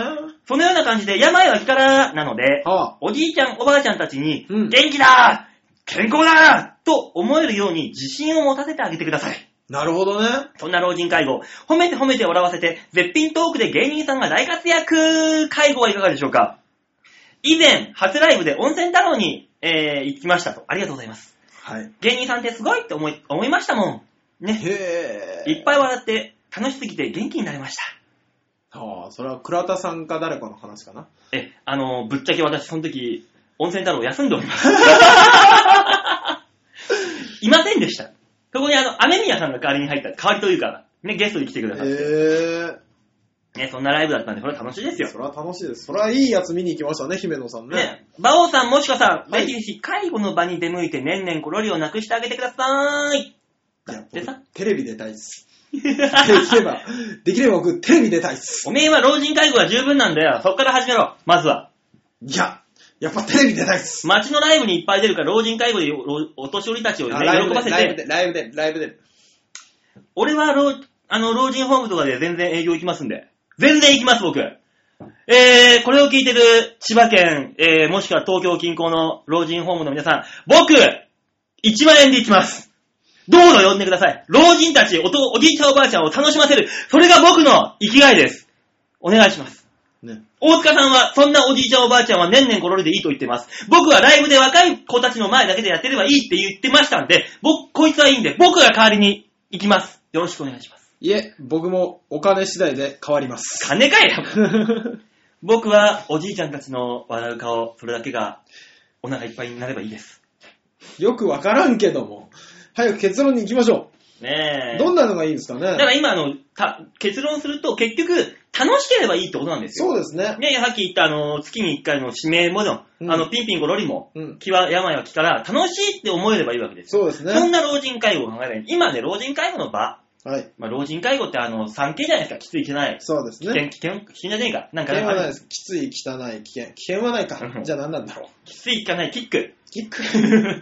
[SPEAKER 2] そのような感じで、病は気からなので、
[SPEAKER 3] はあ。
[SPEAKER 2] おじいちゃん、おばあちゃんたちに、
[SPEAKER 3] うん
[SPEAKER 2] 元気だ健康だと思えるように自信を持たせてあげてください。
[SPEAKER 3] なるほどね。
[SPEAKER 2] そんな老人介護、褒めて褒めて笑わせて、絶品トークで芸人さんが大活躍介護はいかがでしょうか以前、初ライブで温泉太郎に、えー行きましたと。ありがとうございます。
[SPEAKER 3] はい。
[SPEAKER 2] 芸人さんってすごいって思い、思いましたもん。ね。
[SPEAKER 3] へえ。
[SPEAKER 2] いっぱい笑って、楽しすぎて元気になりました。
[SPEAKER 3] はあ、それは倉田さんか誰かの話かな。
[SPEAKER 2] え、あの、ぶっちゃけ私、その時、温泉太郎休んでおります。 いませんでした。そこにあの、雨宮さんが代わりに入った、代わりというか、ね、ゲストに来てくださって、
[SPEAKER 3] へ
[SPEAKER 2] ね、そんなライブだったんで、これは楽しいです
[SPEAKER 3] え。
[SPEAKER 2] よ。
[SPEAKER 3] それは楽しいです。それはいいやつ見に行きましたね、姫野さんね。
[SPEAKER 2] ね、馬王さん、もしかさん、
[SPEAKER 3] はい
[SPEAKER 2] ぜひぜひ介護の場に出向いて年々コロリをなくしてあげてくださーい。
[SPEAKER 3] いや、
[SPEAKER 2] で
[SPEAKER 3] 僕
[SPEAKER 2] さ、
[SPEAKER 3] テレビ出たいっす。できれば、できれば僕、テレビ出たいっす。
[SPEAKER 2] おめえは老人介護は十分なんだよ。そっから始めろ。まずは。
[SPEAKER 3] いや、やっぱテレビ出たいっす。
[SPEAKER 2] 街のライブにいっぱい出るから、老人介護でおおお年寄りたちを、ね、
[SPEAKER 3] あライブ
[SPEAKER 2] 喜ば
[SPEAKER 3] で、
[SPEAKER 2] せ
[SPEAKER 3] ライブ
[SPEAKER 2] て。
[SPEAKER 3] で、ライブで、ライブで。
[SPEAKER 2] 俺は老、あの、老人ホームとかで全然営業行きますんで。全然行きます、僕。えー、これを聞いてる千葉県、えー、もしくは東京近郊の老人ホームの皆さん、僕、1万円で行きます。どうぞ呼んでください。老人たち、おと、おじいちゃんおばあちゃんを楽しませる。それが僕の生きがいです。お願いします。
[SPEAKER 3] ね。
[SPEAKER 2] 大塚さんは、そんなおじいちゃんおばあちゃんは年々コロリでいいと言ってます。僕はライブで若い子たちの前だけでやってればいいって言ってましたんで、僕、こいつはいいんで、僕が代わりに行きます。よろしくお願いします。
[SPEAKER 3] いえ、僕もお金次第で変わります。
[SPEAKER 2] 金かよ 僕は、おじいちゃんたちの笑う顔、それだけが、お腹いっぱいになればいいです。
[SPEAKER 3] よくわからんけども。早く結論に行きましょう。
[SPEAKER 2] ねえ。
[SPEAKER 3] どんなのがいいんですか
[SPEAKER 2] だか
[SPEAKER 3] ね。
[SPEAKER 2] ら今、あの、た結論すると、結局、楽しければいいってことなんですよ。
[SPEAKER 3] そうですね。
[SPEAKER 2] ね、さっき言った、あの、月に1回の指名もの、
[SPEAKER 3] うん
[SPEAKER 2] あの、ピンピンコロリも、
[SPEAKER 3] うん。
[SPEAKER 2] 気は病は気から、楽しいって思えればいいわけですよ
[SPEAKER 3] そうですね。
[SPEAKER 2] そんな老人介護を考えない。今ね、老人介護の場。
[SPEAKER 3] はい。
[SPEAKER 2] まあ、老人介護ってあの、産経じゃないですか。きつい、きない。
[SPEAKER 3] そうです
[SPEAKER 2] 危
[SPEAKER 3] ね。
[SPEAKER 2] 険、危険、危険じゃねえか。なん
[SPEAKER 3] 危
[SPEAKER 2] か
[SPEAKER 3] 険はないで
[SPEAKER 2] ある
[SPEAKER 3] す。きつい、汚い、危険。危険はない
[SPEAKER 2] うん
[SPEAKER 3] か。じゃあ何なんだろ
[SPEAKER 2] きつい、かない、キック。
[SPEAKER 3] う。キック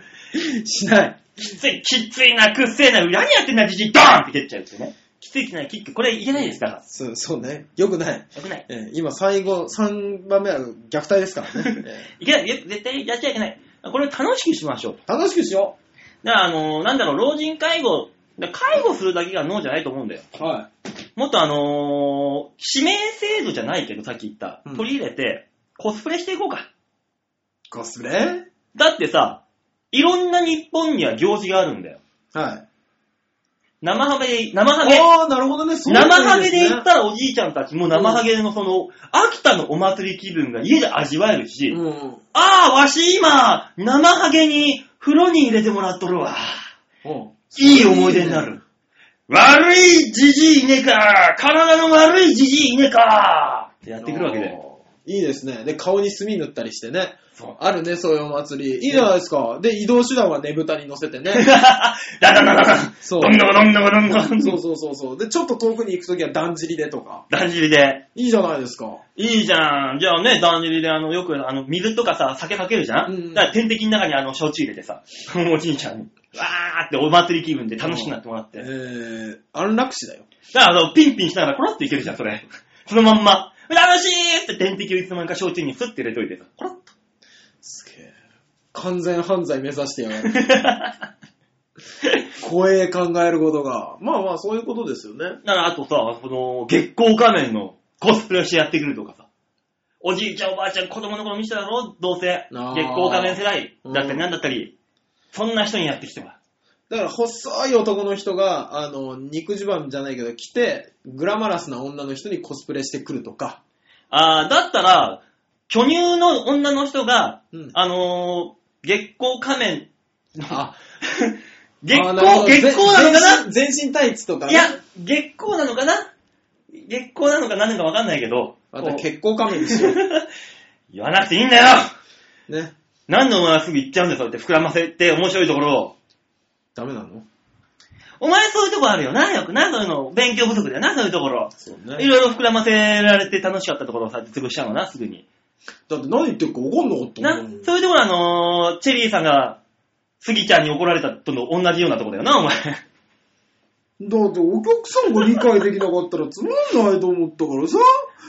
[SPEAKER 2] き
[SPEAKER 3] しない。
[SPEAKER 2] つい、きついな、くっせえな、何やってんだ、じじい、ドーンって蹴っちゃうっていうね。きつい、きない、キック。これいけないですから。
[SPEAKER 3] そう、そうね。よくない。
[SPEAKER 2] よくない。
[SPEAKER 3] えー今最後、3番目は虐待ですから ね。え
[SPEAKER 2] いけない。絶対やっちゃいけない。これ楽しくしましょう。
[SPEAKER 3] ー楽しくしよ
[SPEAKER 2] だから、あのなんだろう、老人介護、だから介護するだけが脳じゃないと思うんだよ。
[SPEAKER 3] う。は
[SPEAKER 2] もっとあのー指名制度じゃないけど、さっき言った
[SPEAKER 3] うん。
[SPEAKER 2] 取り入れて、コスプレしていこうか。
[SPEAKER 3] い。コスプレ
[SPEAKER 2] だってさ、いろんな日本には行事があるんだよ。
[SPEAKER 3] はい。
[SPEAKER 2] 生ハゲ、生ハゲ。
[SPEAKER 3] ああ、なるほどね。そういう
[SPEAKER 2] 生
[SPEAKER 3] の
[SPEAKER 2] ハ
[SPEAKER 3] いい
[SPEAKER 2] ゲ
[SPEAKER 3] すね
[SPEAKER 2] で行ったらおじいちゃんたちも生ハゲのその、秋田のお祭り気分が家で味わえるし、
[SPEAKER 3] うん。
[SPEAKER 2] ああ、わし今、生ハゲに風呂に入れてもらっとるわ。
[SPEAKER 3] うん
[SPEAKER 2] いい思い出になる。悪いじじいねか体の悪いじじいねかってやってくるわけだよ。
[SPEAKER 3] いいですね。で、顔に墨塗ったりしてね。
[SPEAKER 2] そう。
[SPEAKER 3] あるね、そういうお祭り。いいじゃないですか。で、移動手段はねぶたに乗せてね。
[SPEAKER 2] だだだだだだ
[SPEAKER 3] そう
[SPEAKER 2] どんどこどんどこどんどこどん
[SPEAKER 3] そ
[SPEAKER 2] ど
[SPEAKER 3] うそうそうそう。で、ちょっと遠くに行くときはだんじりでとか。
[SPEAKER 2] だんじりで。
[SPEAKER 3] いいじゃないですか。
[SPEAKER 2] いいじゃん。じゃあね、だんじりで、あの、よく、あの、水とかさ、酒かけるじゃん、
[SPEAKER 3] うん
[SPEAKER 2] だから点滴の中に、あの、焼酎入れてさ、おじいちゃんに。わーってお祭り気分で楽しくなってもらって。
[SPEAKER 3] え
[SPEAKER 2] だか
[SPEAKER 3] ー、安楽死だよ。
[SPEAKER 2] ら、あの、ピンピンしながらコロッといけるじゃん、それ。そのまんま。楽しいって点滴をいつの間にか焼酎にスッて入れといてさ、コロッと。
[SPEAKER 3] すげえ。完全犯罪目指してやが る。怖え考えることが。まあまあ、そういうことですよね。
[SPEAKER 2] だから、あとさ、この、月光仮面のコスプレをしてやってくるとかさ。おじいちゃんおばあちゃん子供の頃見てただろどうせ。月
[SPEAKER 3] ー
[SPEAKER 2] 光仮面世代だった
[SPEAKER 3] うん
[SPEAKER 2] りなんだったり。そんな人にやってきてもらう。
[SPEAKER 3] だから、細い男の人が、あの、肉襦袢じゃないけど、来て、グラマラスな女の人にコスプレしてくるとか。
[SPEAKER 2] あーだったら、巨乳の女の人が、
[SPEAKER 3] うん
[SPEAKER 2] あのー、月光 仮面の、
[SPEAKER 3] あ
[SPEAKER 2] 月
[SPEAKER 3] あーなるほ
[SPEAKER 2] 光、
[SPEAKER 3] ど
[SPEAKER 2] 月光なのか
[SPEAKER 3] 全全身全身タイツとか
[SPEAKER 2] な
[SPEAKER 3] ね。
[SPEAKER 2] いや、月光なのかな月光なのか何かわかんないけど、
[SPEAKER 3] ま
[SPEAKER 2] こ
[SPEAKER 3] た
[SPEAKER 2] う
[SPEAKER 3] 結婚仮面にしよ
[SPEAKER 2] 言わなくていいんだよ
[SPEAKER 3] う。ね。
[SPEAKER 2] 何でお前はすぐ言っちゃうんだよ、そうやって膨らませて面白いところを。
[SPEAKER 3] ダメなの
[SPEAKER 2] お前そういうとこあるよな、よくな、そういうの。勉強不足だよな、そういうところ。
[SPEAKER 3] そう
[SPEAKER 2] い。ろいろ膨らませられて楽しかったところをさ、潰しちゃうのな、すぐに。
[SPEAKER 3] だって何言ってるか分かんなかった
[SPEAKER 2] な、
[SPEAKER 3] もん。
[SPEAKER 2] そういうところあのーチェリーさんが、スギちゃんに怒られたとの同じようなとこだよな、お前。
[SPEAKER 3] だってお客さんが理解できなかったらつまんないと思ったからさ、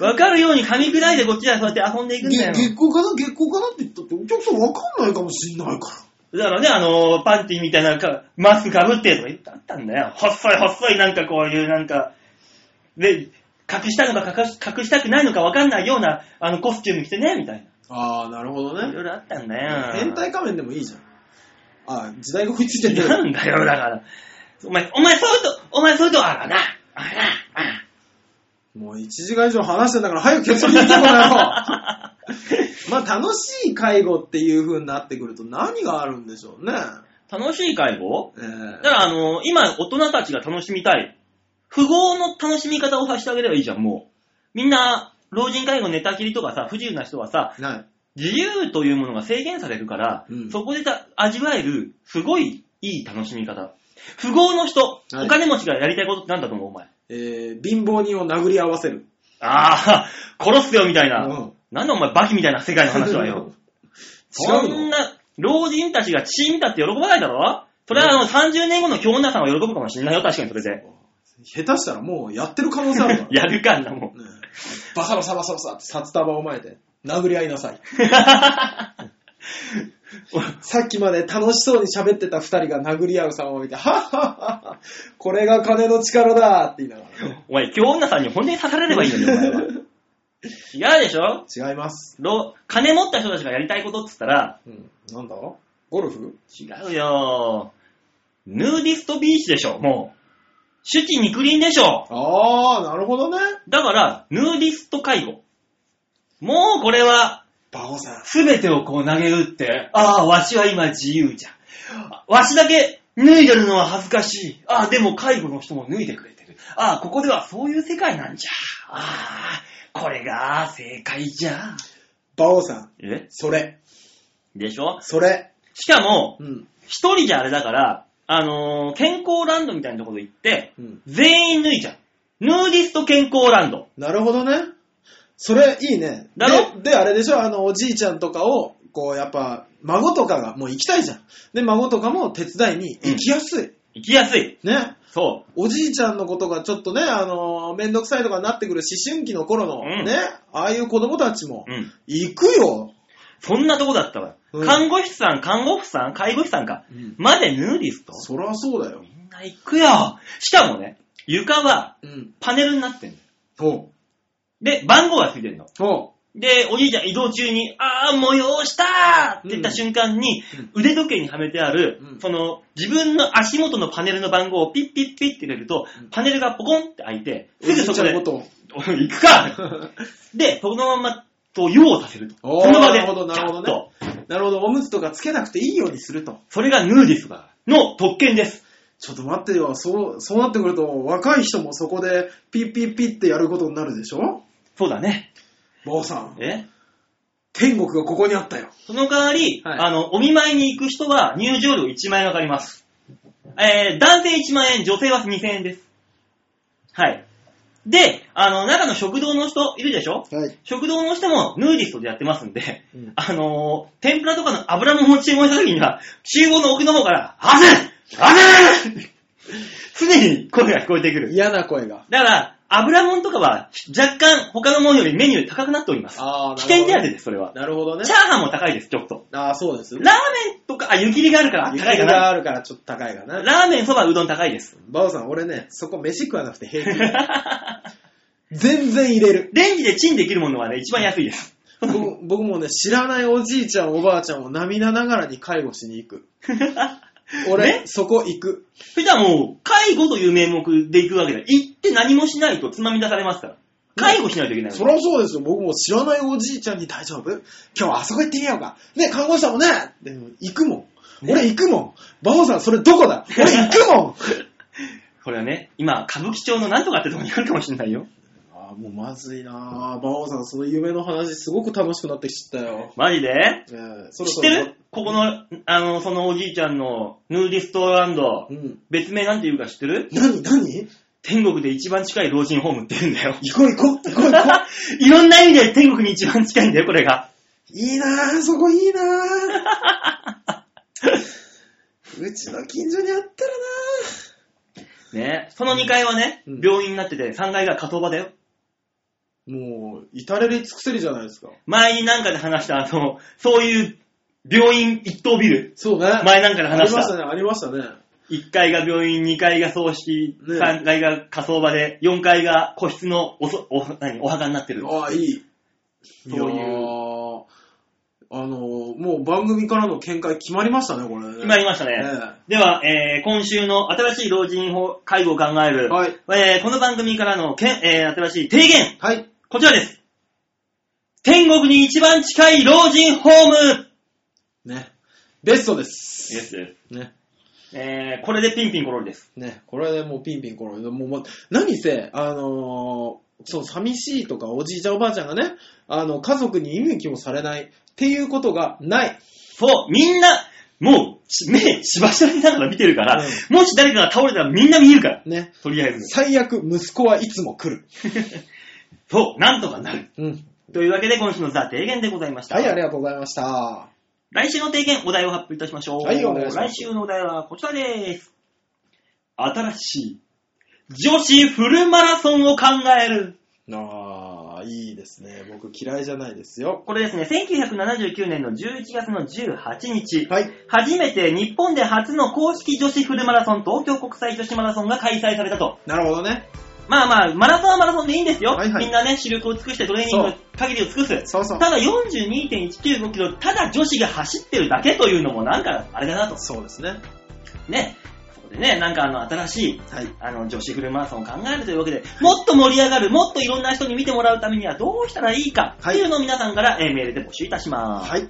[SPEAKER 2] わかるように噛み砕いてこっちはそうやって遊んでいくんだよ。
[SPEAKER 3] 月光かな月光かなって言ったってお客さん分かんないかもしんないから。
[SPEAKER 2] だからね、あのーパンティみたいなか、マスクかぶってとか言ったあったんだよ。細い細いなんかこういうなんか、で、隠したのか隠し隠したくないのかわかんないような、あの、コスチューム着てね、みたい
[SPEAKER 3] ああ、なるほど
[SPEAKER 2] な。いろ
[SPEAKER 3] ね。
[SPEAKER 2] いろあったんだよ。
[SPEAKER 3] 変態仮面でもいいじゃん。あー時代が追いついてんだ
[SPEAKER 2] な
[SPEAKER 3] よ。
[SPEAKER 2] んだよ、だから。お前、お前そういうと、お前そういうとこあらな。あら、あら。
[SPEAKER 3] もう1時間以上話してんだから早く 結論に行ってもらよ。 まあ楽しい介護っていう風になってくると何があるんでしょうね。
[SPEAKER 2] 楽しい介護
[SPEAKER 3] え
[SPEAKER 2] だ
[SPEAKER 3] ー
[SPEAKER 2] から、あの、今、大人たちが楽しみたい。富豪の楽しみ方をさせてあげればいいじゃん、もう。みんな、老人介護寝たきりとかさ、不自由な人はさ、
[SPEAKER 3] ない。
[SPEAKER 2] 自由というものが制限されるから、
[SPEAKER 3] うん
[SPEAKER 2] そこでた味わえる、すごいいい楽しみ方。富豪の人、
[SPEAKER 3] はい
[SPEAKER 2] お金持ちがやりたいことってなんだと思う、お前。
[SPEAKER 3] えー貧乏人を殴り合わせる。
[SPEAKER 2] ああ、殺すよ、みたいな。
[SPEAKER 3] うん
[SPEAKER 2] なんでお前、バキみたいな世界の話 はよ。
[SPEAKER 3] 違
[SPEAKER 2] そ
[SPEAKER 3] うんの
[SPEAKER 2] な、老人たちが血見たって喜ばないだろそれはあの、30年後の京女さんは喜ぶかもしれないよ、確かにそれで。。
[SPEAKER 3] 下手したらもうやってる可能性あるから
[SPEAKER 2] やるかんな、もう。
[SPEAKER 3] ねバサバサバサバサって札束を前で殴り合いなさ い。さっきまで楽しそうに喋ってた二人が殴り合う様を見て、はっはっはっはこれが金の力だって言いながらね、
[SPEAKER 2] お前、京女さんに本当に刺されればいいのに、お前は。違うでしょ
[SPEAKER 3] 違います。
[SPEAKER 2] ろ金持った人たちがやりたいことっつったら、
[SPEAKER 3] うん。なんだゴルフ
[SPEAKER 2] 違うよヌーディストビーチでしょ、もう。主治肉林でしょ。
[SPEAKER 3] あー、なるほどね。
[SPEAKER 2] だから、ヌーディスト介護。もうこれは、
[SPEAKER 3] バオさん。
[SPEAKER 2] すべてをこう投げ打って、ああ、わしは今自由じゃん。わしだけ脱いでるのは恥ずかしい。ああ、でも介護の人も脱いでくれてる。ああ、ここではそういう世界なんじゃ。ああ、これが正解じゃ。
[SPEAKER 3] バオさん。
[SPEAKER 2] え
[SPEAKER 3] それ。
[SPEAKER 2] でしょ
[SPEAKER 3] それ。
[SPEAKER 2] しかも、
[SPEAKER 3] うん。
[SPEAKER 2] 一人じゃあれだから、あのー健康ランドみたいなところ行って、
[SPEAKER 3] うん。
[SPEAKER 2] 全員脱いじゃう。ヌーディスト健康ランド。
[SPEAKER 3] なるほどね。それ、いいね。
[SPEAKER 2] だろ
[SPEAKER 3] で、であれでしょ、あの、おじいちゃんとかを、こう、やっぱ、孫とかが、もう行きたいじゃん。で、孫とかも手伝いに行きやすい。
[SPEAKER 2] 行きやすい。
[SPEAKER 3] ね。
[SPEAKER 2] そ
[SPEAKER 3] おじいちゃんのことがちょっとね、あの、めんどくさいとかになってくる思春期の頃の、
[SPEAKER 2] うん
[SPEAKER 3] ね、ああいう子供たちも
[SPEAKER 2] う。、うん。
[SPEAKER 3] 行くよ。
[SPEAKER 2] そんなとこだったわ。
[SPEAKER 3] うん
[SPEAKER 2] 看護師さん、看護婦さん、介護士さんか。
[SPEAKER 3] うん
[SPEAKER 2] までヌーディスト
[SPEAKER 3] そりゃそうだよ。
[SPEAKER 2] みんな行くよ。しかもね、床は
[SPEAKER 3] うん。
[SPEAKER 2] パネルになってんの。
[SPEAKER 3] ほ
[SPEAKER 2] で、番号がついてんの。
[SPEAKER 3] う。ほ
[SPEAKER 2] で、おじいちゃん移動中に、あー、催したーって言った瞬間に、腕時計にはめてある、
[SPEAKER 3] うん
[SPEAKER 2] その、自分の足元のパネルの番号をピッピッピッって入れると、パネルがポコンって開いて、
[SPEAKER 3] う。
[SPEAKER 2] すぐそこで、
[SPEAKER 3] おじいちゃんのこ
[SPEAKER 2] 行くか
[SPEAKER 3] と。
[SPEAKER 2] で、そのまま、と、用をさせると。
[SPEAKER 3] おー
[SPEAKER 2] その場で、
[SPEAKER 3] なるほどなるほどね
[SPEAKER 2] ちゃんと
[SPEAKER 3] なるほど、おむつとかつけなくていいようにすると。
[SPEAKER 2] それがヌーディストだの特権です。
[SPEAKER 3] ちょっと待ってよ、そう、そうなってくると、若い人もそこで、ピッピッピッってやることになるでしょ
[SPEAKER 2] そうだね。
[SPEAKER 3] 坊さん、
[SPEAKER 2] え
[SPEAKER 3] 天国がここにあったよ。
[SPEAKER 2] その代わり、
[SPEAKER 3] はい
[SPEAKER 2] あの、お見舞いに行く人は入場料1万円がかかります。えー、男性1万円、女性は2000円です。はい。で、あの、中の食堂の人いるでしょ
[SPEAKER 3] はい。
[SPEAKER 2] 食堂の人もヌーディストでやってますんで、
[SPEAKER 3] うん
[SPEAKER 2] あのー天ぷらとかの油もんを注文した時には、厨房の奥の方から、あぜあらー常に声が聞こえてくる。
[SPEAKER 3] 嫌な声が。
[SPEAKER 2] だから、油もんとかは若干他のもんよりメニュー高くなっております。
[SPEAKER 3] ああ、
[SPEAKER 2] 危険手当
[SPEAKER 3] ね。
[SPEAKER 2] です、それは。
[SPEAKER 3] なるほどね
[SPEAKER 2] チャ。ーハンも高いです、ちょっと。
[SPEAKER 3] ああ、そうです
[SPEAKER 2] ラー。メンとか、あ、湯切りがあるから高いか
[SPEAKER 3] 雪が
[SPEAKER 2] な。
[SPEAKER 3] あるからちょっと高いかな。
[SPEAKER 2] ラーメン、そば、うどん高いです。
[SPEAKER 3] バオさん、俺ね、そこ飯食わなくて平気。全然入れる。
[SPEAKER 2] レンジでチンできるものはね、一番安いです。
[SPEAKER 3] 僕僕もね、知らないおじいちゃん、おばあちゃんを涙ながらに介護しに行く。俺、
[SPEAKER 2] ね
[SPEAKER 3] そこ行く。
[SPEAKER 2] そしたらもう、介護という名目で行くわけだ。行って何もしないとつまみ出されますから。介護しないといけないの
[SPEAKER 3] そりゃそうですよ。僕も知らないおじいちゃんに大丈夫今日あそこ行ってみようか。ね、看護師さんもね、でも行くもん。俺行くもん。バオさん、それどこ だ俺行くもん
[SPEAKER 2] これはね、今、歌舞伎町のなんとかってとこにあるかもしれないよ。
[SPEAKER 3] ああ、もうまずいなぁ。バオさん、その夢の話、すごく楽しくなってきちゃったよ。
[SPEAKER 2] マジで
[SPEAKER 3] ええそ
[SPEAKER 2] 知
[SPEAKER 3] ろそ
[SPEAKER 2] っ
[SPEAKER 3] ろ
[SPEAKER 2] てるここの、あの、そのおじいちゃんのヌーディストランド
[SPEAKER 3] う、ん。
[SPEAKER 2] 別名なんて言うか知ってる
[SPEAKER 3] 何何
[SPEAKER 2] 天国で一番近い老人ホームって言うんだよ。
[SPEAKER 3] 行こう行こう行こう行こう
[SPEAKER 2] いろんな意味で天国に一番近いんだよ、これが。
[SPEAKER 3] いいなぁ、そこいいなぁ。 うちの近所にあったらなぁ。
[SPEAKER 2] ねその2階はね、
[SPEAKER 3] うん
[SPEAKER 2] 病院になってて、3階が加藤場だよ。
[SPEAKER 3] もう、至れり尽くせりじゃないですか。
[SPEAKER 2] 前になんかで話した、あの、そういう病院一棟ビル。
[SPEAKER 3] そうね。
[SPEAKER 2] 前なんかで
[SPEAKER 3] あり
[SPEAKER 2] 話し
[SPEAKER 3] ましたね、
[SPEAKER 2] た。
[SPEAKER 3] ありましたね。
[SPEAKER 2] 1階が病院、2階が葬式、
[SPEAKER 3] ね
[SPEAKER 2] 3階が火葬場で、4階が個室のおそお何お墓になってる。
[SPEAKER 3] ああ、いい。
[SPEAKER 2] そういう
[SPEAKER 3] やーあのー、もう番組からの見解決まりましたね、これ、ね。
[SPEAKER 2] 決まりましたね。
[SPEAKER 3] ね
[SPEAKER 2] では、えー今週の新しい老人法介護を考える、
[SPEAKER 3] はい。
[SPEAKER 2] えーこの番組からのけん、えー新しい提言、
[SPEAKER 3] はい。
[SPEAKER 2] こちらです。天国に一番近い老人ホーム
[SPEAKER 3] ね。ベストです。
[SPEAKER 2] です。
[SPEAKER 3] ね。
[SPEAKER 2] えーこれでピンピンコロリです。
[SPEAKER 3] ね。これでもうピンピン転んで、もう、もう何せ、あのー、そう、寂しいとか、おじいちゃんおばあちゃんがね、あの、家族に見向きもされないっていうことがない。
[SPEAKER 2] そう、みんな、もうち、目、しばしばりながら見てるから、
[SPEAKER 3] う
[SPEAKER 2] もし誰かが倒れたらみんな見えるから、
[SPEAKER 3] ね。
[SPEAKER 2] とりあえず。
[SPEAKER 3] 最悪、息子はいつも来る。
[SPEAKER 2] そう、なんとかなる。
[SPEAKER 3] うん。
[SPEAKER 2] というわけで、今週のザ・提言でございました。
[SPEAKER 3] はい、ありがとうございました。
[SPEAKER 2] 来週の提言、お題を発表いたしましょう。
[SPEAKER 3] はいお願いします
[SPEAKER 2] 来週のお題はこちらです。新しい女子フルマラソンを考える。
[SPEAKER 3] ああ、いいですね。僕嫌いじゃないですよ。
[SPEAKER 2] これですね、1979年の11月の18日、
[SPEAKER 3] はい。
[SPEAKER 2] 初めて日本で初の公式女子フルマラソン東京国際女子マラソンが開催されたと。
[SPEAKER 3] なるほどね。
[SPEAKER 2] まあまあ、マラソンはマラソンでいいんですよ。
[SPEAKER 3] はいはい
[SPEAKER 2] みんなね、視力を尽くしてトレーニングの限りを尽くす。
[SPEAKER 3] そうそ
[SPEAKER 2] た
[SPEAKER 3] う。
[SPEAKER 2] だ42.195キロ、ただ女子が走ってるだけというのもなんかあれだなと。
[SPEAKER 3] そうですね。
[SPEAKER 2] ね。そこでね、なんかあの、新しい、
[SPEAKER 3] はい。
[SPEAKER 2] あの、女子フルマラソンを考えるというわけで、もっと盛り上がる、もっといろんな人に見てもらうためにはどうしたらいいかっていうのを皆さんから、えーメールで募集いたします。
[SPEAKER 3] はい。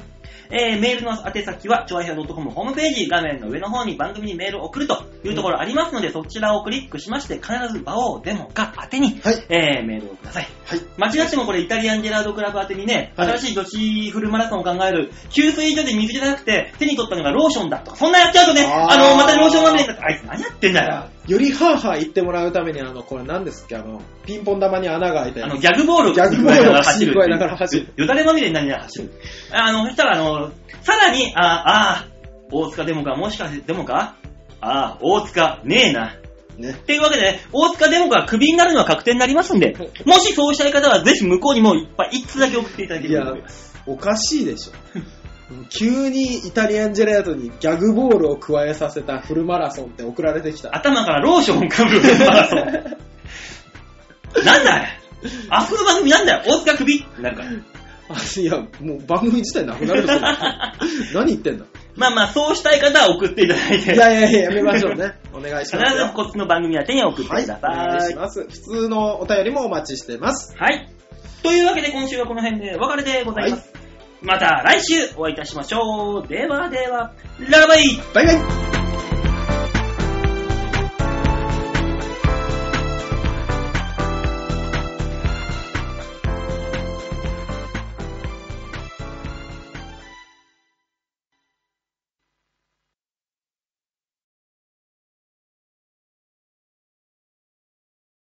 [SPEAKER 2] えーメールの宛先は、ちょいひょ .com ホームページ、画面の上の方に番組にメールを送るというところありますので、そちらをクリックしまして、必ず場をデモか宛てに、
[SPEAKER 3] はい
[SPEAKER 2] えーメールをください。
[SPEAKER 3] はい。
[SPEAKER 2] 間違ってもこれイタリアンジェラードクラブ宛てにね、
[SPEAKER 3] はい
[SPEAKER 2] 新しい女子フルマラソンを考える、給水所で水じゃなくて手に取ったのがローションだとか、そんなやっちゃうとね、
[SPEAKER 3] あー
[SPEAKER 2] あの、またローションまみれになって、あいつ何やってんだよ。
[SPEAKER 3] よりハーハー言ってもらうために、あの、これ何ですっけあの、ピンポン玉に穴が開いて。
[SPEAKER 2] あの、ギャグボールを
[SPEAKER 3] ギャグボールを口に加えながら走る
[SPEAKER 2] よだれまみれになりながら走る。あの、そしたら、あの、さらに、ああ、大塚デモか、もしかしてデモかああ、大塚、ねえな。
[SPEAKER 3] ね。
[SPEAKER 2] っていうわけでね、大塚デモかクビになるのは確定になりますんで、もしそうしたい方は、ぜひ向こうにもいっぱい一通だけ送っていただけ
[SPEAKER 3] い
[SPEAKER 2] れ
[SPEAKER 3] や
[SPEAKER 2] ばと思います。、
[SPEAKER 3] おかしいでしょ。急にイタリアンジェラートにギャグボールを加えさせたフルマラソンって送られてきた。
[SPEAKER 2] 頭からローションをかぶるマラソン。なんだよあそこの番組なんだよ大塚クビなんか。
[SPEAKER 3] あいや、もう番組自体なくなる でしょ。何言ってんだ。
[SPEAKER 2] まあまあ、そうしたい方は送っていただい
[SPEAKER 3] い
[SPEAKER 2] て。
[SPEAKER 3] やいやいや、やめましょうね。お願いし
[SPEAKER 2] 必
[SPEAKER 3] ますよ
[SPEAKER 2] ず。こっちの番組宛てに送ってく
[SPEAKER 3] は
[SPEAKER 2] だ
[SPEAKER 3] い、
[SPEAKER 2] さい。
[SPEAKER 3] お願いします。普通のお便りもお待ちしてます。
[SPEAKER 2] はい。というわけで今週はこの辺でお別れでございます。また来週お会いいたしましょう。ではでは、ララバイ
[SPEAKER 3] バイバイ